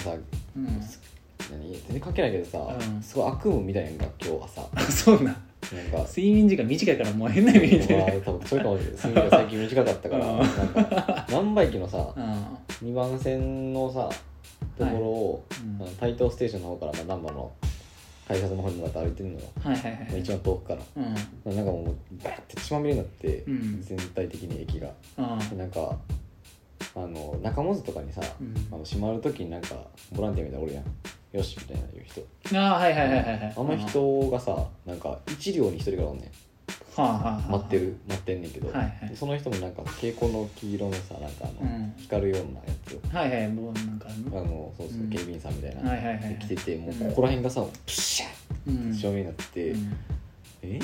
Speaker 2: さ
Speaker 1: うんうん
Speaker 2: 何全然関係ないけどさ、
Speaker 1: うん
Speaker 2: すごい悪夢みたいなのが今日はさ
Speaker 1: あそうなん
Speaker 2: なん か
Speaker 1: 睡眠時間短いからもう変な意味で
Speaker 2: まあ
Speaker 1: ね
Speaker 2: 多分そういうかもしれない睡眠が最近短かったから
Speaker 1: うん
Speaker 2: なんか何倍機のさ
Speaker 1: うん
Speaker 2: 2番線のさところを、
Speaker 1: うん
Speaker 2: あの台東ステーションの方からまあ難波の改札の方に向かって歩いてるのよ、
Speaker 1: はいはいは
Speaker 2: まあ
Speaker 1: い
Speaker 2: 一番遠くから
Speaker 1: うん
Speaker 2: なんかもうバーって血まみれになって、
Speaker 1: うん
Speaker 2: 全体的に駅が
Speaker 1: ああ
Speaker 2: なんかあの中本とかにさ、
Speaker 1: うん
Speaker 2: あの閉まる時になんかボランティアみたいなのおるやんよしみたいな言う人
Speaker 1: ああはいはいはいはいはい
Speaker 2: あの人がさなんか一両に一人がおんねん
Speaker 1: はあはあはあ
Speaker 2: 待ってる待ってんねんけど、
Speaker 1: はいはい
Speaker 2: その人もなんか蛍光の黄色のさなんかあの、
Speaker 1: うん
Speaker 2: 光るようなやつを
Speaker 1: はいはいもうなんかあんの
Speaker 2: あのそうそう、
Speaker 1: うん
Speaker 2: 警備員さんみたいな、
Speaker 1: はいはいはいはい
Speaker 2: 来ててもうここら辺がさプシャッ
Speaker 1: うん
Speaker 2: 正面になってて、
Speaker 1: うん
Speaker 2: え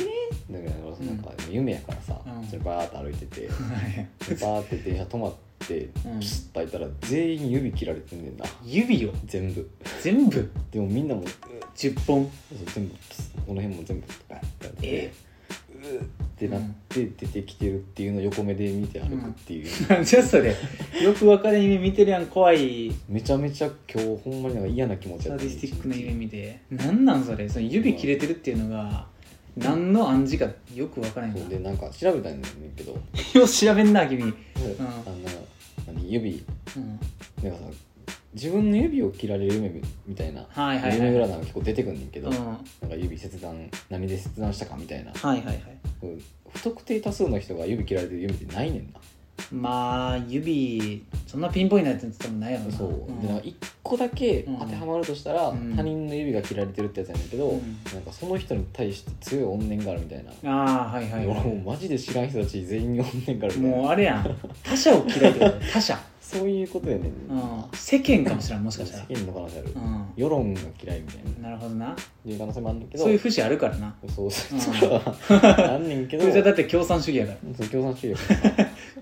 Speaker 2: ー、だからなんか夢やからさ、
Speaker 1: うん
Speaker 2: それバーッと歩いて て、
Speaker 1: はい
Speaker 2: でバーって電車止まって
Speaker 1: うん
Speaker 2: ピシッと開いたら全員指切られてんねんな
Speaker 1: 指を
Speaker 2: 全部
Speaker 1: 全部
Speaker 2: でもみんなもうう
Speaker 1: 10本
Speaker 2: そう全部ピスこの辺も全部バッてなって、
Speaker 1: え
Speaker 2: うーってなって出てきてるっていうのを横目で見て歩くっていう、
Speaker 1: なんじゃそれよくわかる夢見てるやん怖い
Speaker 2: めちゃめちゃ今日ほんまになんか嫌な気持ち
Speaker 1: サ
Speaker 2: や
Speaker 1: デ
Speaker 2: った
Speaker 1: ィスティックな夢見てなんなんそれその指切れてるっていうのが何の暗示かよくわからへん
Speaker 2: そう
Speaker 1: な
Speaker 2: でなんか調べたんだけど、
Speaker 1: よう調べんな君、うん
Speaker 2: あの何指なんかさ自分の指を切られる夢みたいな、
Speaker 1: はいはいはい
Speaker 2: 夢占いが結構出てくんねんけど、
Speaker 1: うん、
Speaker 2: な
Speaker 1: は
Speaker 2: んか指切断何で切断したかみたいない
Speaker 1: はいはい
Speaker 2: こう不特定多数の人が指切られてる夢ってないねんな、
Speaker 1: まあ指そんなピンポイントなやつってもないやろな
Speaker 2: そう、
Speaker 1: ん
Speaker 2: でなんか1個だけ
Speaker 1: うん
Speaker 2: 当てはまるとしたら、
Speaker 1: うん
Speaker 2: 他人の指が切られてるってやつやねんけど、
Speaker 1: うん
Speaker 2: なんかその人に対して強い怨念があるみたいな、
Speaker 1: ああはいはい、
Speaker 2: 俺
Speaker 1: は
Speaker 2: もう
Speaker 1: い、
Speaker 2: マジで知らん人たち全員に怨念があるみたいな
Speaker 1: もうあれやん他者を嫌いってこと他者、
Speaker 2: そういうことやねん
Speaker 1: う
Speaker 2: な、
Speaker 1: ん、世間かもしれんもし
Speaker 2: 世
Speaker 1: か したら、
Speaker 2: 間の可能性ある、
Speaker 1: う、
Speaker 2: 世論が嫌いみたいなん
Speaker 1: なるほどな
Speaker 2: いう可能性もあるんだけど
Speaker 1: そういう節あるからな
Speaker 2: そうそううんそうあんねんけど
Speaker 1: それじゃだって共産主義やから
Speaker 2: そう共産主義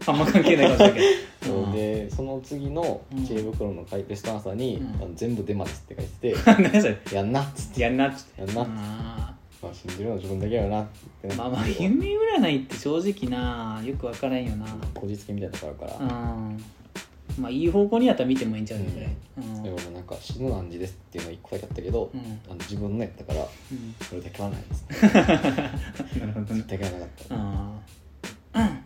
Speaker 1: あんま関係ないかもしれんけ
Speaker 2: そ
Speaker 1: ど、う
Speaker 2: うんでその次の知恵袋の回ベストアンサーに
Speaker 1: うん
Speaker 2: あの全部デマです」って書いて
Speaker 1: 何それ
Speaker 2: て「やんな」っつって
Speaker 1: やんなっつって
Speaker 2: 「やんな」ま
Speaker 1: あ
Speaker 2: あ信じるのは自分だけやよなって
Speaker 1: ーま
Speaker 2: な
Speaker 1: あ
Speaker 2: っ
Speaker 1: まあ
Speaker 2: て
Speaker 1: 夢占いって正直なよく分からんよな
Speaker 2: こじつけみたいなとこあるから
Speaker 1: うんまあいい方向にやったら見てもいいんちゃうねこれうん
Speaker 2: でもなんか「死ぬ何時です」っていうの1個だけあったけど
Speaker 1: うん
Speaker 2: あの自分のやったから
Speaker 1: うん
Speaker 2: それだけはないです
Speaker 1: なるほどね
Speaker 2: 絶対はなかった
Speaker 1: あー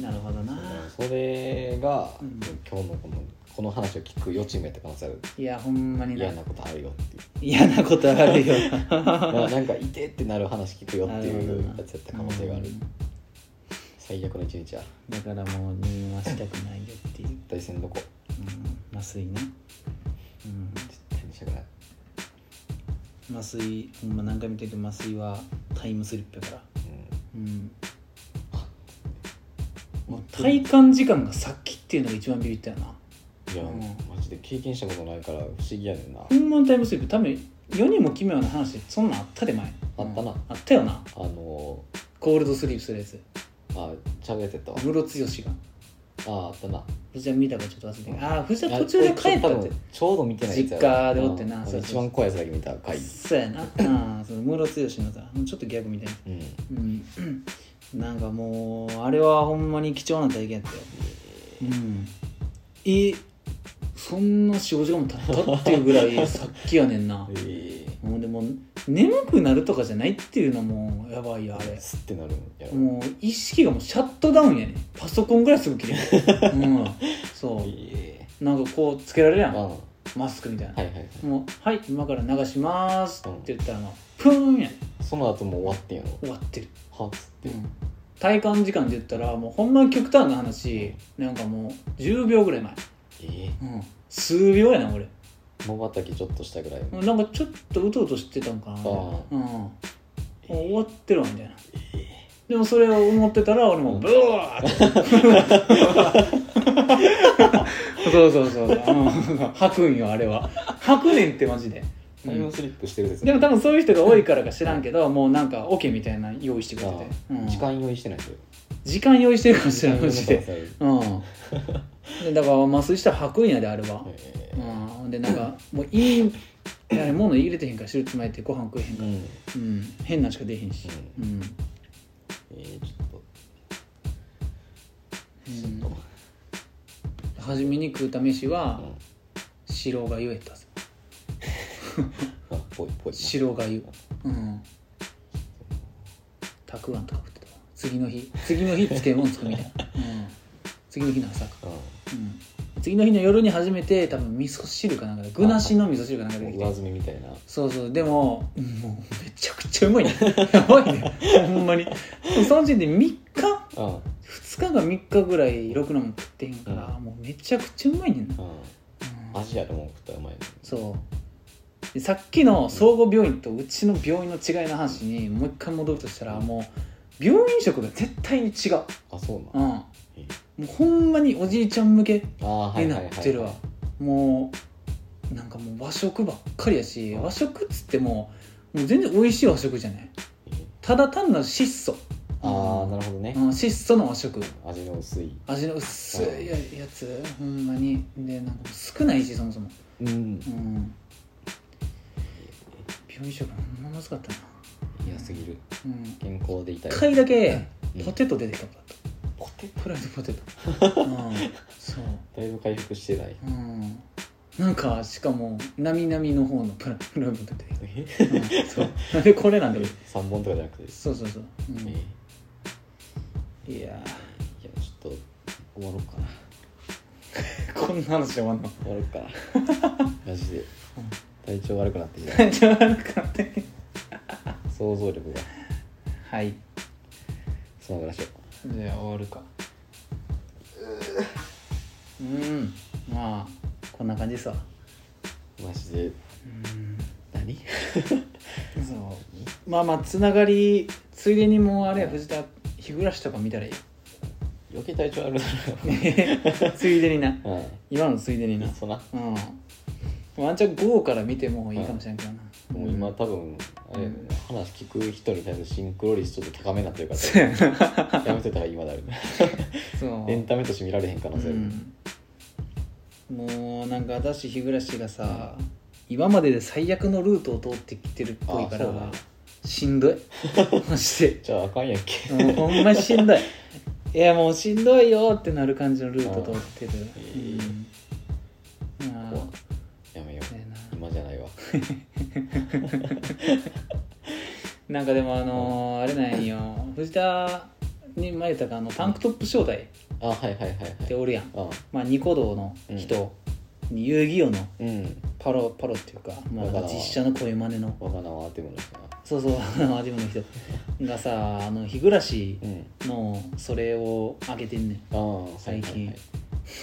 Speaker 1: なるほどな
Speaker 2: それが
Speaker 1: うん
Speaker 2: 今日のこのこの話を聞く予知夢やった可能性ある
Speaker 1: いやほんまに
Speaker 2: 嫌
Speaker 1: な
Speaker 2: なことあるよっていう
Speaker 1: 嫌なことあるよ
Speaker 2: だからなんかいてってなる話聞くよっていうやつやった可能性がある
Speaker 1: うん
Speaker 2: 最悪の一日や
Speaker 1: だからもう入院はしたくないよっていう、うん、
Speaker 2: 大戦どこ
Speaker 1: 麻酔ねうん
Speaker 2: 絶対にしたくない
Speaker 1: 麻酔ほんま何回も言ってるけど麻酔はタイムスリップやからうんもう体感時間がさっきっていうのが一番ビビったよな
Speaker 2: うんいや、
Speaker 1: うん
Speaker 2: マジで経験したことないから不思議やねんな、
Speaker 1: ほんまのタイムスリップ多分世にも奇妙な話そんなんあったで前
Speaker 2: あったな
Speaker 1: うんあったよな
Speaker 2: あの
Speaker 1: コールドスリープするやつ
Speaker 2: あちゃべってたわ
Speaker 1: ムロツヨシが
Speaker 2: あああったな
Speaker 1: 藤田見たかちょっと忘れて
Speaker 2: うん
Speaker 1: ああ藤田途中で帰った
Speaker 2: いや
Speaker 1: って
Speaker 2: 俺ちょ多分ちょうど見てないやつやろ
Speaker 1: 実家でおってな
Speaker 2: うん
Speaker 1: そうそう
Speaker 2: 一番怖いやつだけ見た回
Speaker 1: そうやなあーそのムロツヨシのさちょっとギャグみたいな
Speaker 2: うん
Speaker 1: うんなんかもうあれはほんまに貴重な体験やったようんえそんな45時間も経ったっていうぐら いさっきやねんな
Speaker 2: えー
Speaker 1: もうでも眠くなるとかじゃないっていうのもやばいよあれ
Speaker 2: スッてなるんやろ、
Speaker 1: もう意識がもうシャットダウンやねんパソコンぐらいすぐ切れるうんそ
Speaker 2: え
Speaker 1: うなんかこうつけられるや
Speaker 2: ーあ
Speaker 1: ん
Speaker 2: は
Speaker 1: マスクみたいな、
Speaker 2: いはいはい
Speaker 1: もう「はい今から流します」って言ったらもうプーンやねん
Speaker 2: その後もう終わってんやろ
Speaker 1: 終わってる
Speaker 2: はっつって、
Speaker 1: 体感時間で言ったらもうほんまに極端な話なんかもう10秒ぐらい前、
Speaker 2: え
Speaker 1: うん、数秒やな俺
Speaker 2: えまばたきちょっとしたぐらい、
Speaker 1: うんなんかちょっとうとうとしてたんかなみたいな
Speaker 2: あ
Speaker 1: うんもう終わってるわみたいなでもそれを思ってたら俺もブワーッてそうそうそうそう、うん、吐くんよあれは吐くねんってマジで、う
Speaker 2: タイム
Speaker 1: ん、
Speaker 2: スリップしてるです
Speaker 1: でも多分そういう人が多いからか知らんけどもうなんかオ、ケみたいなの用意してくれてて、うん
Speaker 2: 時間用意してないですよ
Speaker 1: 時間用意してるかもし
Speaker 2: 時
Speaker 1: れ
Speaker 2: 間
Speaker 1: ないマ
Speaker 2: 用意し
Speaker 1: ジ
Speaker 2: て
Speaker 1: で
Speaker 2: ないですよ
Speaker 1: うんでだから麻酔したら吐くんやであれは、
Speaker 2: え
Speaker 1: うん、ほんでなんかもういいあれ物入れてへんから手術前ってご飯食えへん
Speaker 2: ーう
Speaker 1: か
Speaker 2: ん、え
Speaker 1: ら、うん、変なんしか出へんしうん、
Speaker 2: ーちょっと
Speaker 1: うん、初めに食うた飯は
Speaker 2: うん
Speaker 1: 白がゆやったっす
Speaker 2: あぽいぽい
Speaker 1: 白がゆうんたくあんとか食ってたわ次の日次の日漬物作るみたいな、うん、次の日の朝か
Speaker 2: うん
Speaker 1: うん次の日の夜に初めて多分味噌汁かなんかで具なしの味噌汁かなんかできて
Speaker 2: 上積みみたいな
Speaker 1: そうそうでももうめちゃくちゃうまいねやばいねほんまにその時点で3日
Speaker 2: うん
Speaker 1: 2日が3日ぐらいろくなもん食ってへんから、もうめちゃくちゃうまいねんな、
Speaker 2: う
Speaker 1: うん
Speaker 2: んアジアでもん食ったらうまいね
Speaker 1: そうでさっきの総合病院とうちの病院の違いの話にもう一回戻るとしたらもう病院食が絶対に違う、
Speaker 2: あそう
Speaker 1: うん、
Speaker 2: なん
Speaker 1: もうほんまにおじいちゃん向け
Speaker 2: あーは
Speaker 1: に
Speaker 2: いは
Speaker 1: ない
Speaker 2: はい
Speaker 1: ってるわもうなんかもう和食ばっかりやし
Speaker 2: うん
Speaker 1: 和食っつってももう全然美味しい和食じゃない
Speaker 2: うん
Speaker 1: ただ単なる質素
Speaker 2: ああ
Speaker 1: うん
Speaker 2: なるほどね
Speaker 1: うん質素の和食
Speaker 2: 味の薄い
Speaker 1: 味の薄いややつほんまにでなんか少ないしそもそも
Speaker 2: うん
Speaker 1: うん病院食ほんままずかったな
Speaker 2: 嫌すぎる
Speaker 1: うん
Speaker 2: 健康でいたい
Speaker 1: 一回だけ
Speaker 2: うん
Speaker 1: ポテト出てきたんだった
Speaker 2: ポテ
Speaker 1: フライドポテ トうんそう
Speaker 2: だいぶ回復してない
Speaker 1: うんなんかしかもなみなみの方のプラフライドポテト出てき
Speaker 2: え
Speaker 1: た、うん そうなんでこれなんだろう
Speaker 2: 3本とかじゃなくてです
Speaker 1: そうそうそう、うん
Speaker 2: えーい
Speaker 1: いや
Speaker 2: やちょっと終わろうかな
Speaker 1: ーこんな話で終わんの
Speaker 2: 終わろうか なマジで体調悪くなってきた
Speaker 1: じゃあ悪かったね
Speaker 2: 想像力が
Speaker 1: はい
Speaker 2: つながらしょ
Speaker 1: じゃあ終わるかうんまあこんな感じさ
Speaker 2: うマジで
Speaker 1: うん
Speaker 2: 何
Speaker 1: そうまあまあつながりついでにもうあれや藤田日暮らしとか見たらいいよ
Speaker 2: 余計体調悪くな
Speaker 1: ついでにな
Speaker 2: る
Speaker 1: 今のついでに
Speaker 2: うんい
Speaker 1: な
Speaker 2: っそな
Speaker 1: うんワンチャン5から見てもいいかもしれんけどな、
Speaker 2: もう今多分あれ、
Speaker 1: うん
Speaker 2: 話聞く人に対するシンクロ率ちょっと高めになってるか
Speaker 1: そうやな
Speaker 2: らやめといた方がいいまだある
Speaker 1: そう
Speaker 2: エンタメとして見られへん可能性ある、
Speaker 1: うんもうなんか私日暮らしがさ、今までで最悪のルートを通ってきてるっぽいから
Speaker 2: あそうなんや
Speaker 1: しんどいマジで
Speaker 2: じゃああかんやん け
Speaker 1: もうほんましんどいいやもうしんどいよってなる感じのルート通ってる
Speaker 2: あ
Speaker 1: うんまあ
Speaker 2: 怖っやめよう
Speaker 1: ええ
Speaker 2: 今じゃないわ
Speaker 1: ななんかでもあのーあれなんよ藤田に前言ったかあのタンクトップ招待
Speaker 2: あはいはいはい
Speaker 1: っておるやん、
Speaker 2: はい
Speaker 1: まあ、ニコ動の人に遊戯王の
Speaker 2: あうん
Speaker 1: パロパロっていうか,、まあ、なんか実写の声真似の
Speaker 2: わがなわってもの人な
Speaker 1: そう そうあのアディムの人がさあの日暮らし
Speaker 2: うん
Speaker 1: のそれを上げてんねん
Speaker 2: ああ
Speaker 1: 最近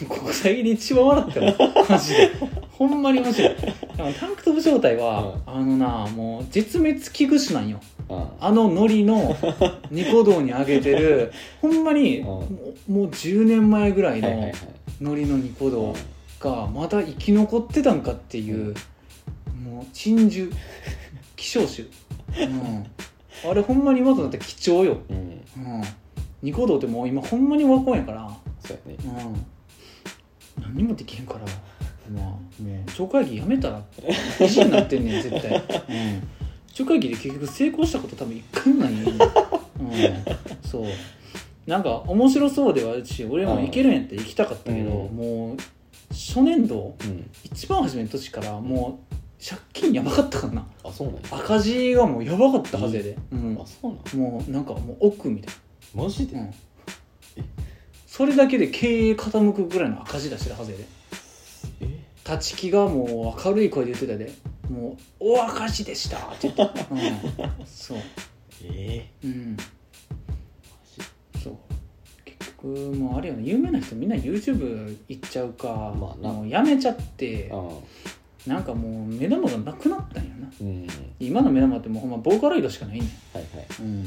Speaker 1: ここ最近で一番笑ったよ マジでほんまに面白いでもタンクトップ状態は、あのなもう絶滅危惧種なんよ
Speaker 2: あ
Speaker 1: あのノリのニコ動に上げてるほんまに、
Speaker 2: うん
Speaker 1: もうもう10年前ぐらい
Speaker 2: はいはいは
Speaker 1: の
Speaker 2: い
Speaker 1: ノリのニコ動
Speaker 2: うん
Speaker 1: がまだ生き残ってたんかっていう、もう珍獣希少種、うん、あれほんまに今となって貴重よ、
Speaker 2: うん
Speaker 1: うん、ニコ動ってもう今ほんまにワコンやから
Speaker 2: そうやね
Speaker 1: うん何もできへんからまあもう町会議やめたら意地になってんねん絶対、 うん、町会議で結局成功したこと多分一回もないね、うん、そうなんか面白そうではあるし俺も行けるんやって行きたかったけど、
Speaker 2: うん
Speaker 1: もう初年度
Speaker 2: うん
Speaker 1: 一番初めの年からもう借金やばかったからな
Speaker 2: あそうなんや
Speaker 1: 赤字がもうやばかったはずやで、うん
Speaker 2: あそうなん
Speaker 1: もうなんかもう奥みたいな
Speaker 2: マジで
Speaker 1: うんそれだけで経営傾くぐらいの赤字出してるはずやで
Speaker 2: え
Speaker 1: 立ち木がもう明るい声で言ってたでもう「お赤字でした」って言 ってた、うん、そう
Speaker 2: え
Speaker 1: うん
Speaker 2: マ
Speaker 1: そう結局もうあれよね有名な人みんな YouTube 行っちゃうか、
Speaker 2: まあな
Speaker 1: もうやめちゃって
Speaker 2: ジ
Speaker 1: なんかもう目玉がなくなったんやな
Speaker 2: うんうん
Speaker 1: 今の目玉ってもうほんまボーカロイドしかないねん
Speaker 2: はいはい
Speaker 1: うん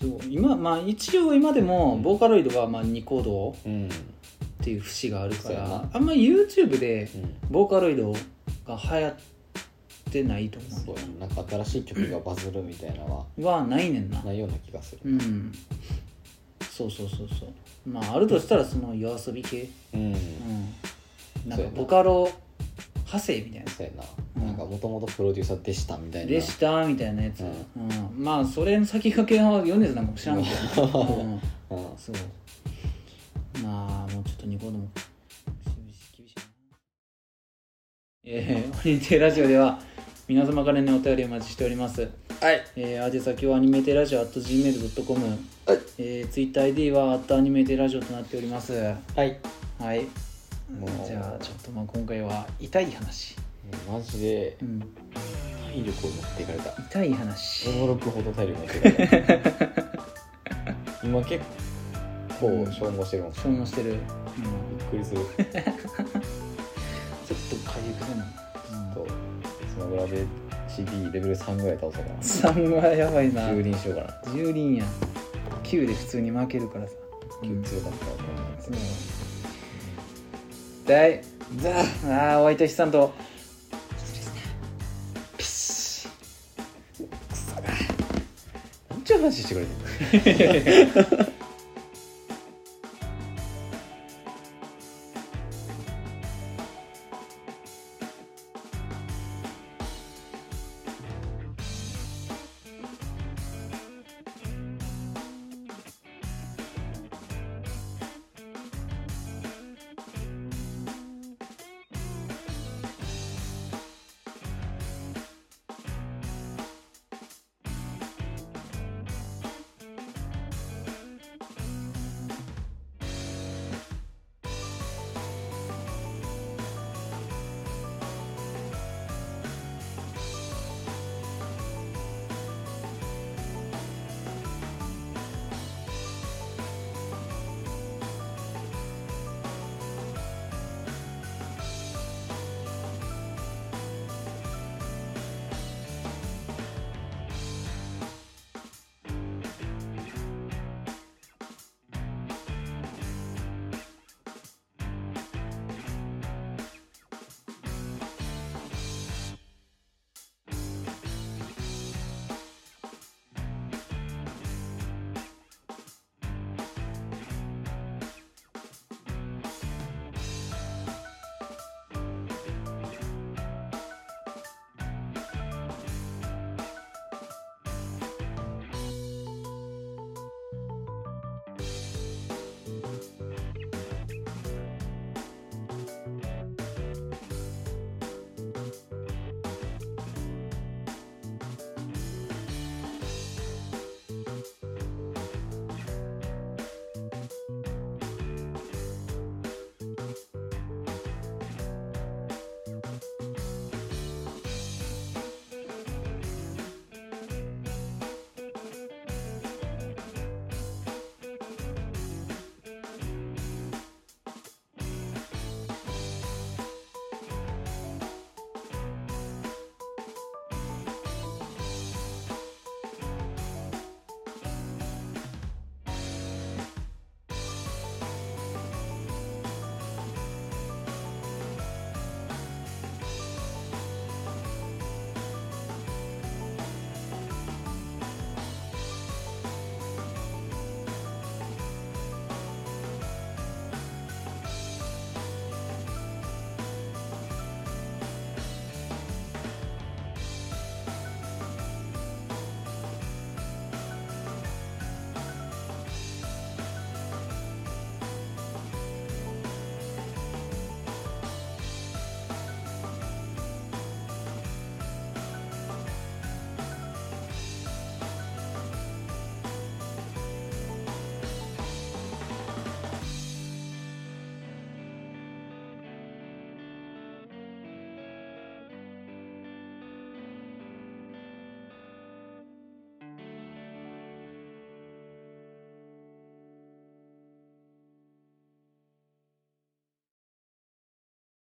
Speaker 1: そう今まあ一応今でもボーカロイドはまあニコ動
Speaker 2: うん
Speaker 1: っていう節があるか
Speaker 2: そうやな
Speaker 1: らあんま YouTube で
Speaker 2: うん
Speaker 1: ボーカロイドが流行ってないと
Speaker 2: そ
Speaker 1: 思
Speaker 2: うやななんか新しい曲がバズるみたいなのは
Speaker 1: うはないねんな
Speaker 2: ないような気がする
Speaker 1: うんそうそうそうそうまああるとしたらその夜遊び系
Speaker 2: うん
Speaker 1: うんなんか
Speaker 2: そうやな
Speaker 1: ボカロ派生みたい
Speaker 2: そうやな
Speaker 1: うん
Speaker 2: なんかもともとプロデューサーでしたみたい
Speaker 1: な
Speaker 2: な
Speaker 1: でしたみたいなやつ、
Speaker 2: う
Speaker 1: うん、まあそれの先駆けは米津なんかも知らんけど、うん、
Speaker 2: うん
Speaker 1: そうまあもうちょっとニコ動も厳しい厳しいなえー、アニメテラジオでは皆様からのお便りをお待ちしております
Speaker 2: はい
Speaker 1: えー、宛先はアニメテラジオ at gmail.com、はいえー、TwitterID は at アニメテラジオとなっておりますは
Speaker 2: はい
Speaker 1: い
Speaker 2: もう
Speaker 1: じゃあちょっとまあ今回は痛い話、
Speaker 2: もうマジで
Speaker 1: うん、
Speaker 2: 体力を持っていかれた
Speaker 1: 痛い話
Speaker 2: 驚くほど体力持っていかれ た今結構消耗してるもん
Speaker 1: 消耗してる、うん、
Speaker 2: びっくりする
Speaker 1: ちょ っとかゆくなる、
Speaker 2: とスマブラで CD レベル3ぐらい倒そうかな
Speaker 1: 3はやばいな
Speaker 2: 蹂躙しようかな
Speaker 1: 10輪や9で普通に負けるからさ、うん
Speaker 2: 強かったわ
Speaker 1: そうだい
Speaker 2: ザー
Speaker 1: ああお相手はさんとピシ
Speaker 2: なんちゅう話してくれてんの
Speaker 1: ッ